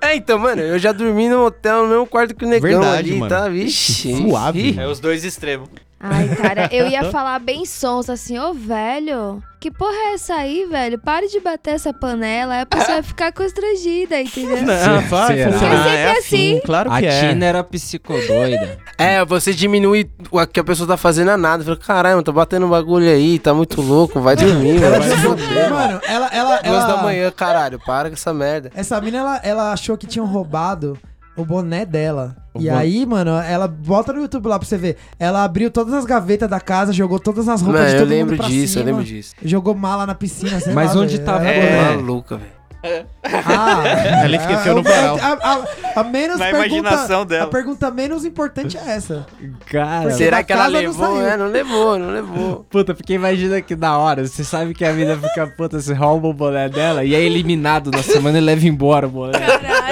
Speaker 7: É, então, mano, eu já dormi no hotel, no mesmo quarto que o negão
Speaker 2: Verdade,
Speaker 7: ali,
Speaker 2: mano.
Speaker 7: tá? Vixe.
Speaker 2: Suave.
Speaker 7: Ih,
Speaker 5: É os dois extremos.
Speaker 4: Ai, cara, eu ia falar bem sons assim, ô velho, que porra é essa aí, velho? Pare de bater essa panela, aí a pessoa vai ficar constrangida, entendeu?
Speaker 2: Não, ah, vai,
Speaker 3: será?
Speaker 2: funciona.
Speaker 4: Sempre
Speaker 2: é
Speaker 4: assim.
Speaker 2: Claro
Speaker 3: A
Speaker 2: que é.
Speaker 3: Tina era (laughs) psicodoida.
Speaker 7: É, você diminui o que a pessoa tá fazendo a nada. Fala, caralho, tá batendo um bagulho aí, tá muito louco, vai dormir, mano.
Speaker 6: ela
Speaker 7: Vai se
Speaker 6: desmontou-
Speaker 7: foder.
Speaker 6: mano, ela. (laughs) Ah. ela,
Speaker 7: Duas
Speaker 6: ela
Speaker 7: da manhã, caralho, para com essa merda.
Speaker 6: Essa mina, ela, ela achou que tinham roubado o boné dela.
Speaker 3: O
Speaker 6: e
Speaker 3: boné.
Speaker 6: aí, mano, ela bota no YouTube lá pra você ver. Ela abriu todas as gavetas da casa, jogou todas as roupas
Speaker 7: Mano,
Speaker 6: de
Speaker 7: eu
Speaker 6: todo mundo
Speaker 7: lembro
Speaker 6: pra
Speaker 7: disso,
Speaker 6: cima,
Speaker 7: eu lembro disso.
Speaker 6: Jogou mala na piscina, sei
Speaker 3: Mas
Speaker 6: lá,
Speaker 3: onde
Speaker 6: velho.
Speaker 3: tava
Speaker 6: É,
Speaker 5: É.
Speaker 7: É. Maluca, velho.
Speaker 3: (laughs)
Speaker 6: Ah,
Speaker 2: Ela esqueceu
Speaker 6: é,
Speaker 2: no
Speaker 6: é,
Speaker 2: varal.
Speaker 6: A, a- a menos
Speaker 5: Na
Speaker 6: pergunta,
Speaker 5: imaginação dela.
Speaker 6: A pergunta menos importante é essa.
Speaker 3: Cara,
Speaker 6: Porque
Speaker 7: Será
Speaker 6: da
Speaker 7: que ela
Speaker 6: casa não
Speaker 7: levou?
Speaker 6: saiu.
Speaker 7: é, não levou, não levou.
Speaker 3: puta, porque imagina que da hora. Você sabe que a mina fica puta, você rouba o boné dela e é eliminado na semana e leva embora o boné.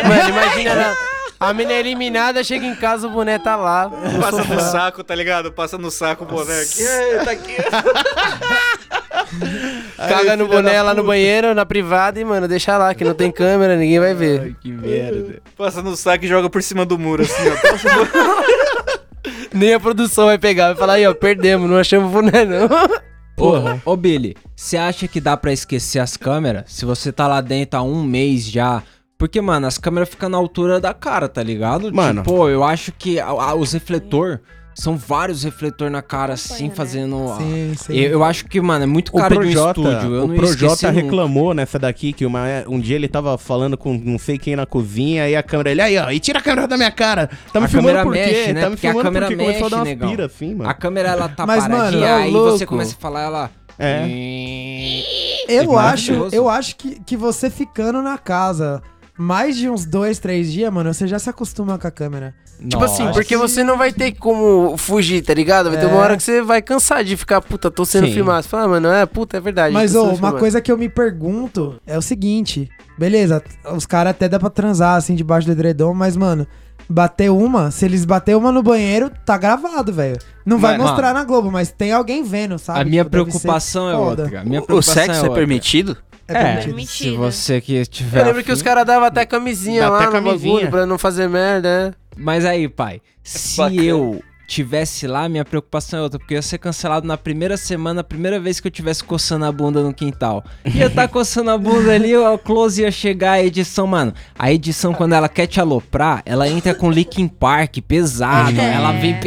Speaker 7: Mano, imagina ela. A mina é eliminada, chega em casa, o boné tá lá.
Speaker 5: Passa no saco, tá ligado? Passa no saco o boné aqui. É, tá aqui.
Speaker 7: Caga no boné lá no banheiro, na privada e, mano, deixa lá, que não tem câmera, ninguém vai ver.
Speaker 2: é
Speaker 3: que merda.
Speaker 5: Passa no saco e joga por cima do muro, assim, ó. Passa no- (laughs)
Speaker 7: Nem a produção vai pegar, vai falar aí, ó, perdemos, não achamos o boné, não.
Speaker 3: Ô, ô Billy, você acha que dá pra esquecer as câmeras? Se você tá lá dentro há um mês já. Porque, mano, as câmeras ficam na altura da cara, tá ligado?
Speaker 2: Mano.
Speaker 3: Tipo, eu acho que a- a- os refletor são vários refletor na cara, assim,
Speaker 4: Acompanha, né?
Speaker 3: fazendo. a-
Speaker 6: Sim, sim.
Speaker 3: Eu, eu acho que, mano, é muito
Speaker 2: O
Speaker 3: cara de
Speaker 2: Projota,
Speaker 3: um estúdio. Eu
Speaker 2: o
Speaker 3: não
Speaker 2: Projota
Speaker 3: esqueci
Speaker 2: reclamou nessa daqui que uma- um dia ele tava falando com não sei quem na cozinha e a câmera, ele aí, ó, e tira a câmera da minha cara. Tá me
Speaker 3: A
Speaker 2: filmando
Speaker 3: câmera
Speaker 2: por quê?
Speaker 3: mexe, né?
Speaker 2: Tá me
Speaker 3: Porque a
Speaker 2: filmando
Speaker 3: câmera
Speaker 2: porque começou a dar
Speaker 3: mexe,
Speaker 2: umas
Speaker 3: negão.
Speaker 2: pira assim, mano.
Speaker 3: A câmera, ela tá
Speaker 6: Mas, mano,
Speaker 3: paradinha,
Speaker 6: é
Speaker 3: aí você
Speaker 7: louco.
Speaker 3: começa a falar, ela...
Speaker 2: É.
Speaker 6: Eu acho,
Speaker 3: maravilhoso.
Speaker 6: eu acho que, que você ficando na casa mais de uns dois, três dias, mano, você já se acostuma com a câmera.
Speaker 7: Tipo assim,
Speaker 3: Nossa.
Speaker 7: porque você não vai ter como fugir, tá ligado? Vai ter uma
Speaker 6: É.
Speaker 7: hora que você vai cansar de ficar, puta, tô sendo
Speaker 3: Sim.
Speaker 7: filmado. Você fala, ah, mano, é, puta, é verdade.
Speaker 6: Mas,
Speaker 7: tô
Speaker 6: ô,
Speaker 7: sendo
Speaker 6: uma
Speaker 7: filmado.
Speaker 6: coisa que eu me pergunto é o seguinte: beleza, os caras até dá pra transar assim debaixo do edredom, mas, mano, bater uma, se eles bater uma no banheiro, tá gravado, velho. Não vai
Speaker 3: Mano,
Speaker 6: mostrar na Globo, mas tem alguém vendo, sabe?
Speaker 3: A minha
Speaker 6: Tipo, deve ser
Speaker 3: preocupação é
Speaker 6: foda.
Speaker 3: outra. a minha
Speaker 7: O
Speaker 3: preocupação
Speaker 7: sexo é,
Speaker 3: outra.
Speaker 7: permitido?
Speaker 6: É,
Speaker 3: É,
Speaker 6: permitido.
Speaker 3: se
Speaker 4: Mentira.
Speaker 3: você que tiver...
Speaker 7: Eu lembro que
Speaker 3: afim.
Speaker 7: os caras davam até camisinha
Speaker 2: Dá
Speaker 7: lá
Speaker 2: até
Speaker 7: no bagulho
Speaker 2: camisinha.
Speaker 7: pra não fazer merda, né?
Speaker 3: Mas aí, pai, se
Speaker 5: bacana.
Speaker 3: eu tivesse lá, minha preocupação é outra, porque eu ia ser cancelado na primeira semana, a primeira vez que eu tivesse coçando a bunda no quintal. Ia estar coçando a bunda ali, o close ia chegar, a edição, mano. A edição, quando ela quer te aloprar, ela entra com Linkin Park pesado, ela vem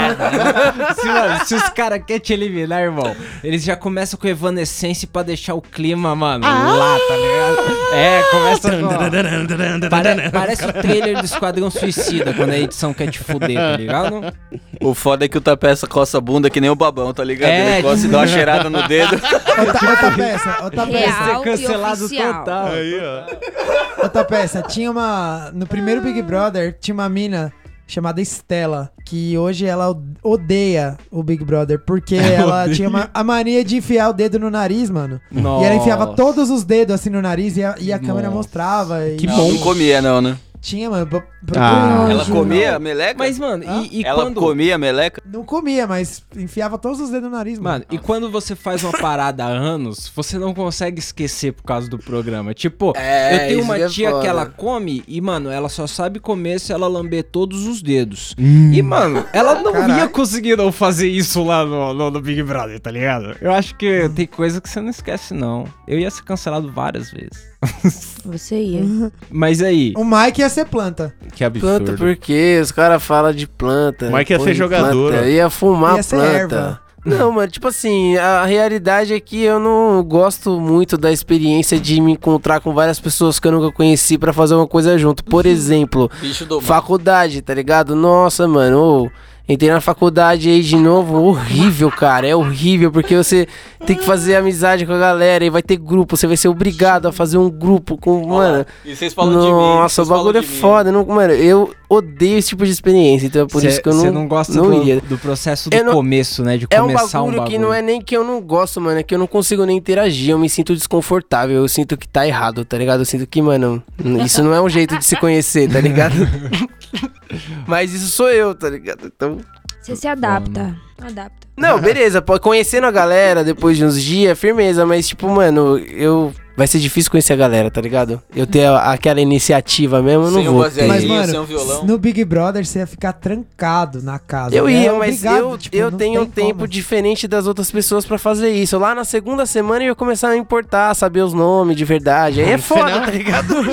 Speaker 3: pesada. se, mano, se os caras querem te eliminar, irmão, eles já começam com Evanescence pra deixar o clima, mano, lá, tá ligado? É, começa com... (laughs) Pare- parece o trailer do Esquadrão Suicida quando a edição quer te fuder, tá ligado?
Speaker 5: O foda é que o tapeça coça a bunda que nem o babão, tá ligado?
Speaker 3: É,
Speaker 5: Ele coça e dá uma cheirada no (laughs) dedo.
Speaker 6: Outra, outra peça, outra peça,
Speaker 4: Real e
Speaker 3: é Cancelado
Speaker 4: oficial.
Speaker 3: total.
Speaker 6: outra peça. Tinha uma. No primeiro Big Brother, tinha uma mina chamada Estela, que hoje ela od- odeia o Big Brother,
Speaker 3: (laughs)
Speaker 6: porque ela tinha uma- a mania de enfiar o dedo no nariz, mano. E ela enfiava
Speaker 3: Nossa.
Speaker 6: todos os dedos assim no nariz e a, e a câmera
Speaker 3: Nossa.
Speaker 6: mostrava. E
Speaker 2: Que
Speaker 5: Ela
Speaker 2: bom.
Speaker 5: Não comia, não, né?
Speaker 6: Tinha, mano. pro- pro-
Speaker 2: Ah.
Speaker 6: pro-
Speaker 5: Ela
Speaker 6: juro,
Speaker 5: comia a meleca?
Speaker 3: Mas, mano, e, e
Speaker 5: Ela
Speaker 3: quando...
Speaker 5: comia a meleca?
Speaker 6: Não comia, mas enfiava todos os dedos no nariz, mano.
Speaker 3: Mano, e quando você faz uma parada há anos, você não consegue esquecer por causa do programa. Tipo,
Speaker 7: É,
Speaker 3: eu tenho
Speaker 7: isso que
Speaker 3: uma
Speaker 7: é
Speaker 3: tia que
Speaker 7: foda.
Speaker 3: ela come e, mano, ela só sabe comer se ela lamber todos os dedos.
Speaker 6: Hum.
Speaker 3: E, mano, ela não ia conseguir não fazer isso lá no, no- no Big Brother, tá ligado? Eu acho que tem coisa que você não esquece, não. Eu ia ser cancelado várias vezes.
Speaker 12: Você ia.
Speaker 3: Mas aí...
Speaker 6: O Mike ia ser planta.
Speaker 2: Que absurdo.
Speaker 7: Planta por quê? Os caras falam de planta.
Speaker 2: Mas que ia
Speaker 7: Pô,
Speaker 2: ser
Speaker 7: de
Speaker 2: jogador,
Speaker 7: planta,
Speaker 2: ó.
Speaker 7: Ia fumar
Speaker 6: Ia ser
Speaker 7: planta.
Speaker 6: erva.
Speaker 7: Não, mano, tipo assim, a realidade é que eu não gosto muito da experiência de me encontrar com várias pessoas que eu nunca conheci pra fazer uma coisa junto. Por
Speaker 2: Uhum.
Speaker 7: exemplo,
Speaker 5: Bicho do
Speaker 7: faculdade, tá ligado? Nossa, mano, ô, entrei na faculdade aí de novo, horrível, cara, é horrível, porque você tem que fazer amizade com a galera e vai ter grupo, você vai ser obrigado a fazer um grupo com, mano...
Speaker 5: E vocês
Speaker 7: Nossa,
Speaker 5: vocês
Speaker 7: o
Speaker 5: falam
Speaker 7: bagulho é
Speaker 5: de mim.
Speaker 7: foda. Não, mano, eu odeio esse tipo de experiência, então é por
Speaker 3: Cê-
Speaker 7: isso que eu
Speaker 3: cê
Speaker 7: não,
Speaker 3: não gosta
Speaker 7: não
Speaker 3: do,
Speaker 7: ia.
Speaker 3: do processo do
Speaker 7: Eu não-
Speaker 3: começo, né? De
Speaker 7: É um
Speaker 3: começar
Speaker 7: bagulho, que não é nem que eu não gosto, mano. É que eu não consigo nem interagir. Eu me sinto desconfortável. Eu sinto que tá errado, tá ligado? Eu sinto que, mano, isso não é um jeito de se conhecer,
Speaker 3: (laughs)
Speaker 7: tá ligado? Mas isso sou eu, tá ligado? Então.
Speaker 4: Você se adapta. Adapta.
Speaker 7: Não, beleza, pô, conhecendo a galera depois de uns dias, firmeza, mas tipo, mano, eu. Vai ser difícil conhecer a galera, tá ligado? Eu ter a- aquela iniciativa mesmo, eu não
Speaker 5: Sem um
Speaker 7: vou.
Speaker 5: baseadinho,
Speaker 6: Mas, mano,
Speaker 5: sem um violão.
Speaker 6: no Big Brother você ia ficar trancado na casa.
Speaker 7: Eu
Speaker 6: né?
Speaker 7: ia,
Speaker 6: Era
Speaker 7: mas
Speaker 6: obrigado,
Speaker 7: eu,
Speaker 6: tipo,
Speaker 7: eu
Speaker 6: não
Speaker 7: tenho um
Speaker 6: tem
Speaker 7: tempo
Speaker 6: como.
Speaker 7: diferente das outras pessoas pra fazer isso. Lá na segunda semana eu ia começar a importar, saber os nomes de verdade. Aí é foda, tá ligado?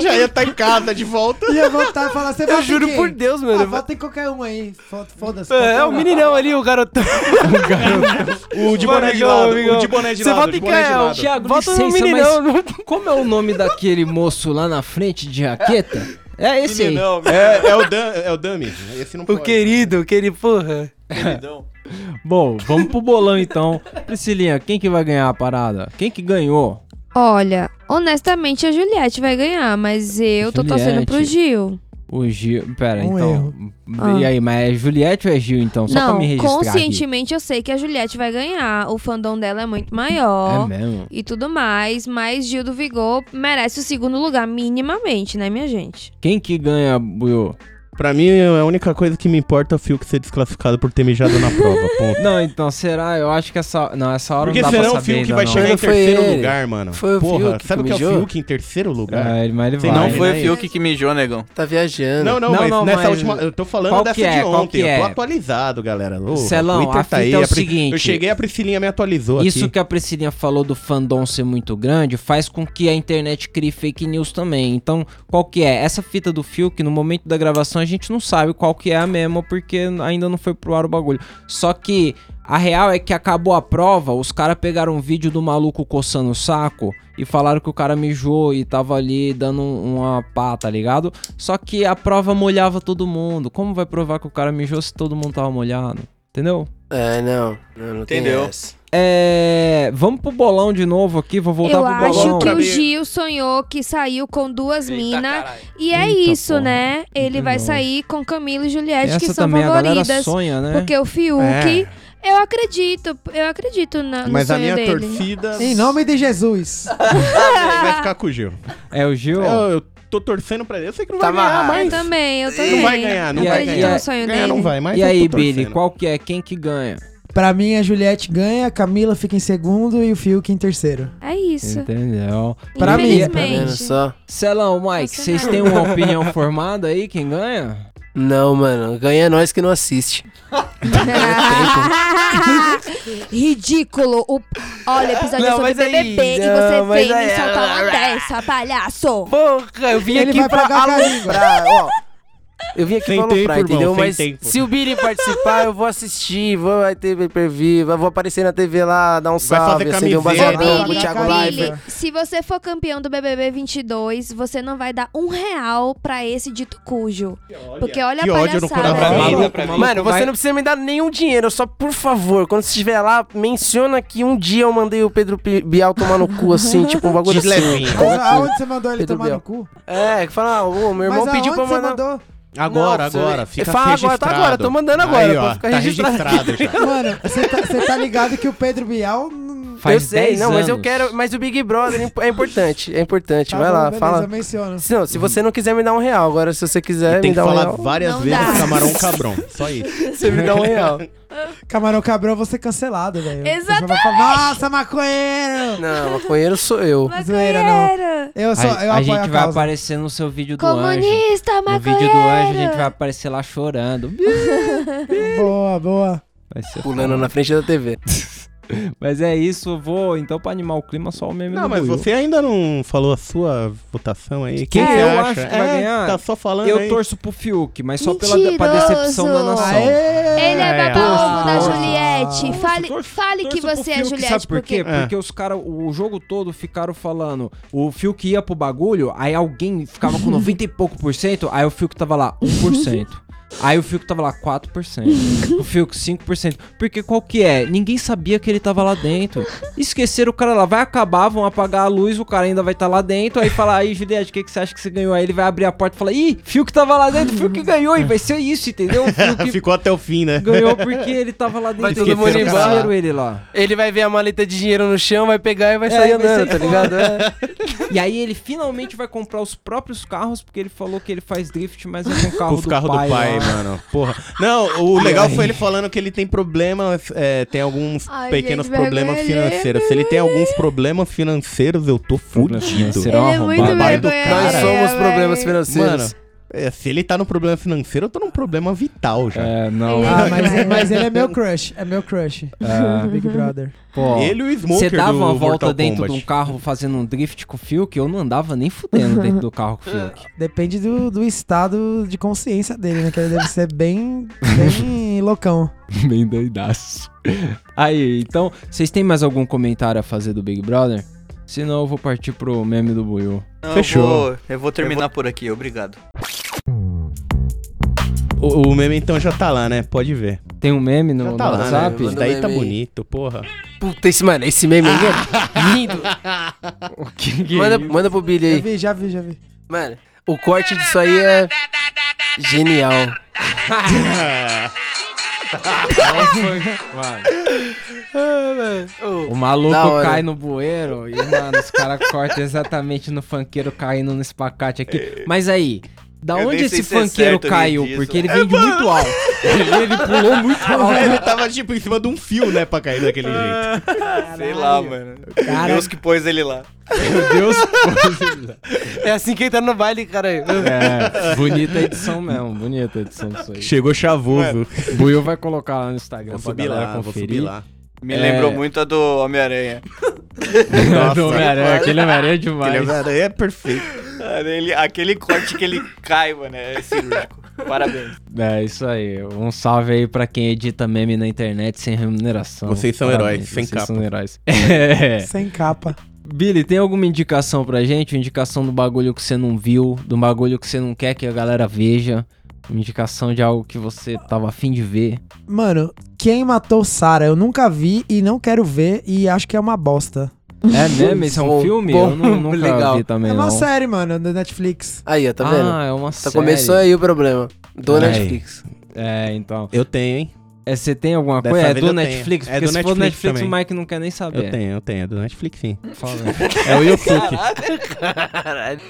Speaker 2: (laughs) Já ia estar em casa de volta.
Speaker 6: Ia voltar e tá, falar, você
Speaker 7: (laughs) Eu juro por Deus, mano.
Speaker 6: Ah, vota em qualquer um aí. Fo- Foda-se.
Speaker 7: É, é o meninão ali, o garotão.
Speaker 2: O de boné de
Speaker 7: Amigão,
Speaker 2: lado,
Speaker 7: amigão.
Speaker 2: o de boné de
Speaker 7: Você é
Speaker 2: lado, o
Speaker 7: vota
Speaker 2: de
Speaker 7: em
Speaker 2: boné de
Speaker 7: quem?
Speaker 2: lado.
Speaker 3: é Thiago,
Speaker 7: Volta no
Speaker 3: licença,
Speaker 7: meninão.
Speaker 3: mas como é o nome daquele moço lá na frente de jaqueta? É esse aí.
Speaker 5: Meninão,
Speaker 2: É, é o, dam, é o dummy. Esse não
Speaker 7: O
Speaker 2: pode. né? é
Speaker 7: querido, o querido, porra.
Speaker 5: meninão.
Speaker 3: Bom, vamos pro bolão
Speaker 7: (laughs)
Speaker 3: então. Priscilinha, quem que vai ganhar a parada? Quem que ganhou?
Speaker 4: Olha, honestamente a Juliette vai ganhar, mas eu tô torcendo pro Gil.
Speaker 3: O Gil. Pera,
Speaker 6: Um
Speaker 3: então.
Speaker 4: erro.
Speaker 3: E
Speaker 7: Ah.
Speaker 3: aí, mas é Juliette ou é Gil então? Só pra
Speaker 4: Não,
Speaker 3: me registrar. aqui.
Speaker 4: conscientemente eu sei que a Juliette vai ganhar. O fandom dela é muito
Speaker 3: É
Speaker 4: maior.
Speaker 3: mesmo?
Speaker 4: e tudo mais, mas Gil do Vigor merece o segundo lugar, minimamente, né, minha gente?
Speaker 3: Quem que ganha, Buiu?
Speaker 2: Pra mim, a única coisa que me importa é o Fiuk ser desclassificado por ter mijado na prova, ponto.
Speaker 3: Não, então, será? Eu acho que essa. Não, essa hora
Speaker 2: Porque
Speaker 3: não dá pra
Speaker 2: senão
Speaker 3: saber.
Speaker 2: o Fiuk
Speaker 3: ainda,
Speaker 2: vai
Speaker 3: não.
Speaker 2: chegar em
Speaker 7: Mas foi
Speaker 2: terceiro
Speaker 7: ele.
Speaker 2: lugar, mano.
Speaker 7: Foi o
Speaker 2: Porra,
Speaker 7: Fiuk que
Speaker 2: sabe o que é o
Speaker 7: mijou?
Speaker 2: Fiuk em terceiro lugar?
Speaker 3: É, ele- mas ele vai.
Speaker 2: Senão
Speaker 5: Não
Speaker 2: Vai,
Speaker 5: foi
Speaker 2: né?
Speaker 5: o Fiuk que mijou, negão.
Speaker 7: Tá viajando.
Speaker 2: Não, não,
Speaker 3: Não,
Speaker 2: mas
Speaker 3: não,
Speaker 2: nessa
Speaker 3: mas-
Speaker 2: última. Eu tô falando
Speaker 3: Qual
Speaker 2: dessa
Speaker 3: que é?
Speaker 2: de
Speaker 3: Qual
Speaker 2: ontem.
Speaker 3: que
Speaker 2: Eu
Speaker 3: é?
Speaker 2: tô atualizado, galera. Ô,
Speaker 3: Celão,
Speaker 2: o Twitter
Speaker 3: a
Speaker 2: tá
Speaker 3: fita
Speaker 2: aí,
Speaker 3: é o
Speaker 2: a Pri-
Speaker 3: seguinte.
Speaker 2: Eu cheguei, a Priscilinha me atualizou
Speaker 3: Isso
Speaker 2: aqui.
Speaker 3: que a Priscilinha falou do fandom ser muito grande faz com que a internet crie fake news também. Então, qual que é? Essa fita do Fiuk, no momento da gravação, a gente não sabe qual que é a mesma, porque ainda não foi pro ar o bagulho. Só que a real é que acabou a prova, os caras pegaram um vídeo do maluco coçando o saco e falaram que o cara mijou e tava ali dando um- uma pá, tá ligado? Só que a prova molhava todo mundo. Como vai provar que o cara mijou se todo mundo tava molhado? Entendeu?
Speaker 7: É, não. Não, não tem
Speaker 5: Entendeu.
Speaker 7: essa.
Speaker 3: É. Vamos pro bolão de novo aqui, vou
Speaker 2: tá
Speaker 3: voltar
Speaker 4: eu
Speaker 3: pro
Speaker 4: acho
Speaker 3: bolão.
Speaker 4: que o
Speaker 2: Pra mim-
Speaker 4: Gil sonhou que saiu com duas
Speaker 5: Eita,
Speaker 4: minas.
Speaker 5: caralho.
Speaker 4: E é
Speaker 3: Eita,
Speaker 4: isso,
Speaker 3: porra.
Speaker 4: né? Ele
Speaker 3: Muito
Speaker 4: vai
Speaker 3: bom.
Speaker 4: sair com Camila e Juliette,
Speaker 3: Essa
Speaker 4: que são
Speaker 3: também a galera
Speaker 4: favoritas.
Speaker 3: sonha, né?
Speaker 4: Porque o Fiuk,
Speaker 2: É.
Speaker 4: eu acredito, eu acredito na, no
Speaker 2: Mas a
Speaker 4: sonho
Speaker 2: minha
Speaker 4: dele.
Speaker 2: torcida
Speaker 6: Em nome de Jesus.
Speaker 2: vai ficar com o Gil.
Speaker 3: É o Gil.
Speaker 2: Eu, eu tô torcendo pra ele. Eu sei que não vai
Speaker 7: Tá
Speaker 2: ganhar,
Speaker 7: amarrado.
Speaker 4: Eu
Speaker 2: Ah, mas...
Speaker 4: Ah, também, eu também.
Speaker 2: Não vai ganhar, não
Speaker 3: E
Speaker 2: vai
Speaker 3: aí,
Speaker 4: acredito
Speaker 2: ganhar.
Speaker 4: no sonho
Speaker 2: Ganhar
Speaker 4: dele.
Speaker 2: não vai, mas
Speaker 3: e
Speaker 2: eu
Speaker 3: aí,
Speaker 2: tô
Speaker 3: Billy,
Speaker 2: torcendo.
Speaker 3: qual que é? Quem que ganha?
Speaker 6: Pra mim, a Juliette ganha, a Camila fica em segundo e o Fiuk em terceiro.
Speaker 4: É isso.
Speaker 3: Entendeu?
Speaker 6: Pra mim,
Speaker 7: Tá vendo
Speaker 4: (laughs) Infelizmente.
Speaker 7: só?
Speaker 3: Celão, Mike,
Speaker 4: Nossa,
Speaker 3: vocês
Speaker 4: não.
Speaker 3: têm uma opinião formada aí? Quem ganha?
Speaker 7: Não, mano. Ganha nós que não assiste.
Speaker 13: Ridículo. O... Olha, episódio
Speaker 7: Não,
Speaker 13: sobre
Speaker 7: mas aí-
Speaker 13: BBB e
Speaker 7: não,
Speaker 13: você
Speaker 7: mas é
Speaker 13: veio
Speaker 7: aí-
Speaker 13: me soltar uma dessa, palhaço.
Speaker 7: Porra, eu vim
Speaker 6: Ele
Speaker 7: aqui
Speaker 6: vai
Speaker 7: pra
Speaker 6: pagar carimbo.
Speaker 7: aloprar, Ah, ó. Eu vim aqui
Speaker 2: Sem
Speaker 7: pra aloprar,
Speaker 2: tempo, irmão,
Speaker 7: entendeu?
Speaker 2: sem
Speaker 7: Mas
Speaker 2: tempo.
Speaker 7: se o Billy participar, eu vou assistir, vou vai ter pay viva, vou aparecer na TV lá, dar um salve,
Speaker 2: fazer
Speaker 7: acender um
Speaker 2: camiseta.
Speaker 7: baseadão
Speaker 6: Ô,
Speaker 7: com o
Speaker 6: Billy,
Speaker 7: Thiago
Speaker 6: Billy.
Speaker 7: Live.
Speaker 4: Se você for campeão do BBB 22, você não vai dar um real pra esse dito cujo. Porque olha
Speaker 2: que
Speaker 4: a
Speaker 2: ódio no
Speaker 4: palhaçada.
Speaker 2: coração.
Speaker 4: dele.
Speaker 5: Mim,
Speaker 3: Maluco,
Speaker 5: pra mim.
Speaker 3: maluco,
Speaker 7: Mano, você
Speaker 3: vai-
Speaker 7: não precisa me dar nenhum dinheiro, só por favor, quando você estiver lá, menciona que um dia eu mandei o Pedro Pi- Bial tomar no
Speaker 6: (laughs)
Speaker 7: cu, assim, tipo um bagulho
Speaker 2: De
Speaker 7: assim.
Speaker 2: levinho.
Speaker 7: qualquer coisa.
Speaker 6: Aonde você mandou ele
Speaker 7: Pedro
Speaker 6: tomar
Speaker 7: Biel.
Speaker 6: no cu?
Speaker 7: É, que fala, ah, ô, meu irmão
Speaker 6: Mas
Speaker 7: pediu
Speaker 6: aonde
Speaker 7: pra eu
Speaker 6: você
Speaker 7: mandar. (laughs)
Speaker 6: mandou?
Speaker 2: Agora,
Speaker 7: Não,
Speaker 2: agora,
Speaker 7: você-
Speaker 2: fica
Speaker 7: Fala agora,
Speaker 2: registrado.
Speaker 7: tá agora, tô mandando agora,
Speaker 2: Aí,
Speaker 7: pra
Speaker 2: ó,
Speaker 7: ficar
Speaker 2: tá
Speaker 7: registrado.
Speaker 2: registrado já.
Speaker 6: Mano, você tá, você tá ligado que o Pedro Bial. hum,
Speaker 3: Faz
Speaker 7: eu sei,
Speaker 3: 10
Speaker 7: não, mas eu
Speaker 3: anos.
Speaker 7: quero. Mas o Big Brother é imp- é importante, é importante.
Speaker 6: tá
Speaker 7: Vai
Speaker 6: bom,
Speaker 7: lá,
Speaker 6: beleza,
Speaker 7: fala.
Speaker 6: menciona.
Speaker 7: Se Não, se você não quiser me dar um real, agora se você quiser
Speaker 2: Tem
Speaker 7: me
Speaker 2: que
Speaker 7: dar um
Speaker 2: falar
Speaker 7: real,
Speaker 2: várias
Speaker 4: Não
Speaker 2: vezes
Speaker 4: dá.
Speaker 2: camarão cabrão. Só isso.
Speaker 7: você (laughs) me dá um real.
Speaker 6: Camarão Cabrão, você é cancelado, velho.
Speaker 4: Exatamente.
Speaker 6: Você vai falar, Nossa, maconheiro!
Speaker 7: Não, maconheiro sou eu.
Speaker 6: Zoeira, não.
Speaker 4: Maconheiro!
Speaker 6: Eu só,
Speaker 3: a,
Speaker 6: eu
Speaker 3: a
Speaker 6: apoio
Speaker 3: gente
Speaker 6: a
Speaker 3: vai
Speaker 6: causa.
Speaker 3: aparecer no seu vídeo do anjo.
Speaker 4: Comunista,
Speaker 3: No
Speaker 4: maconheiro!
Speaker 3: vídeo do anjo a gente vai aparecer lá chorando.
Speaker 6: Boa, boa.
Speaker 3: Vai ser
Speaker 7: Pulando
Speaker 3: foda.
Speaker 7: na frente da TV.
Speaker 3: (laughs) Mas é isso, eu vou então pra animar o clima só o meme
Speaker 2: (laughs) Não,
Speaker 3: do
Speaker 2: mas
Speaker 3: Buiu.
Speaker 2: você ainda não falou a sua votação
Speaker 3: Quem
Speaker 2: aí. Quem você
Speaker 3: eu
Speaker 2: acha?
Speaker 3: acho que vai
Speaker 2: É,
Speaker 3: ganhar?
Speaker 2: Tá só falando
Speaker 3: Eu
Speaker 2: aí. (laughs)
Speaker 3: torço pro Fiuk, mas só pela de- pra decepção da
Speaker 4: Mentiroso!
Speaker 3: nação.
Speaker 6: Aê!
Speaker 4: Ele é
Speaker 2: É,
Speaker 4: babaovo
Speaker 3: torço,
Speaker 4: da
Speaker 3: torço.
Speaker 4: Juliette.
Speaker 3: Torço,
Speaker 4: Fale,
Speaker 3: torço,
Speaker 4: fale
Speaker 3: torço
Speaker 4: que
Speaker 3: pro
Speaker 4: você é
Speaker 3: Fiuk,
Speaker 4: Juliette.
Speaker 3: Sabe por quê?
Speaker 2: porque-
Speaker 3: Porque os caras, o jogo todo, ficaram falando. O Fiuk ia pro bagulho, aí alguém ficava com 90 e pouco por cento, aí o Fiuk tava lá 1%. Aí o Fiuk tava lá 4%, o Fiuk 5%. Porque qual que é? Ninguém sabia que ele tava lá dentro. Esqueceram o cara lá, vai acabar, vão apagar a luz, o cara ainda vai estar tá lá dentro. Aí fala, aí Juliette, o que, que você acha que você ganhou? Aí ele vai abrir a porta e fala, ih, Fiuk tava lá dentro, o Fiuk ganhou, e vai ser isso, entendeu? O Fiuk
Speaker 2: Ficou até o fim, né?
Speaker 3: Ganhou porque ele tava lá
Speaker 7: Vai
Speaker 3: dentro
Speaker 7: todo mundo
Speaker 3: esqueceram
Speaker 7: embora.
Speaker 3: ele lá.
Speaker 7: Ele vai ver a maleta de dinheiro no chão, vai pegar e vai
Speaker 3: É,
Speaker 7: sair
Speaker 3: vai
Speaker 7: andando,
Speaker 3: sair
Speaker 7: tá ligado? É.
Speaker 3: (laughs) E aí ele finalmente vai comprar os próprios carros, porque ele falou que ele faz drift, mas é com o carro,
Speaker 2: Com os
Speaker 3: do,
Speaker 2: carros do
Speaker 3: pai,
Speaker 2: pai,
Speaker 3: lá.
Speaker 2: mano. (laughs) Porra. Não, o legal foi ele falando que ele tem problemas, é, tem alguns
Speaker 4: Ai,
Speaker 2: pequenos
Speaker 4: gente,
Speaker 2: problemas
Speaker 4: vergonha alheia,
Speaker 2: financeiros. Se ele tem alguns problemas financeiros, eu tô
Speaker 3: Problema
Speaker 2: fudido.
Speaker 3: financeiro. Ele é muito
Speaker 2: Pai do
Speaker 7: Nós
Speaker 6: né?
Speaker 2: cara.
Speaker 7: somos problemas financeiros.
Speaker 2: Mano, é, se ele tá no problema financeiro, eu tô num problema vital já.
Speaker 3: É, não.
Speaker 6: Ah,
Speaker 4: (laughs)
Speaker 6: mas, mas ele é
Speaker 7: (laughs)
Speaker 6: meu crush. É meu crush.
Speaker 3: Ah.
Speaker 6: (laughs) Big Brother.
Speaker 3: Pô,
Speaker 2: Ele e o Smoker
Speaker 3: você dava
Speaker 2: do
Speaker 3: uma volta
Speaker 2: Mortal
Speaker 3: dentro
Speaker 2: Kombat.
Speaker 3: de um carro fazendo um drift com o Fiuk, eu não andava nem fudendo dentro do carro com o
Speaker 2: (laughs)
Speaker 3: Fiuk.
Speaker 6: Depende do, do estado de consciência dele, né? Que ele deve ser
Speaker 7: (laughs)
Speaker 6: bem, bem loucão.
Speaker 3: Bem doidaço. Aí, então, vocês têm mais algum comentário a fazer do Big Brother? Se não, eu vou partir pro meme do Buiu.
Speaker 5: Não,
Speaker 2: Fechou.
Speaker 5: Eu vou, eu vou terminar por aqui, obrigado.
Speaker 2: O, o meme então já tá lá, né? Pode ver.
Speaker 3: Tem um meme no,
Speaker 2: Já
Speaker 3: no
Speaker 2: tá lá, né?
Speaker 3: WhatsApp?
Speaker 2: Isso daí
Speaker 7: Manda
Speaker 2: tá
Speaker 7: meme aí.
Speaker 2: bonito, porra.
Speaker 7: Puta, esse, mano, esse meme aí
Speaker 2: (laughs)
Speaker 7: é lindo.
Speaker 3: Que que é
Speaker 7: Manda,
Speaker 3: isso?
Speaker 7: manda pro Billy
Speaker 6: Já
Speaker 7: aí.
Speaker 6: vi, já vi, já vi.
Speaker 7: Mano, o corte disso aí é genial.
Speaker 3: Qual foi? Vai. O maluco
Speaker 7: Da hora.
Speaker 3: cai no bueiro e, mano, os caras cortam exatamente no funkeiro caindo no espacate aqui. Mas aí, da
Speaker 5: É. Eu
Speaker 3: onde
Speaker 5: nem sei
Speaker 3: esse
Speaker 5: se é
Speaker 3: funkeiro
Speaker 5: certo rir
Speaker 3: caiu?
Speaker 5: disso. É,
Speaker 3: Porque ele veio de muito alto. Ele, ele pulou muito alto.
Speaker 2: Ele tava tipo em cima de um fio, né? Pra cair daquele jeito.
Speaker 5: Sei lá, mano.
Speaker 3: Cara.
Speaker 5: Deus que pôs ele lá.
Speaker 3: Meu Deus.
Speaker 7: É assim que entra no baile, caralho.
Speaker 3: É, bonita edição mesmo. Bonita edição disso aí.
Speaker 2: Chegou chavoso.
Speaker 3: Buiu vai colocar lá no Instagram
Speaker 2: Vou
Speaker 3: pra
Speaker 2: subir
Speaker 3: galera
Speaker 2: lá, vou
Speaker 3: conferir. (laughs)
Speaker 2: subir lá.
Speaker 5: Me
Speaker 3: É.
Speaker 5: lembrou muito a do Homem-Aranha.
Speaker 3: Do Homem-Aranha, aquele Homem-Aranha é demais.
Speaker 2: Aquele Homem-Aranha é perfeito.
Speaker 5: Ah, ele- aquele corte que ele cai, mano, é cirúrgico. Parabéns.
Speaker 3: É, isso aí. Um salve aí pra quem edita meme na internet sem remuneração.
Speaker 2: Vocês são heróis, sem
Speaker 3: vocês
Speaker 2: capa.
Speaker 3: são heróis. (laughs) É.
Speaker 2: (laughs)
Speaker 6: Sem capa.
Speaker 3: Billy, tem alguma indicação pra gente? Uma indicação do bagulho que você não viu, do bagulho que você não quer que a galera veja? Uma indicação de algo que você tava afim de
Speaker 7: (laughs)
Speaker 3: ver?
Speaker 6: Mano, quem matou Sarah? Eu nunca vi e não quero ver e acho que é uma bosta.
Speaker 3: É mesmo? Isso é um
Speaker 7: Bom,
Speaker 3: filme?
Speaker 7: bom,
Speaker 3: Eu não, nunca
Speaker 7: legal.
Speaker 3: vi também,
Speaker 6: é uma
Speaker 3: não.
Speaker 6: série, mano, da Netflix.
Speaker 7: Aí, ó, tá vendo?
Speaker 3: ah, é uma
Speaker 7: Tá
Speaker 3: série.
Speaker 7: começou aí o problema. Do
Speaker 3: Ai.
Speaker 7: Netflix.
Speaker 3: É, então.
Speaker 2: Eu tenho, hein?
Speaker 3: É, Você tem alguma
Speaker 2: Dessa
Speaker 3: coisa? É
Speaker 2: vez
Speaker 3: do
Speaker 2: eu tenho.
Speaker 3: Netflix?
Speaker 2: É
Speaker 3: Porque
Speaker 2: do
Speaker 3: se for do
Speaker 2: Netflix
Speaker 3: Netflix,
Speaker 2: também.
Speaker 3: o Mike não quer nem saber.
Speaker 2: Eu tenho, eu tenho. É do Netflix, sim.
Speaker 3: Fala. (laughs)
Speaker 2: É o Yosuke.
Speaker 7: Caralho.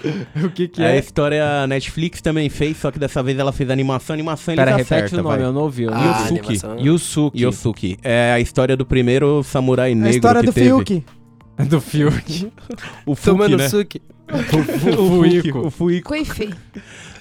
Speaker 3: o que que
Speaker 2: a
Speaker 3: é?
Speaker 2: história a Netflix também fez, só que dessa vez ela fez animação, animação ele
Speaker 3: Pera, repete
Speaker 2: acerta,
Speaker 3: o nome,
Speaker 2: vai.
Speaker 3: eu não ouvi. Eu não
Speaker 7: Ah,
Speaker 3: ouvi.
Speaker 2: Yusuke.
Speaker 7: animação.
Speaker 3: Yusuke.
Speaker 2: Yosuke. É a história do primeiro samurai
Speaker 6: É
Speaker 2: negro
Speaker 6: a história
Speaker 2: que
Speaker 6: do
Speaker 2: teve.
Speaker 6: Fiuk.
Speaker 3: (laughs) Do Fiuk.
Speaker 2: O Fuki,
Speaker 7: Tomando
Speaker 3: (laughs)
Speaker 2: né?
Speaker 7: suque.
Speaker 2: O, Fu- (laughs) o Fuki, o Fuki.
Speaker 4: Coife.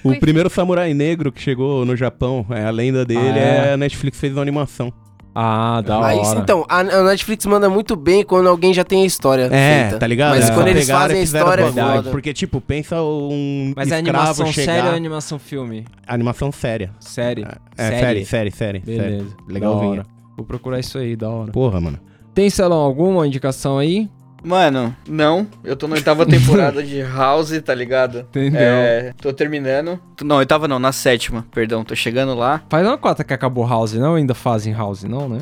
Speaker 2: O primeiro samurai negro que chegou no Japão, é, a lenda dele
Speaker 3: Ah, é?
Speaker 2: é? a Netflix fez uma animação.
Speaker 3: Ah, da hora.
Speaker 7: Aí, então, a, a Netflix manda muito bem quando alguém já tem a história
Speaker 2: É,
Speaker 7: feita.
Speaker 2: tá ligado?
Speaker 7: Mas
Speaker 2: é.
Speaker 7: quando
Speaker 2: Só
Speaker 7: eles
Speaker 2: pegaram e
Speaker 7: fazem a
Speaker 2: fizeram
Speaker 7: história, é
Speaker 2: bagulho.
Speaker 7: foda.
Speaker 2: Porque, tipo, pensa um
Speaker 3: Mas é
Speaker 2: escravo
Speaker 3: animação
Speaker 2: chegar...
Speaker 3: séria ou animação filme?
Speaker 2: Animação séria.
Speaker 3: Série.
Speaker 2: É, série, série, série. série.
Speaker 3: Beleza.
Speaker 2: Legalzinha.
Speaker 3: Da hora. Vou procurar isso aí, da hora.
Speaker 2: Porra, mano.
Speaker 3: Tem, Celão, alguma indicação aí?
Speaker 5: Mano, não. Eu tô na oitava temporada de House, tá ligado?
Speaker 3: Entendeu.
Speaker 5: É, tô terminando. Não, oitava não, na sétima, perdão. Tô chegando lá.
Speaker 3: Faz uma cota que acabou House, não? Ainda fazem House, não, né?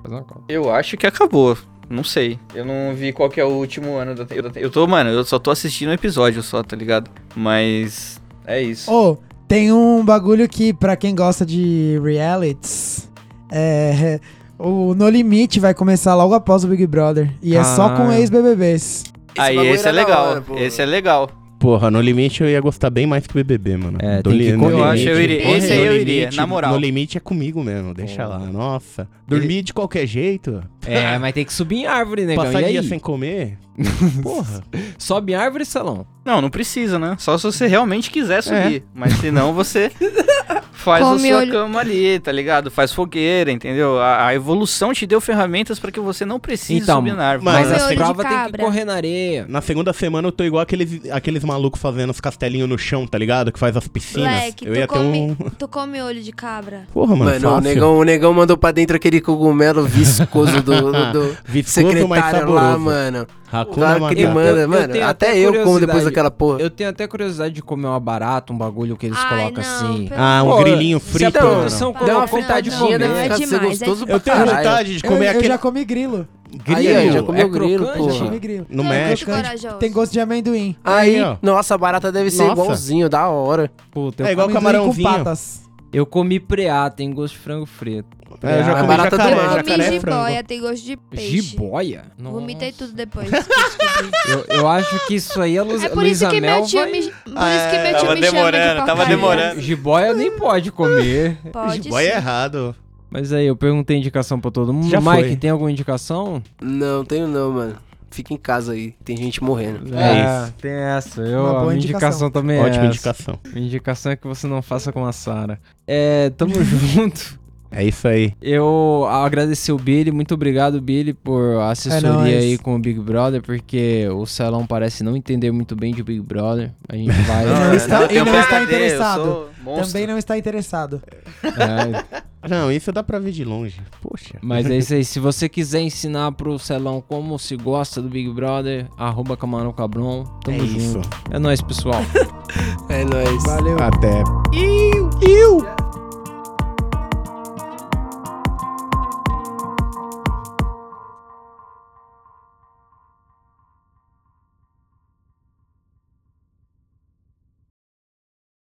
Speaker 3: Faz uma cota.
Speaker 5: Eu acho que acabou. Não sei. Eu não vi qual que é o último ano da temporada. Eu tô, mano, eu só tô assistindo um episódio só, tá ligado? Mas é isso.
Speaker 6: Ô, tem um bagulho que, pra quem gosta de realities, é. (laughs) O No Limite vai começar logo após o Big Brother. E é só com
Speaker 3: Caralho.
Speaker 6: ex-BBBs.
Speaker 5: Aí
Speaker 7: bagulho
Speaker 5: esse é
Speaker 7: era da
Speaker 5: legal.
Speaker 7: hora, pô.
Speaker 5: esse é legal.
Speaker 2: Porra, no limite eu ia gostar bem mais que o BBB, mano.
Speaker 3: É,
Speaker 2: Do
Speaker 3: tem que
Speaker 2: No
Speaker 3: correr.
Speaker 5: Eu acho,
Speaker 2: Limite-
Speaker 5: eu iria.
Speaker 2: Porra,
Speaker 5: Esse aí
Speaker 2: No
Speaker 5: eu iria, na moral.
Speaker 2: No limite é comigo mesmo, deixa
Speaker 3: Porra.
Speaker 2: lá. Nossa. Dormir de qualquer jeito.
Speaker 3: É, mas tem que subir em árvore,
Speaker 2: (laughs)
Speaker 3: negão.
Speaker 2: Passar
Speaker 3: e aí?
Speaker 2: dia
Speaker 3: (laughs)
Speaker 2: sem comer. Porra.
Speaker 3: Sobe em árvore, Celão?
Speaker 5: Não, não precisa, né? É. Só se você realmente quiser subir. Mas se não, (laughs) você faz a
Speaker 4: Come
Speaker 5: sua
Speaker 4: olho-
Speaker 5: cama ali, tá ligado? Faz fogueira, entendeu? A, a evolução te deu ferramentas pra que você não precise
Speaker 3: Então,
Speaker 5: subir na árvore.
Speaker 3: Mas
Speaker 2: mas Come
Speaker 3: as
Speaker 4: olho de
Speaker 3: provas tem que
Speaker 4: cabra.
Speaker 3: correr na areia.
Speaker 2: Na segunda semana eu tô igual aqueles, aqueles malucos fazendo os castelinhos no chão, tá ligado? Que faz as piscinas.
Speaker 4: Leque,
Speaker 2: eu
Speaker 4: tu
Speaker 2: ia ter
Speaker 4: come-
Speaker 2: um.
Speaker 4: Tu come olho de cabra?
Speaker 2: Porra, mano.
Speaker 7: Mano, o
Speaker 2: fácil.
Speaker 7: negão, o negão mandou pra dentro aquele cogumelo viscoso do, do, do
Speaker 2: Viscoso, mas
Speaker 7: secretário lá,
Speaker 2: saboroso. é
Speaker 7: mano. O
Speaker 2: Hakuna
Speaker 7: cara que
Speaker 2: Matata.
Speaker 7: manda,
Speaker 3: Eu- eu
Speaker 7: mano.
Speaker 3: tenho
Speaker 7: até
Speaker 3: até
Speaker 7: eu como depois
Speaker 3: curiosidade.
Speaker 7: daquela porra.
Speaker 3: Eu tenho até curiosidade de comer uma barata, um bagulho que eles
Speaker 4: Ai,
Speaker 3: colocam
Speaker 4: não,
Speaker 3: assim.
Speaker 4: pelo
Speaker 2: Ah, um
Speaker 3: Pô,
Speaker 2: grilinho
Speaker 3: Se a
Speaker 2: frito. mano.
Speaker 3: produção
Speaker 4: Não,
Speaker 7: Dá uma
Speaker 3: colocou, tá de
Speaker 4: não,
Speaker 7: fritadinha,
Speaker 3: comer.
Speaker 4: não,
Speaker 7: deve
Speaker 4: é
Speaker 7: ficar de ser
Speaker 4: demais, é
Speaker 7: gostoso pra
Speaker 2: Eu tenho
Speaker 7: caralho.
Speaker 2: vontade de
Speaker 6: Eu,
Speaker 2: comer
Speaker 6: eu
Speaker 2: aquele
Speaker 6: já comi grilo. né?
Speaker 7: Aí, ó, já
Speaker 2: grilo
Speaker 7: comeu
Speaker 3: É
Speaker 7: grilo,
Speaker 3: crocante?
Speaker 6: Já
Speaker 7: porra.
Speaker 6: comi grilo.
Speaker 2: no
Speaker 4: Tem
Speaker 2: México.
Speaker 4: muito corajoso.
Speaker 6: Tem gosto de amendoim.
Speaker 7: Aí,
Speaker 2: Aí, ó.
Speaker 7: nossa, a barata deve ser
Speaker 2: Nossa.
Speaker 7: igualzinho, da hora.
Speaker 3: Puta, eu,
Speaker 2: É igual
Speaker 6: Amendoim
Speaker 2: camarãozinho.
Speaker 6: com patas.
Speaker 3: eu comi preá, tem gosto de frango frito.
Speaker 2: É, eu já
Speaker 3: Ah,
Speaker 2: comi
Speaker 7: barata
Speaker 2: jacaré,
Speaker 7: também.
Speaker 4: Eu
Speaker 2: jacaré
Speaker 4: comi
Speaker 2: é frango.
Speaker 4: jiboia, tem gosto de peixe.
Speaker 3: Jiboia? Nossa.
Speaker 4: Vomitei
Speaker 3: (laughs)
Speaker 4: tudo depois. que eu descobri.
Speaker 3: Eu, eu acho que isso aí é Lu
Speaker 4: É por isso
Speaker 3: Luísa
Speaker 4: que
Speaker 3: Mel
Speaker 4: meu tio
Speaker 3: vai-
Speaker 4: me, por isso que meu tio
Speaker 5: tava
Speaker 4: me chama de
Speaker 5: demorando, tava
Speaker 4: porcaria.
Speaker 5: demorando.
Speaker 3: Jiboia nem pode comer.
Speaker 4: Pode
Speaker 2: Boy é
Speaker 4: ser.
Speaker 2: errado.
Speaker 3: Mas aí, eu perguntei indicação pra todo mundo.
Speaker 2: Já
Speaker 3: Mike,
Speaker 2: foi.
Speaker 3: tem alguma indicação?
Speaker 7: Não, tenho não, mano. Fica em casa aí, tem gente morrendo.
Speaker 2: É
Speaker 3: isso. Ah, Tem essa. Eu,
Speaker 6: Uma
Speaker 3: a
Speaker 6: boa
Speaker 3: minha indicação,
Speaker 6: indicação.
Speaker 3: também é
Speaker 2: Ótima
Speaker 3: essa.
Speaker 2: indicação.
Speaker 3: Minha indicação é que você não faça com a Sara. É, tamo (laughs) junto.
Speaker 2: É isso aí.
Speaker 3: Eu agradecer o Billy, muito obrigado, Billy, por a assessoria
Speaker 6: É nóis.
Speaker 3: aí com o Big Brother, porque o Celão parece não entender muito bem de Big Brother. A
Speaker 6: (laughs)
Speaker 3: gente vai.
Speaker 6: Não, é.
Speaker 5: eu
Speaker 6: está-
Speaker 5: tenho
Speaker 6: ele não está
Speaker 5: PhD, eu
Speaker 6: interessado.
Speaker 5: sou monstro.
Speaker 6: Também não está interessado.
Speaker 3: É,
Speaker 2: Não, isso dá pra ver de longe. Poxa.
Speaker 3: Mas é isso aí. Se você quiser ensinar pro Celão como se gosta do Big Brother, arroba Camarão Cabron. Tamo
Speaker 2: é
Speaker 3: junto.
Speaker 2: isso.
Speaker 3: É nóis, pessoal.
Speaker 14: É nóis.
Speaker 15: Valeu.
Speaker 2: Até.